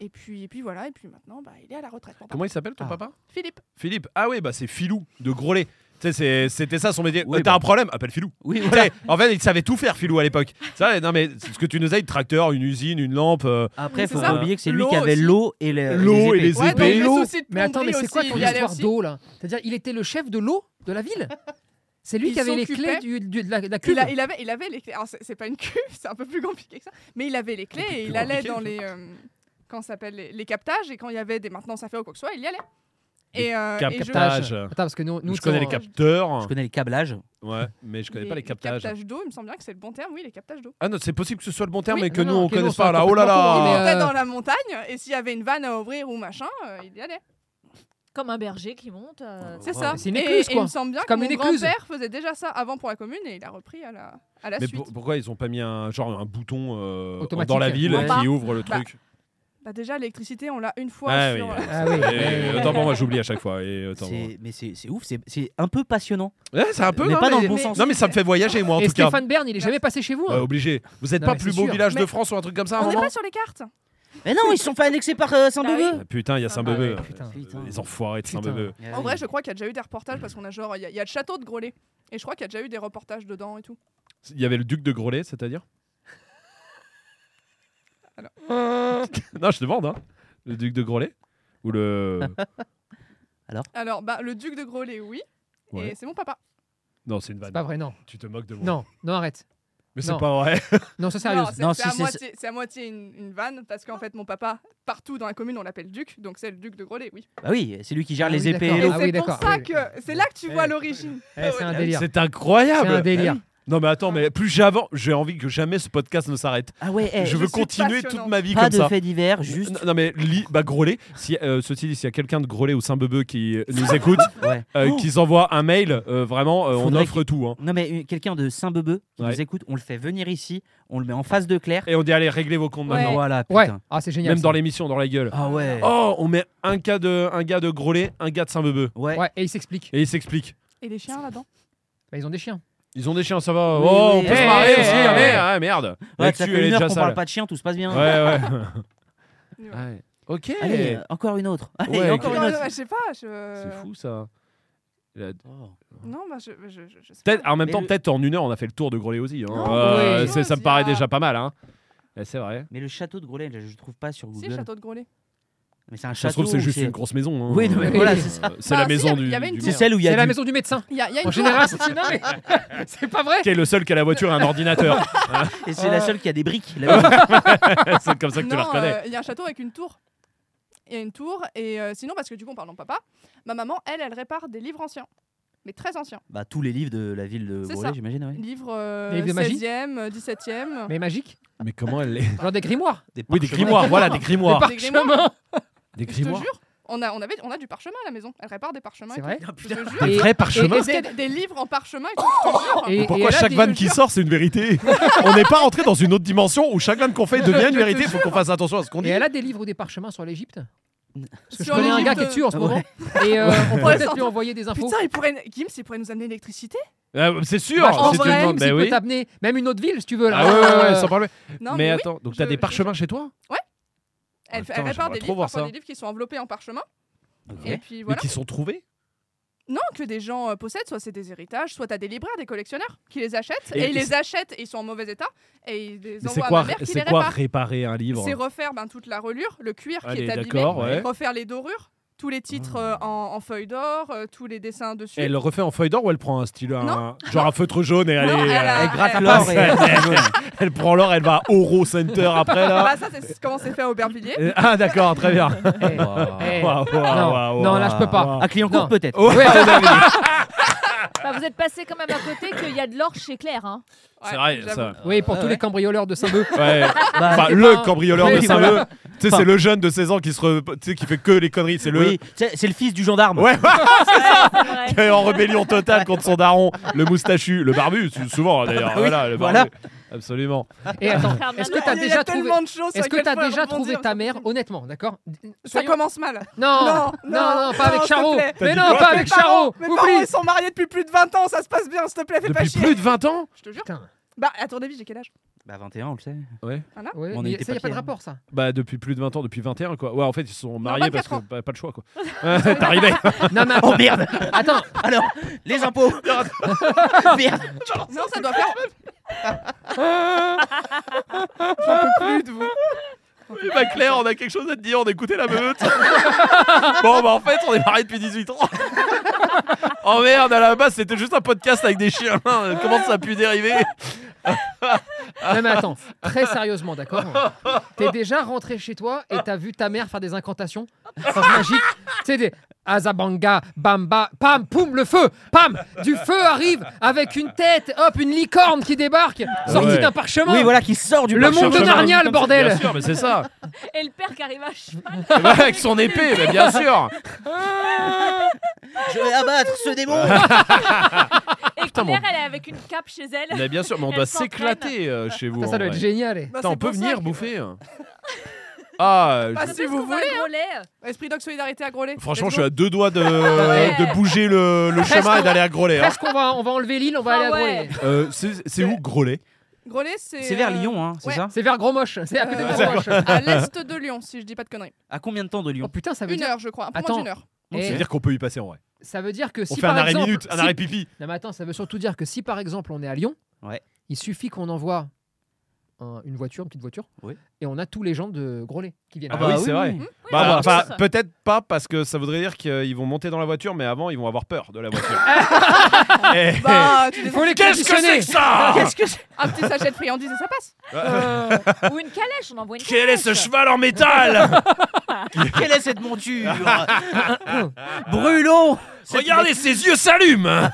C: Et puis, et puis voilà, et puis maintenant, bah, il est à la retraite. mon papa.
A: Comment il s'appelle ton
B: Ah.
A: papa
C: Philippe.
A: Philippe. Ah oui, bah c'est Filou de Grolet. Tu sais, c'est- c'était ça son métier.
B: Oui,
A: Euh, T'as
B: bah.
A: un problème Appelle Filou.
B: Oui,
A: Tu
B: voilà.
A: sais, en fait, il savait tout faire, Filou, à l'époque. Ça, non, mais c'est ce que tu nous as dit, tracteur, une usine, une lampe. euh,
B: Après,
C: Mais
B: faut
C: c'est
B: pas
C: ça.
B: oublier que c'est lui
C: L'eau
B: qui avait
C: aussi.
B: l'eau et les
A: L'eau et
B: épées.
A: les
C: Ouais,
A: épées.
C: donc les
G: l'eau.
C: soucis de
G: Mais attends, mais
C: plomberie
G: c'est quoi
C: aussi,
G: ton
C: il y allait
G: histoire
C: aussi.
G: d'eau là C'est-à-dire, il était le chef de l'eau de la ville C'est lui
C: Il
G: qui avait les
C: s'occupait.
G: clés du, du- de la, de la cuve
C: Il, a- il avait, il avait les clés. Alors, c'est c'est pas une cuve, c'est un peu plus compliqué que ça. Mais il avait les clés
A: peu plus
C: et il allait
A: compliqué,
C: dans
A: je
C: les, euh, comment ça s'appelle, les, les captages. Et quand il y avait des maintenances à faire ou quoi que ce soit, il y allait. Et, euh,
A: cap-
C: et je-
A: captages.
G: Attends, parce que nous, nous
A: je connais
G: tu
A: les
G: sais,
A: capteurs.
B: Je connais les câblages.
C: Euh,
A: Ouais, mais je connais pas les captages.
C: d'eau, il me semble bien que c'est le bon terme, oui, les captages d'eau.
A: Ah non, c'est possible que ce soit le bon terme,
G: Oui,
A: mais que
G: non,
A: nous
G: non,
A: on
G: que
A: connaisse
G: nous,
A: pas.
G: on soit
A: Là, oh là là.
G: complètement con,
C: Il
G: mais,
C: montait
G: euh,
C: dans la montagne et s'il y avait une vanne à ouvrir ou machin, euh, il y allait.
H: comme un berger qui monte.
A: Ah,
H: euh,
C: C'est ça.
G: C'est une
C: Et-
G: écluse,
C: et
G: quoi.
C: il me semble bien
G: C'est
C: que
G: comme
C: mon
G: une écluse.
C: grand-père faisait déjà ça avant pour la commune et il a repris à la, à la
A: Mais
C: suite.
A: pour- pourquoi ils ont pas mis un genre un bouton euh,
G: Automatique.
A: dans la ville
G: Ouais.
A: qui ouvre le
C: Bah,
A: truc
C: Bah déjà, l'électricité, on l'a une fois
A: Ah
C: sur...
A: oui.
G: Ah oui.
A: Et- Autant pour moi, j'oublie à chaque fois. Et autant-
B: C'est- Mais c'est c'est ouf, c'est- c'est un peu passionnant.
A: Ouais, c'est un peu.
B: mais
A: hein,
B: pas dans
A: mais-
B: le bon
C: mais-
B: sens.
A: Non, mais ça me fait voyager, moi, en
G: Et
A: tout cas.
G: Stéphane Bern, il est jamais passé chez vous.
A: Ouais,
G: hein
A: obligé. Vous êtes
G: Non,
A: pas
G: mais
A: plus
G: c'est
A: beau
G: sûr.
A: village de
C: Mais-
A: France ou un truc comme ça hein, à un
C: On n'est
A: moment
C: pas sur les cartes
B: Mais non, ils se sont fait annexer par euh,
C: Bah
B: Saint-Beuve.
A: Ah, Putain, il y a saint
G: Ah ouais,
A: beuve
G: putain.
B: Putain. Ah
A: Les enfoirés de
G: Putain.
A: Saint-Beuve.
C: En vrai, je crois qu'il y a déjà eu des reportages parce qu'on a genre... Il y, a- il y a le château de Grolet. Et je crois qu'il y a déjà eu des reportages dedans et tout.
A: Il y avait le duc de Grolet, c'est-à-dire
C: Alors.
A: Non, je demande, hein. Le duc de Grolet Ou le.
C: Alors, bah, le duc de Grolet, oui.
A: Ouais.
C: Et c'est mon papa.
A: Non, c'est une vanne.
G: C'est pas vrai, non.
A: Tu te moques de moi.
G: Non, non, arrête.
A: Mais c'est
G: non.
A: pas vrai.
G: Non, ça sérieux.
C: Non, c'est
B: Non,
C: c'est
B: si,
C: à
B: c'est-
C: moitié- c'est à moitié une, une vanne parce qu'en fait, mon papa, partout dans la commune, on l'appelle duc. Donc c'est le duc de Grolet, oui.
B: Bah oui, c'est lui qui gère
G: Ah
B: les
G: oui,
B: épées
G: d'accord.
B: et
C: Et
B: l'eau.
G: Ah
C: c'est
G: oui,
C: pour
G: d'accord,
C: ça
G: oui,
C: que c'est là que tu vois l'origine.
G: Eh, c'est un délire.
A: C'est
G: C'est
A: incroyable.
G: un délire.
A: Non, mais attends, mais plus j'avance, j'ai envie que jamais ce podcast ne s'arrête.
B: Ah ouais, eh,
A: je veux
C: suis
A: continuer
C: passionnant.
A: toute ma vie
B: pas
A: comme
B: de
A: ça.
B: faits divers, juste.
A: Non, non, mais li- bah, Grolet, si, euh, ceci dit, s'il y a quelqu'un de Grolet ou Saint-Beuve qui euh, nous écoute,
B: Ouais.
A: euh,
B: Oh.
A: qui s'envoie un mail, euh, vraiment, euh, on
B: Faudrait
A: offre tout. hein.
B: Non, mais euh, quelqu'un de Saint-Beuve qui
A: Ouais.
B: nous écoute, on le fait venir ici, on le met en face de Claire.
A: Et on dit, allez, réglez vos comptes maintenant.
B: Voilà,
G: Ouais.
B: putain.
G: Ah, c'est génial.
A: Même
G: ça.
A: dans l'émission, dans la gueule.
B: Ah ouais.
A: Oh, on met un, cas de, un gars de Grolet, un gars de Saint-Beuve.
B: Ouais.
G: Ouais, et il s'explique.
A: Et il s'explique.
C: Et les chiens là-dedans
G: Bah, ils ont des chiens.
A: Ils ont des chiens, ça va.
B: Oui,
A: oh,
B: oui.
A: on peut se
G: Eh,
A: marrer
G: eh,
A: aussi.
G: eh,
A: ah, mais-
G: eh.
A: ah, merde.
B: Ouais,
A: L'actu,
B: ça
A: elle
B: fait
A: est
B: une
A: déjà
B: heure qu'on
A: sale.
B: parle pas de chien, tout se passe bien.
A: Ouais, ouais. ouais. Ok.
B: Allez, euh, encore une autre. Allez,
A: Ouais,
B: encore une
C: Encore,
B: autre.
C: je sais pas. Je...
A: C'est fou ça. La-
B: Oh.
C: Non, bah, je, je, je, je sais
A: Peut-être, ah,
C: pas.
A: en même
B: Mais
A: temps,
B: le-
A: peut-être en une heure, on a fait le tour de Grolet aussi. hein.
C: Non,
A: Euh,
G: oui.
A: c'est- ça me
C: Il y
A: paraît
C: a-
A: déjà pas mal. Hein. Eh, C'est vrai.
B: Mais le château de Grolet, là, je le trouve pas sur
C: Si,
B: Google.
C: le château de Grolet.
B: Mais c'est un
A: Ça se
B: château.
A: trouve, c'est
B: ou
A: juste une grosse maison. hein.
B: Oui, non, mais
A: Euh,
B: voilà, c'est ça.
A: C'est
C: Bah,
A: la
C: si,
A: maison
C: il y a-
A: du.
C: il y avait une
A: du
B: C'est
C: tour.
A: maire.
B: celle où il y
G: C'est
B: a.
G: la
B: du-
G: maison du médecin.
C: Il y a, il y a une
G: En
C: tour.
G: général, c'est non, mais c'est pas vrai.
A: Qui est le seul qui a la voiture et un ordinateur.
B: Et c'est
C: Ah.
B: la seule qui a des briques. là-bas.
A: c'est comme ça que tu la
C: Non,
A: reconnais.
C: euh, il y a un château avec une tour. Il y a une tour. Et euh, sinon, parce que du coup, en parlant de papa, ma maman, elle, elle répare des livres anciens. Mais très anciens.
B: bah, tous les livres de la ville de
C: C'est
B: Grolet,
C: ça.
B: j'imagine. ouais.
C: Livres euh,
G: Des livres de magie
C: 16e, euh, 17e.
G: Mais magique.
A: Mais comment elle est
G: Genre des grimoires.
A: Oui, des grimoires, voilà, des grimoires.
C: Des grimoires.
G: Parchemin.
A: Des
C: Je te
A: grimoires.
C: jure, on a, on, avait, on a du parchemin à la maison. Elle répare des parchemins.
G: C'est
C: et
G: vrai. Ah,
C: tout. Je te jure.
A: Des
G: Et-
A: vrais parchemins.
C: Parce qu'il y a des- des livres en parchemin et tout, je te jure.
G: Et- et
A: Pourquoi
G: là,
A: chaque
G: des-
A: vanne qui sort, c'est une vérité On n'est pas entré dans une autre dimension où chaque vanne qu'on fait devient une vérité. Il faut qu'on fasse attention à ce qu'on
G: Et
A: dit.
G: elle a des livres ou des parchemins sur l'Égypte Parce que je
C: Sur
G: connais un
C: l'Égypte,
G: gars qui hein, est dessus en ce
B: euh,
A: Ah
G: moment. Et euh, on pourrait
C: Ouais,
G: peut-être
C: sans-
G: lui envoyer des infos.
C: Putain, il pourrait, Gims, il pourrait nous amener l'électricité
A: Euh, C'est sûr.
G: Bah, je pense
A: si tu
G: vraiment
A: demandes,
G: que s'il
A: bah
G: peut
A: oui.
G: t'amener même une autre ville si tu veux. Là.
A: Ah ouais, ouais, ouais,
G: Euh,
A: sans problème.
C: Non,
A: Mais
C: mais oui,
A: attends, donc t'as
C: je-
A: des
C: je-
A: parchemins chez toi
C: elle,
A: Attends,
C: elle répare
A: j'aimerais
C: des
A: trop
C: livres,
A: voir
C: parfois
A: ça.
C: des livres qui sont enveloppés en parchemin.
B: Ok.
C: Et puis voilà.
A: Mais qui sont trouvés
C: Non, que des gens euh, possèdent, soit c'est des héritages, soit t'as des libraires, des collectionneurs qui les achètent.
A: Et-
C: Et,
A: et
C: ils les
A: c'est-
C: achètent, et ils sont en mauvais état, et ils les
A: Mais c'est
C: envoient à
A: quoi,
C: ma mère qui les
A: c'est quoi
C: répare.
A: réparer un livre
C: C'est refaire ben, toute la reliure, le cuir qui
A: Allez,
C: est abîmé,
A: d'accord, ouais. Ah.
C: refaire les dorures, tous les titres euh, en, en feuille d'or, euh, tous les dessins dessus.
A: Elle le refait en feuille d'or ou elle prend un stylo,
C: Non.
A: un- genre un feutre jaune et elle,
C: Non,
A: est-
C: elle a-
B: Elle
C: Ça
B: Eh, gratte
C: ah,
B: l'or et.
A: elle prend l'or, elle va à Oro Center après là.
C: Bah, ça, c'est comment c'est fait à Aubervilliers.
A: Euh, Ah d'accord, très bien.
G: eh,
A: Waouh,
G: eh,
A: waouh,
G: non,
A: waouh,
G: non,
A: waouh.
G: là je peux pas.
B: À Clignancourt,
G: Non.
B: peut-être.
A: Oh,
G: Ouais,
H: Bah, vous êtes passé quand même à côté qu'il y a de l'or chez Claire. Hein.
A: C'est
C: Ouais,
A: vrai,
C: j'avoue.
A: ça.
G: oui, pour
B: Ouais,
G: tous
B: ouais.
G: les cambrioleurs de Saint-Beuve.
A: Ouais.
B: Bah,
A: Enfin,
G: Ah, c'est
A: le
G: pas un-
A: cambrioleur de
G: Oui,
A: saint
B: voilà.
A: Tu sais,
B: Enfin.
A: c'est le jeune de 16 ans qui se, re- tu sais, qui fait que les conneries. C'est le
B: oui, c'est c'est le fils du gendarme.
A: ouais,
H: C'est vrai.
A: qui est en rébellion totale contre son daron, le moustachu, le barbu, sou- souvent hein, d'ailleurs.
B: Oui,
A: voilà, le barbu.
B: voilà.
A: Absolument.
G: Et attends,
H: Frère
G: est-ce que
H: Bernard.
G: t'as
C: Il y a
G: déjà trouvé
C: tellement de choses sur
G: Est-ce que
C: lesquelles
G: t'as
C: je pourrais
G: déjà
C: rebondir,
G: trouvé
C: ça
G: ta mère
C: me fait-
G: Honnêtement, d'accord
C: Ça
G: Soyons-
C: commence mal.
G: Non, non,
C: Non,
G: non,
C: non,
G: pas avec
C: non, s'il te
G: Charo.
C: plaît.
G: Mais
A: T'as
G: non,
A: dit
G: pas
A: quoi
G: avec
C: Mes parents-
G: Charo.
C: Mes parents,
G: Oublie.
C: ils sont mariés depuis plus de 20 ans, ça se passe bien, s'il te plaît, fais pas
A: Depuis
C: chier.
A: plus de 20 ans
C: Je te jure.
G: Putain.
C: Bah, à ton avis, j'ai quel âge
B: Bah 21, on le sait.
G: Ouais,
B: On a
G: mais
B: été
G: ça y a pas
B: papier,
G: de
B: hein.
G: rapport ça.
A: Bah depuis plus de 20 ans, depuis 21 quoi. Ouais, en fait, ils se sont mariés parce
C: 24
A: que bah, pas de choix quoi. Euh, T'arrivais.
G: Non mais
B: Oh merde
G: attends,
B: Alors, les impôts Merde
C: Non, ça doit faire. J'en peux plus de vous.
A: Oui, bah Claire, on a quelque chose à te dire, on écoutait la meute. bon, bah en fait, on est mariés depuis 18 ans. oh merde, à la base, c'était juste un podcast avec des chiens. Hein, Comment ça a pu dériver
G: non mais attends, très sérieusement, d'accord T'es déjà rentré chez toi et t'as vu ta mère faire des incantations Enfin, magiques Tu sais, des Azabanga, Bamba, pam, poum, le feu Pam Du feu arrive avec une tête, hop, une licorne qui débarque, sortie
A: Ouais.
G: d'un parchemin
B: Oui, voilà, qui sort du
G: Le monde
B: parchemin.
G: de Narnia, le
A: Bien
G: bordel
A: sûr, mais c'est ça.
H: Et le père qui arrive à cheval.
A: Avec son épée, mais bien sûr.
B: Je vais abattre ce démon Ah,
H: Et
A: Ah, Putain,
H: Claire,
A: mon-
H: elle est avec une cape chez elle.
A: Mais bien sûr, mais on
H: Elle
A: doit
H: s'entraîne.
A: s'éclater euh, chez vous.
G: Ça,
A: en
G: ça doit être
A: vrai.
G: génial. eh.
A: Putain, on peut venir bouffer. hein. Ah, euh,
C: Bah,
A: je-
C: si vous voulez.
H: voulez.
C: Esprit Doc Solidarité à Grolet.
A: franchement,
C: Let's
A: je
C: go.
A: suis à deux doigts de,
H: ouais.
A: de bouger le, le chemin et d'aller à Grolet. hein.
G: Presque, on va, on va enlever l'île, on va
H: Ah
G: aller à
H: ouais.
G: Grolet.
A: Euh, c'est c'est où Grolet
C: Grolet, c'est.
B: C'est vers
C: euh,
B: Lyon, hein, c'est
C: ouais.
B: ça
G: C'est vers Grosmoche, c'est à côté de
C: Euh,
G: Grosmoche.
C: À l'est de Lyon, si je dis pas de conneries.
B: À combien de temps de
G: Oh
B: Lyon
G: putain, ça veut
C: Une
G: dire.
C: heure, je crois. Un peu
G: Attends.
C: moins d'une heure.
A: Donc,
G: Eh,
A: C'est-à-dire qu'on peut y passer en vrai.
G: Ça veut dire que si
A: on fait
G: par
A: un arrêt
G: exemple,
A: minute, un
G: si-
A: arrêt pipi.
G: Non, mais attends, ça veut surtout dire que si par exemple on est à Lyon,
B: Ouais.
G: il suffit qu'on envoie un- une voiture, une petite voiture,
B: Oui.
G: et on a tous les gens de Grolet qui viennent.
A: Ah bah oui, c'est vrai.
H: Oui,
A: Bah,
H: bah,
A: bah,
H: c'est
A: bah,
H: ça.
A: peut-être pas parce que ça voudrait dire qu'ils vont monter dans la voiture, mais avant ils vont avoir peur de la voiture. Eh,
C: Bah, tu les
G: Faut les
A: Qu'est-ce que c'est
G: conditionner
A: que ça Euh,
B: Qu'est-ce que c'est
C: Un petit sachet de friandises et ça passe.
H: Ou une calèche, on envoie une
A: Quel est
H: calèche.
A: ce cheval en métal
B: Quelle est cette monture Brûlons Cette
A: Regardez, ses yeux s'allument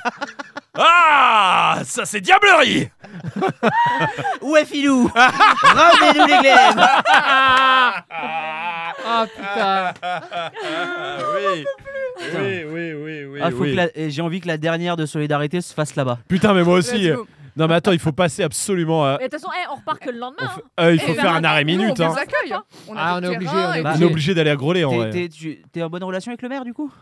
A: Ah Ça c'est diablerie
B: bête- Où est Filou Ramenez-nous les glaives
G: Ah putain
A: oui. oui, oui, oui, oui,
B: Ah, faut
A: oui.
B: que la- eh, J'ai envie que la dernière de Solidarité se fasse là-bas.
A: Putain, mais moi aussi.
C: Let's
A: euh,
C: go.
A: Non, mais attends, il faut passer absolument à.
H: Mais de toute façon, eh, on repart que le lendemain.
A: on
H: hein.
A: fait- euh, il
C: Eh
A: faut
C: ben,
A: faire un arrêt
C: Nous, on
A: minute.
C: fait
A: hein.
C: des accueils. On
G: Ah, on
C: des
G: est obligé,
C: terrains
G: on est
C: et
B: obligé.
A: On est obligé d'aller à Grolet en
B: T'es-
A: vrai.
B: t'es- tu- T'es en bonne relation avec le maire du coup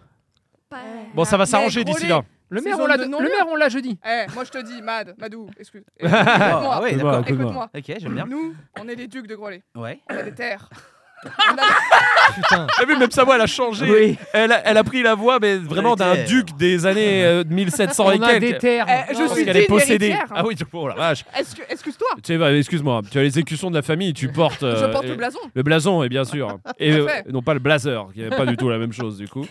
H: Pas-
A: Bon, ça va s'arranger
C: Mais
A: d'ici là.
C: Grolet-
G: Le
C: C'est
G: maire, on
C: zone
G: l'a,
C: de
G: le
C: non-lieu.
G: maire, on l'a jeudi.
C: Eh, moi je te dis, Mad, Madou, excuse.
B: Ah
C: Écoute-moi.
B: ouais,
A: Écoute-moi.
B: d'accord.
C: Écoute-moi.
B: Ok, j'aime bien.
C: Nous, on est les ducs de Grolet.
B: Ouais.
C: On a des terres. On a-
G: Putain.
A: T'as vu, même sa voix, elle a changé.
B: Oui.
A: Elle, a, elle a pris la voix, mais vraiment d'un
B: était-
A: duc des années euh, 1700 et
G: On a
A: quelques.
G: des terres.
C: Eh, je
A: Je pense
C: suis
A: qu'elle est
C: digne
A: possédée.
C: héritière.
A: Ah oui, tu- oh la vache.
C: Est-ce que- Excuse-toi,
A: Tu sais, bah, excuse-moi, tu as les écussons de la famille, tu portes.
C: je
A: euh,
C: porte
A: euh,
C: le blason.
A: Le blason, et bien sûr. Et
C: Tout à fait.
A: euh, non pas le blazer, qui est pas du tout la même chose du coup.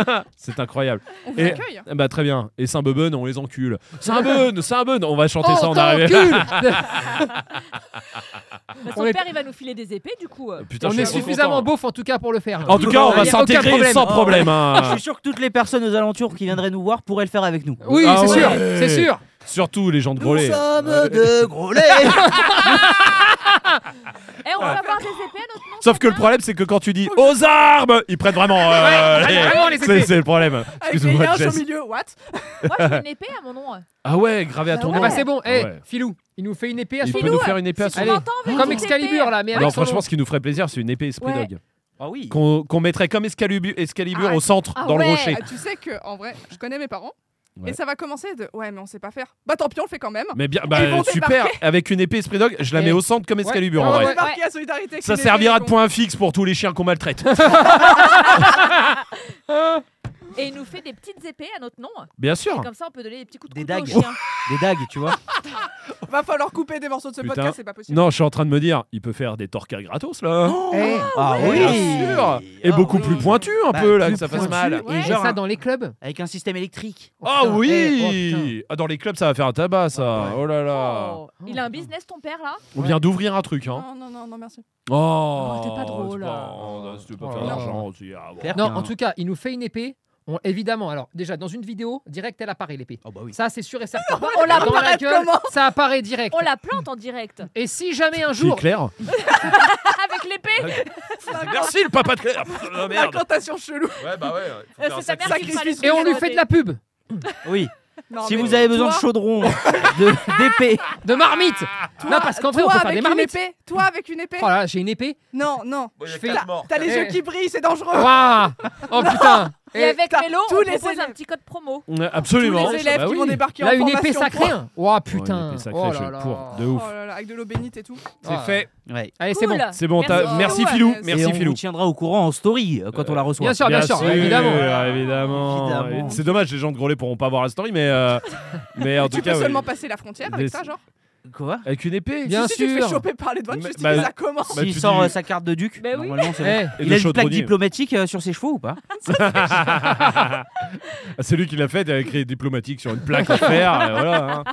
A: c'est incroyable.
C: On vous
A: Et-
C: accueille.
A: Ah Bah très bien. Et Saint-Beuben, on les encule. Saint-Beuben, Saint-Beuben, on va chanter ça
G: On
A: en arrivant.
G: t'encule
H: Bah, Son
G: on est-
H: père, il va nous filer des épées, du coup. euh.
A: Putain,
G: On
A: je
G: est
A: suis trop
G: suffisamment
A: content.
G: beauf en tout cas pour le faire.
A: En tout cas, on
G: Y a
A: va
G: aucun
A: s'intégrer
G: problème.
A: sans
B: Oh.
A: problème. hein.
B: Je suis sûr que toutes les personnes aux alentours qui viendraient nous voir pourraient le faire avec nous.
G: Oui,
A: Ah
G: c'est sûr,
A: ouais.
G: c'est sûr.
A: Surtout les gens de
B: Nous
A: Grolet.
B: sommes de Grolet
H: Eh,
A: Ah.
H: on va avoir des épées à notre nom.
A: Sauf que le problème, c'est que quand tu dis aux armes, ils prennent vraiment. euh,
G: Ouais, ah,
A: les-
G: vraiment les
A: c'est,
G: épées.
A: c'est le problème.
C: Avec les
A: Excuse-moi,
C: liens au
A: Jess.
C: milieu, what
H: Moi, j'ai une épée à mon nom. euh.
A: Ah ouais, gravé à
H: Bah
A: ton
G: Ah
A: nom.
G: bah c'est bon, eh,
A: Ouais.
G: Filou, il nous fait une épée à
A: Il
G: son-
A: peut nous faire une épée à
H: Si
A: son
H: tu
G: Allez.
H: m'entends, veux
G: Comme
H: une
G: Excalibur
H: épée.
G: là, mais avec
A: Non,
G: son nom.
A: franchement, ce qui nous ferait plaisir, c'est une épée Esprit
H: Ouais.
A: Dog.
B: Ah oui
A: Qu'on, qu'on mettrait comme Excalibur, Excalibur
H: Ah,
A: au centre,
H: ah
A: dans le
H: ouais.
A: rocher.
C: Ah, Tu sais que, en vrai, je connais mes parents.
A: Ouais.
C: Et ça va commencer de ouais, mais on sait pas faire. Bah tant pis, on le fait quand même.
A: Mais bien, bah,
C: Ils vont
A: super. Avec une épée Esprit Dog, je la
G: Et-
A: mets au centre comme Excalibur
G: Ouais, Ah
A: en
G: ouais,
A: vrai.
C: On va marquer la solidarité. avec
A: Ça
C: les
A: servira de
C: bébés, donc.
A: point fixe pour tous les chiens qu'on maltraite.
H: Et il nous fait des petites épées à notre nom. euh.
A: Bien
H: Et
A: sûr.
H: comme ça, on peut donner des petits coups
B: Des
H: de couteau aux
B: dagues.
H: chiens.
B: Des dagues, tu vois.
C: Va falloir couper des morceaux de ce
A: Putain.
C: podcast, c'est pas possible.
A: Non, je suis en train de me dire, il peut faire des torcas gratos là.
G: Eh,
B: Ah
A: oui. Bien sûr. Et
B: Ah
A: beaucoup
B: oui.
A: plus pointu un
B: Bah,
A: peu là,
B: plus
A: que ça fasse
B: pointu.
A: mal.
G: Eh, Et
B: Ouais.
G: genre
B: Genre
G: ça
B: un-
G: dans les clubs.
B: Avec un système électrique.
A: Ah
G: putain, eh, oh,
A: oui Dans les clubs, ça va faire un tabac, ça. Oh là là.
H: Oh, Il a un business, ton père, là
A: On vient d'ouvrir un truc, hein.
C: Non, non, non, non, merci.
A: Oh,
H: t'es pas drôle,
A: c'est
H: là.
A: oh, si tu peux
G: Oh
A: faire
G: là là.
A: d'argent aussi. ah bon.
B: Claire
G: Non,
B: qu'un-
G: en tout cas, il nous fait une épée. On, évidemment, alors déjà dans une vidéo, direct elle apparaît l'épée.
B: Oh bah oui.
G: Ça c'est sûr et certain.
H: on la
G: dans la
C: remarque
G: gueule,
C: comment
G: ça apparaît direct.
H: On la plante en direct.
G: Et si jamais un
A: Qui est
G: jour,
A: Claire
H: Avec l'épée.
A: Merci le papa de Claire Putain, la merde
C: Incantation chelou.
A: Ouais, bah ouais. faut
H: Euh,
A: faire
H: C'est
A: ça.
H: sa mère qui fera les
G: et on lui fait de la pub,
B: Oui.
C: Non,
B: Si
C: mais
B: vous avez besoin de
C: toi-
B: chaudrons, de- d'épées,
G: de marmite. non parce qu'en vrai on
C: Ah,
G: peut
C: Toi
G: faire
C: avec
G: des
C: une
G: marmites.
C: épée Toi avec une épée
G: Oh là, là, j'ai une épée.
C: Non, non.
G: Je fais.
C: T'as t'as les
G: Eh.
C: yeux qui brillent, c'est dangereux.
G: Waouh Oh putain.
H: Et avec
C: t'as
H: Mélo,
C: tous
H: on
C: les
H: propose un
C: élèves.
H: petit code promo.
C: Tous
A: Absolument.
C: les élèves
A: Bah
C: qui
A: oui.
C: vont débarquer en
G: Là une épée
C: formation.
G: sacrée. hein. Ouah
A: Oh, une épée
G: putain.
A: sacrée,
G: Oh
A: je-
G: là là.
A: pour, de
C: Oh
A: ouf.
C: là là, avec de l'eau bénite et tout.
A: C'est
G: Ah.
A: fait.
B: Ouais.
G: Allez c'est bon.
H: Cool.
A: C'est bon, t'as-
H: Merci,
A: merci
C: beaucoup,
A: Filou.
C: Anaïs.
A: Merci
B: et on
A: Filou.
B: vous tiendra au courant en story euh, quand on la reçoit.
G: Bien sûr, bien, sûr, évidemment.
A: euh, évidemment.
B: Évidemment.
A: C'est dommage, les gens de Grolet pourront pas voir la story, mais, euh, mais en
C: Tu
A: tout
C: peux
A: cas. ouais.
C: seulement passer la frontière avec
A: Des-
C: ça, genre.
B: Quoi
A: Avec une épée
G: Bien
C: si, si, tu te fais
G: sûr.
C: choper par les douanes,
A: Mais-
C: tu dis
A: bah-
C: que ça commence.
A: Bah,
B: S'il
A: tu
B: sort
A: dis-
B: euh, sa carte de duc,
H: Bah oui.
B: normalement c'est bon.
G: Eh,
A: Et
B: Il
A: de
B: a une plaque
A: chaudronnier.
B: diplomatique euh, sur ses chevaux ou pas
A: Ah, C'est lui qui l'a fait, il a écrit diplomatique sur une plaque à fer. euh, voilà, hein.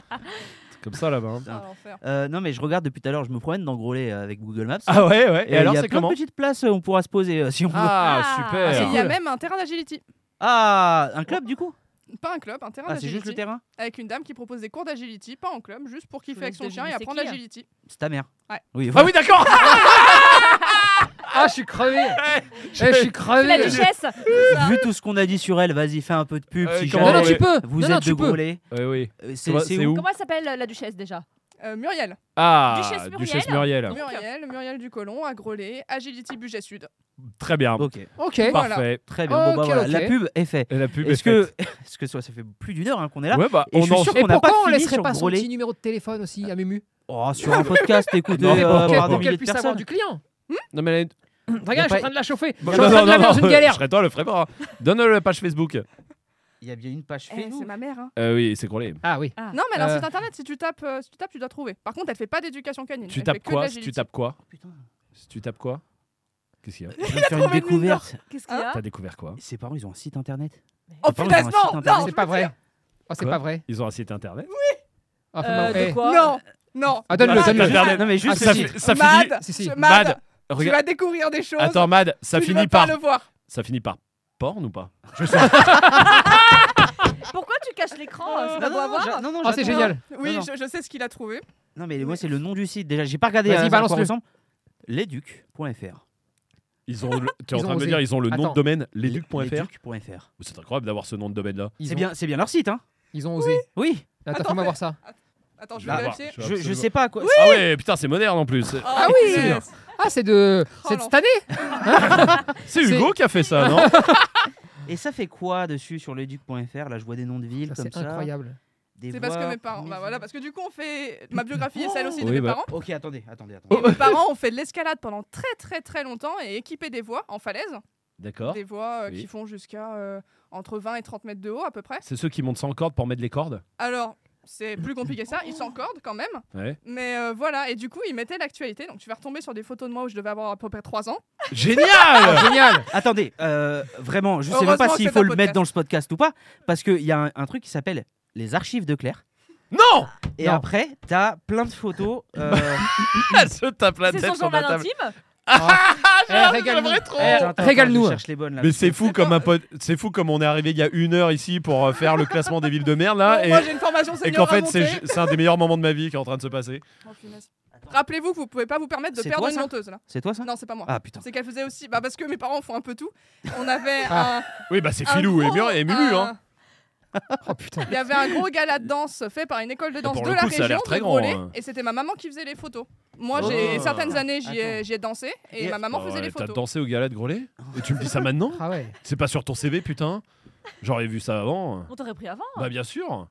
A: C'est comme ça là-bas. hein.
C: Ah, l'enfer.
B: Euh, Non mais je regarde depuis tout à l'heure, je me promène dans Grolet euh, avec Google Maps.
A: Ah ouais, ouais. Et,
B: il
A: alors,
B: y a
A: c'est
B: plein de
A: comment
B: petites places, euh, on pourra se poser euh, si on veut. Ah,
A: Ah,
C: Et
A: super.
C: Il y a même un terrain d'agility.
B: Ah, un club du coup
C: Pas un club, un
G: bah,
C: terrain
B: Ah, c'est juste le
C: d'agility.
B: terrain
C: Avec une dame qui propose des cours d'agility, pas en club, juste pour kiffer
H: voulais
C: avec son
H: te
G: hein
C: chien et
H: deviner, c'est
C: apprendre
H: qui, hein
C: l'agility.
B: C'est ta mère.
C: Ouais.
B: Oui,
A: Ah
B: voilà.
A: oui, d'accord.
G: Ah, je suis crevé. Eh, Je suis
H: La
G: crevé.
H: duchesse
B: Vu tout ce qu'on a dit sur elle, vas-y, fais un peu de pub.
I: Euh,
B: si
I: comment
G: Non,
B: jamais
G: non, tu peux.
B: Vous
G: non,
B: êtes
G: non,
B: de
G: tu peux.
B: Gaulet.
I: Oui, oui.
B: Euh, C'est
I: Comment-
B: c'est
I: c'est
B: où
I: où
H: Comment elle s'appelle la duchesse déjà
C: Euh, Muriel.
A: Ah,
H: Duchesse Muriel.
A: Duchesse Muriel.
H: Donc-
C: Muriel, Muriel du Colon, à Grelais, Agility Buget Sud.
A: Très bien.
B: Ok,
G: Ok.
C: Voilà.
A: Parfait.
B: très bien. Bon, bah,
G: Ok,
B: voilà,
G: ok.
B: La pub est faite.
A: Et la pub
B: Est-ce
A: est faite.
B: que, est-ce que ça ça fait plus d'une heure hein, qu'on est là
A: Ouais, bah,
B: Et je
A: on
B: suis
A: en
B: sûr
G: Et
B: qu'on n'a pas
G: pourquoi on
B: fini
G: laisserait
B: sur
G: pas son
B: Grolet
G: petit numéro de téléphone aussi à Mému
B: Oh, sur un podcast, écoutez,
A: Non,
B: euh,
A: mais
G: Pour qu'elle-
B: par des
G: Pour
B: milliers
G: qu'elle
B: de
G: puisse avoir
B: personnes.
G: du client.
A: Non, mais elle a-
G: Regarde, je suis
B: pas-
G: en train de la chauffer. Je
A: Bah, Non,
G: suis en train
A: non, non,
G: de la
A: euh,
G: mettre dans une
A: Je
G: galère.
A: serais toi, le ferais pas. Donne-le la page Facebook.
B: Il y a bien une page
C: Eh, c'est
B: Facebook.
C: ma mère. hein.
A: Euh, oui, c'est grelé.
G: Ah oui.
H: Ah.
C: Non, mais elle a un
G: Euh.
C: site internet. Si tu tapes, euh, si tu tapes, tu dois trouver. Par contre, elle fait pas d'éducation canine.
A: Tu
C: elle fait
A: tapes
C: que de
A: quoi Si
C: l'agility.
A: tu tapes quoi
B: Putain.
A: Si tu tapes quoi Qu'est-ce qu'il y a
B: Je vais me faire une
C: trouvé une mine d'or.
B: découverte.
H: Qu'est-ce qu'il y a
A: T'as découvert quoi
B: Ses parents, ils ont un site internet.
C: Oh
B: Pardon,
C: putain,
B: j'ai un site
C: non,
B: internet.
C: non,
G: C'est pas vrai. Oh, c'est
A: Quoi
G: pas vrai.
A: Ils ont un site internet
G: Ah, faut
H: Euh,
G: m'avouer.
H: De
G: Eh.
H: quoi
C: non, non.
G: Ah, donne-le,
A: Ah,
G: donne-le.
A: c'est Internet.
B: Non, mais juste
G: Ah,
B: ce
A: ça,
G: si.
B: site.
A: fi- ça finit.
C: Oh, Mad,
G: Si, si.
C: je- Mad,
A: Mad.
C: tu
A: Regarde.
C: vas découvrir des choses.
A: Attends, Mad, ça
C: tu ne
A: finit
C: vas
A: par.
C: pas le voir.
A: Ça finit par porn ou pas
H: Pourquoi tu caches l'écran euh, C'est pas
B: Ah Non,
H: beau
B: non,
H: à
B: non,
H: voir
B: j'a- non, non,
G: Ah, c'est
B: j'attends.
G: génial.
C: Oui,
B: Non, non.
C: je, je sais ce qu'il a trouvé.
B: Non, mais moi, c'est le nom du site. Déjà, j'ai pas regardé.
G: Vas-y,
B: euh, à quoi
G: balance-le.
B: ressemble. Lesducs.fr.
A: Ils ont. le- T'es en
G: Ils
A: train de
G: ont
A: me
G: osé.
A: dire, ils ont le nom
G: Attends.
A: de domaine leduc.fr.
B: Lesducs.fr.
A: C'est incroyable d'avoir ce nom de domaine là.
G: Ils
B: C'est
G: ont-
B: bien, c'est bien leur site, hein
G: Ils ont osé.
B: Oui.
G: Attends,
C: Attends,
G: faut
C: fais-
G: m'avoir ça.
C: Attends, je
B: Bah,
C: vais vérifier.
A: Je vais
B: Je, je
A: absolument-
B: sais pas à quoi.
A: Ah ouais, putain, c'est moderne en plus.
C: Ah
G: oui.
C: yes.
G: Ah, c'est de
C: Oh,
G: c'est de
C: l'enfer.
G: cette année
A: C'est
G: C'est-
A: Hugo qui a fait ça, non
B: Et ça fait quoi dessus sur lesducs.fr Là, je vois des noms de villes
G: Ça,
B: comme
G: C'est
B: ça.
G: incroyable.
B: des
C: C'est parce que
B: voix,
C: mes parents. Bah
B: maisons.
C: voilà, parce que du coup, on fait. Ma biographie et celle aussi de
A: Oui,
C: mes
A: bah.
C: parents.
B: Ok, attendez, attendez, attendez.
C: Et mes parents ont fait de l'escalade pendant très très très longtemps et équipé des voies en falaise.
A: D'accord.
C: Des voies euh,
A: Oui.
C: qui font jusqu'à euh, entre 20 et 30 mètres de haut à peu près.
A: C'est ceux qui montent sans corde pour mettre les cordes
C: Alors, c'est plus compliqué que ça, ils s'encordent quand même.
A: Ouais.
C: Mais euh, voilà, et du coup, ils mettaient l'actualité. Donc, tu vas retomber sur des photos de moi où je devais avoir à peu près 3 ans.
A: Génial
G: Génial.
B: Attendez, euh, vraiment, je sais même
C: Heureusement
B: pas
C: que
B: s'il
C: c'est
B: faut
C: un
B: le mettre
C: podcast.
B: dans ce podcast ou pas, parce qu'il y a un, un truc qui s'appelle les archives de Claire.
A: Non
B: Et
G: Non.
B: après, t'as plein de photos. euh,
A: Elle se tape la
H: C'est
A: tête
H: son
A: sur
H: journal
A: la table.
H: intime
G: Eh,
A: Ah,
G: régale-nous. Eh,
B: attends, attends, attends,
G: Régale-nous.
B: je cherche les bonnes là.
A: Eh. Mais c'est fou
C: C'est pas-
A: comme un pote- c'est fou comme on est arrivé il y a une heure ici pour euh, faire le classement des villes de merde là
C: Bon, Moi,
A: Ah, et,
C: j'ai une formation
A: et
C: senior
A: qu'en
C: à
A: fait
C: monter.
A: c'est c'est un des meilleurs moments de ma vie qui est en train de se passer.
C: Oh, punaise. Rappelez-vous que vous pouvez pas vous permettre de
B: C'est
C: perdre
B: toi,
C: une
B: ça
C: monteuse là.
B: C'est toi ça
C: Non, c'est pas moi.
B: Ah putain.
C: C'est qu'elle faisait aussi. Bah, parce que mes parents font un peu tout. On avait
G: Ah.
C: un.
A: Oui bah c'est
C: un
A: Filou et,
C: gros-
A: Mur- et Mumu hein.
C: un-
G: Oh putain.
C: Il y avait un gros gala de danse fait par une école de danse
A: pour
C: de
A: le
C: la
A: coup, ça a
C: région.
A: l'air très
C: de
A: grand,
C: Grolet,
A: hein.
C: Et c'était ma maman qui faisait les photos. Moi, j'ai
B: Oh.
C: certaines années, j'y ai,
B: Attends.
C: j'y ai dansé et,
B: Et-
C: ma maman
A: Ah
C: faisait
A: ouais,
C: les
A: T'as
C: photos.
A: dansé au gala de Grolet Et tu me dis ça maintenant
G: Ah ouais.
A: C'est pas sur ton CV putain J'aurais vu ça
C: Oh.
A: avant.
H: On t'aurait pris avant
A: Bah bien sûr.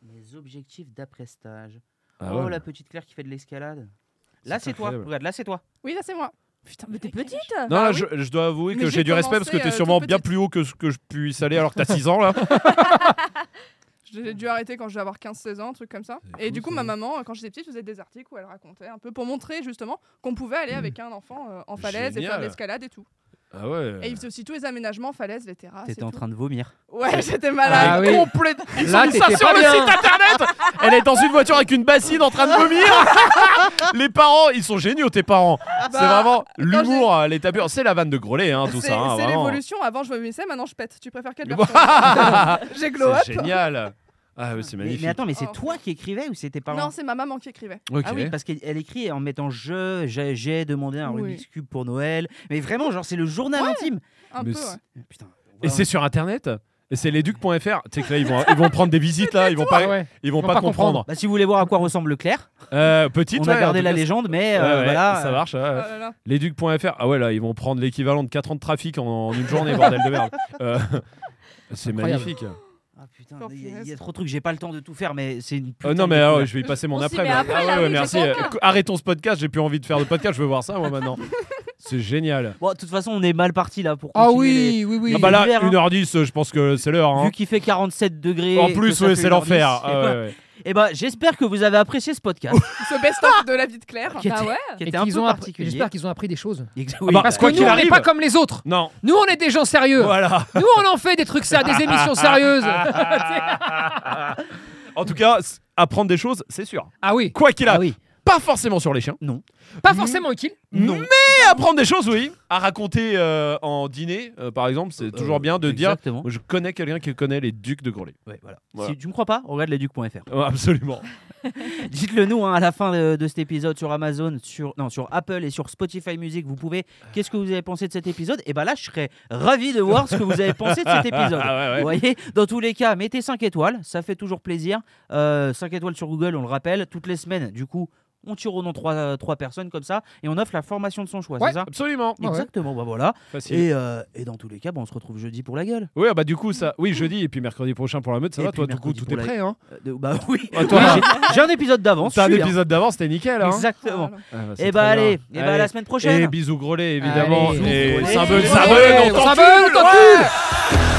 B: Mes objectifs d'après stage.
A: Ah
B: oh
A: ouais.
B: la petite Claire qui fait de l'escalade. Là
A: C'est
B: c'est toi.
A: incroyable.
B: Regarde, là c'est toi.
C: Oui, là, c'est moi. Putain,
H: Mais t'es petite
A: Non,
C: Bah
A: là,
C: oui.
A: je, je dois avouer
C: Mais
A: que
C: j'ai
A: j'ai du respect parce que
C: commencé,
A: t'es
C: euh,
A: sûrement
C: toute
A: bien
C: petite.
A: plus haut que ce que je puisse aller alors que t'as 6 ans là.
C: J'ai dû arrêter quand je devais avoir 15-16 ans, un truc comme ça.
A: C'est
C: Et
A: fou,
C: du coup,
A: ça.
C: ma maman, quand j'étais petite, faisait des articles où elle racontait un peu pour montrer justement qu'on pouvait aller avec un enfant euh, en falaise et faire
A: Génial.
C: de l'escalade et tout.
A: Ah ouais.
C: Et il faisait aussi tous les aménagements, falaises, les terrasses. et
B: T'étais en
C: tout.
B: train de vomir.
C: Ouais, j'étais malade.
G: Ah oui.
C: complète. Ils
G: Là,
C: ont mis ça
G: t'étais
C: sur
G: pas
C: le
G: bien.
C: site internet.
A: Elle est dans une voiture avec une bassine en train de vomir. les parents, ils sont géniaux, tes parents. c'est
C: Bah,
A: vraiment l'humour, euh, les tapures. C'est la vanne de Grolet, hein, tout
C: C'est
A: ça. hein,
C: c'est
A: vraiment.
C: l'évolution. Avant, je vomissais, maintenant je pète. Tu préfères quelle
A: Le-
C: version J'ai glow up.
A: c'est génial. Ah oui, c'est
B: Mais,
A: magnifique.
B: mais attends, mais c'est
C: Oh.
B: toi qui écrivais ou c'était pas
C: Non, c'est ma maman qui écrivait.
A: Ok.
B: Ah oui, parce qu'elle elle écrit en mettant je, j'ai- j'ai demandé un
C: Oui.
B: Rubik's Cube pour Noël. Mais vraiment, genre, c'est le journal intime.
C: Un
A: Mais
C: peu.
A: c'est-
C: ouais.
B: Putain. on va-
A: Et c'est sur internet et c'est l'éduc.fr. Tu sais que là, ils vont, ils vont prendre des visites, là, ils vont pas,
G: Ah ouais.
A: ils vont pas, comprendre.
B: Bah, si vous voulez voir à quoi ressemble Claire,
A: Euh, petite,
B: on a
A: ouais,
B: gardé
A: en tout
B: la
A: cas,
B: légende, mais euh,
A: ouais, ouais,
B: voilà.
A: ça
B: euh,
A: marche. ouais, ouais.
C: Oh là là.
A: Lesducs.fr, ah ouais, là, ils vont prendre l'équivalent de 4 ans de trafic en, en une journée, bordel de merde. Euh, c'est
G: Incroyable.
A: magnifique. Euh,
B: Ah putain,
C: Oh,
B: il y, a- il y a
C: punaise.
B: trop de trucs, j'ai pas le temps de tout faire, mais c'est une.
A: Euh,
B: putain
A: non,
B: de
A: mais ah ouais,
B: découverte.
A: je vais y passer mon
H: On s'y
A: après.
H: met
A: mais-
H: après,
A: ah
H: là,
A: ouais,
H: oui,
A: ouais,
H: je
A: merci.
H: comprends.
A: Euh, Arrêtons ce podcast, j'ai plus envie de faire de podcast, je veux voir ça moi maintenant. C'est génial.
B: Bon, de toute façon, on est mal parti là pour.
G: Ah
B: continuer
G: oui, oui, oui.
A: Ah bah là,
B: l'hiver, hein.
A: 1h10, euh, je pense que c'est l'heure.
B: les-
A: hein.
B: Vu qu'il fait 47 degrés.
A: En plus, ouais, c'est l'enfer. Ah ouais, ouais.
B: Et bah, j'espère que vous avez apprécié ce podcast.
C: Ce best-of de la vie de Claire.
B: qui était,
H: Bah ouais
B: qui
G: Et
B: était un
G: qu'ils
B: peu
G: ont appris-
B: particulier.
G: J'espère qu'ils ont appris des choses.
B: Ex-
A: bah,
G: Parce que
A: Quoi
G: nous,
A: qu'il
G: on n'est pas
A: arrive.
G: comme les autres.
A: Non,
G: Nous, on est des gens sérieux.
A: voilà.
G: Nous, on en fait des trucs sérieux, des émissions sérieuses.
A: Ah, En tout cas, s- apprendre des choses, c'est sûr.
G: ah oui,
A: Quoi qu'il
B: Ah
A: arrive,
B: oui.
A: pas forcément sur les chiens.
G: pas forcément utile.
B: Non.
A: Mais apprendre des choses, oui. À raconter euh, en dîner, euh, par exemple, c'est toujours bien de dire
B: Exactement.
A: je connais quelqu'un qui connaît les ducs de Grolet.
B: Ouais, voilà.
A: Voilà.
B: Si tu me crois pas, regarde leduc.fr. Ah.
A: Ouais, Absolument.
B: Dites-le nous hein, à la fin de, de cet épisode sur Amazon, sur, non, sur Apple et sur Spotify Music. Vous pouvez. Qu'est-ce que vous avez pensé de cet épisode Et ben là, je serais ravi de voir ce que vous avez pensé de cet épisode.
A: Ah ouais, ouais.
B: Vous voyez, dans tous les cas, mettez 5 étoiles, ça fait toujours plaisir. Euh, 5 étoiles sur Google, on le rappelle, toutes les semaines. Du coup, on tire au nom 3, personnes comme ça et on offre la formation de son choix,
G: Ouais.
B: c'est ça
A: Absolument.
G: Ouais.
B: Exactement, bah voilà.
A: Facile.
B: Et, euh, et dans tous les cas, bah, on se retrouve jeudi pour la gueule.
A: Oui, ah bah du coup, ça. Oui, jeudi et puis mercredi prochain pour la meute, ça
B: Et
A: va
B: puis
A: Toi, du coup,
B: mercredi
A: tout
B: pour
A: est
B: la-
A: prêt, hein
B: Euh, bah oui,
A: Ah, toi,
B: Oui,
A: là.
B: j'ai- j'ai un épisode d'avance.
A: T'as un
B: je suis, hein.
A: épisode d'avance, t'es nickel, hein
B: Exactement.
A: Ah bah, c'est
B: Et bah
A: très bien.
B: allez, et bah à la semaine
A: Et
B: prochaine.
A: bisous gros lait, évidemment.
G: Allez.
A: Et
H: Bisous, gros lait.
A: Saint-Beul,
H: Allez.
A: Saint-Beul, on
G: Ça
A: t'encule
G: on t'encule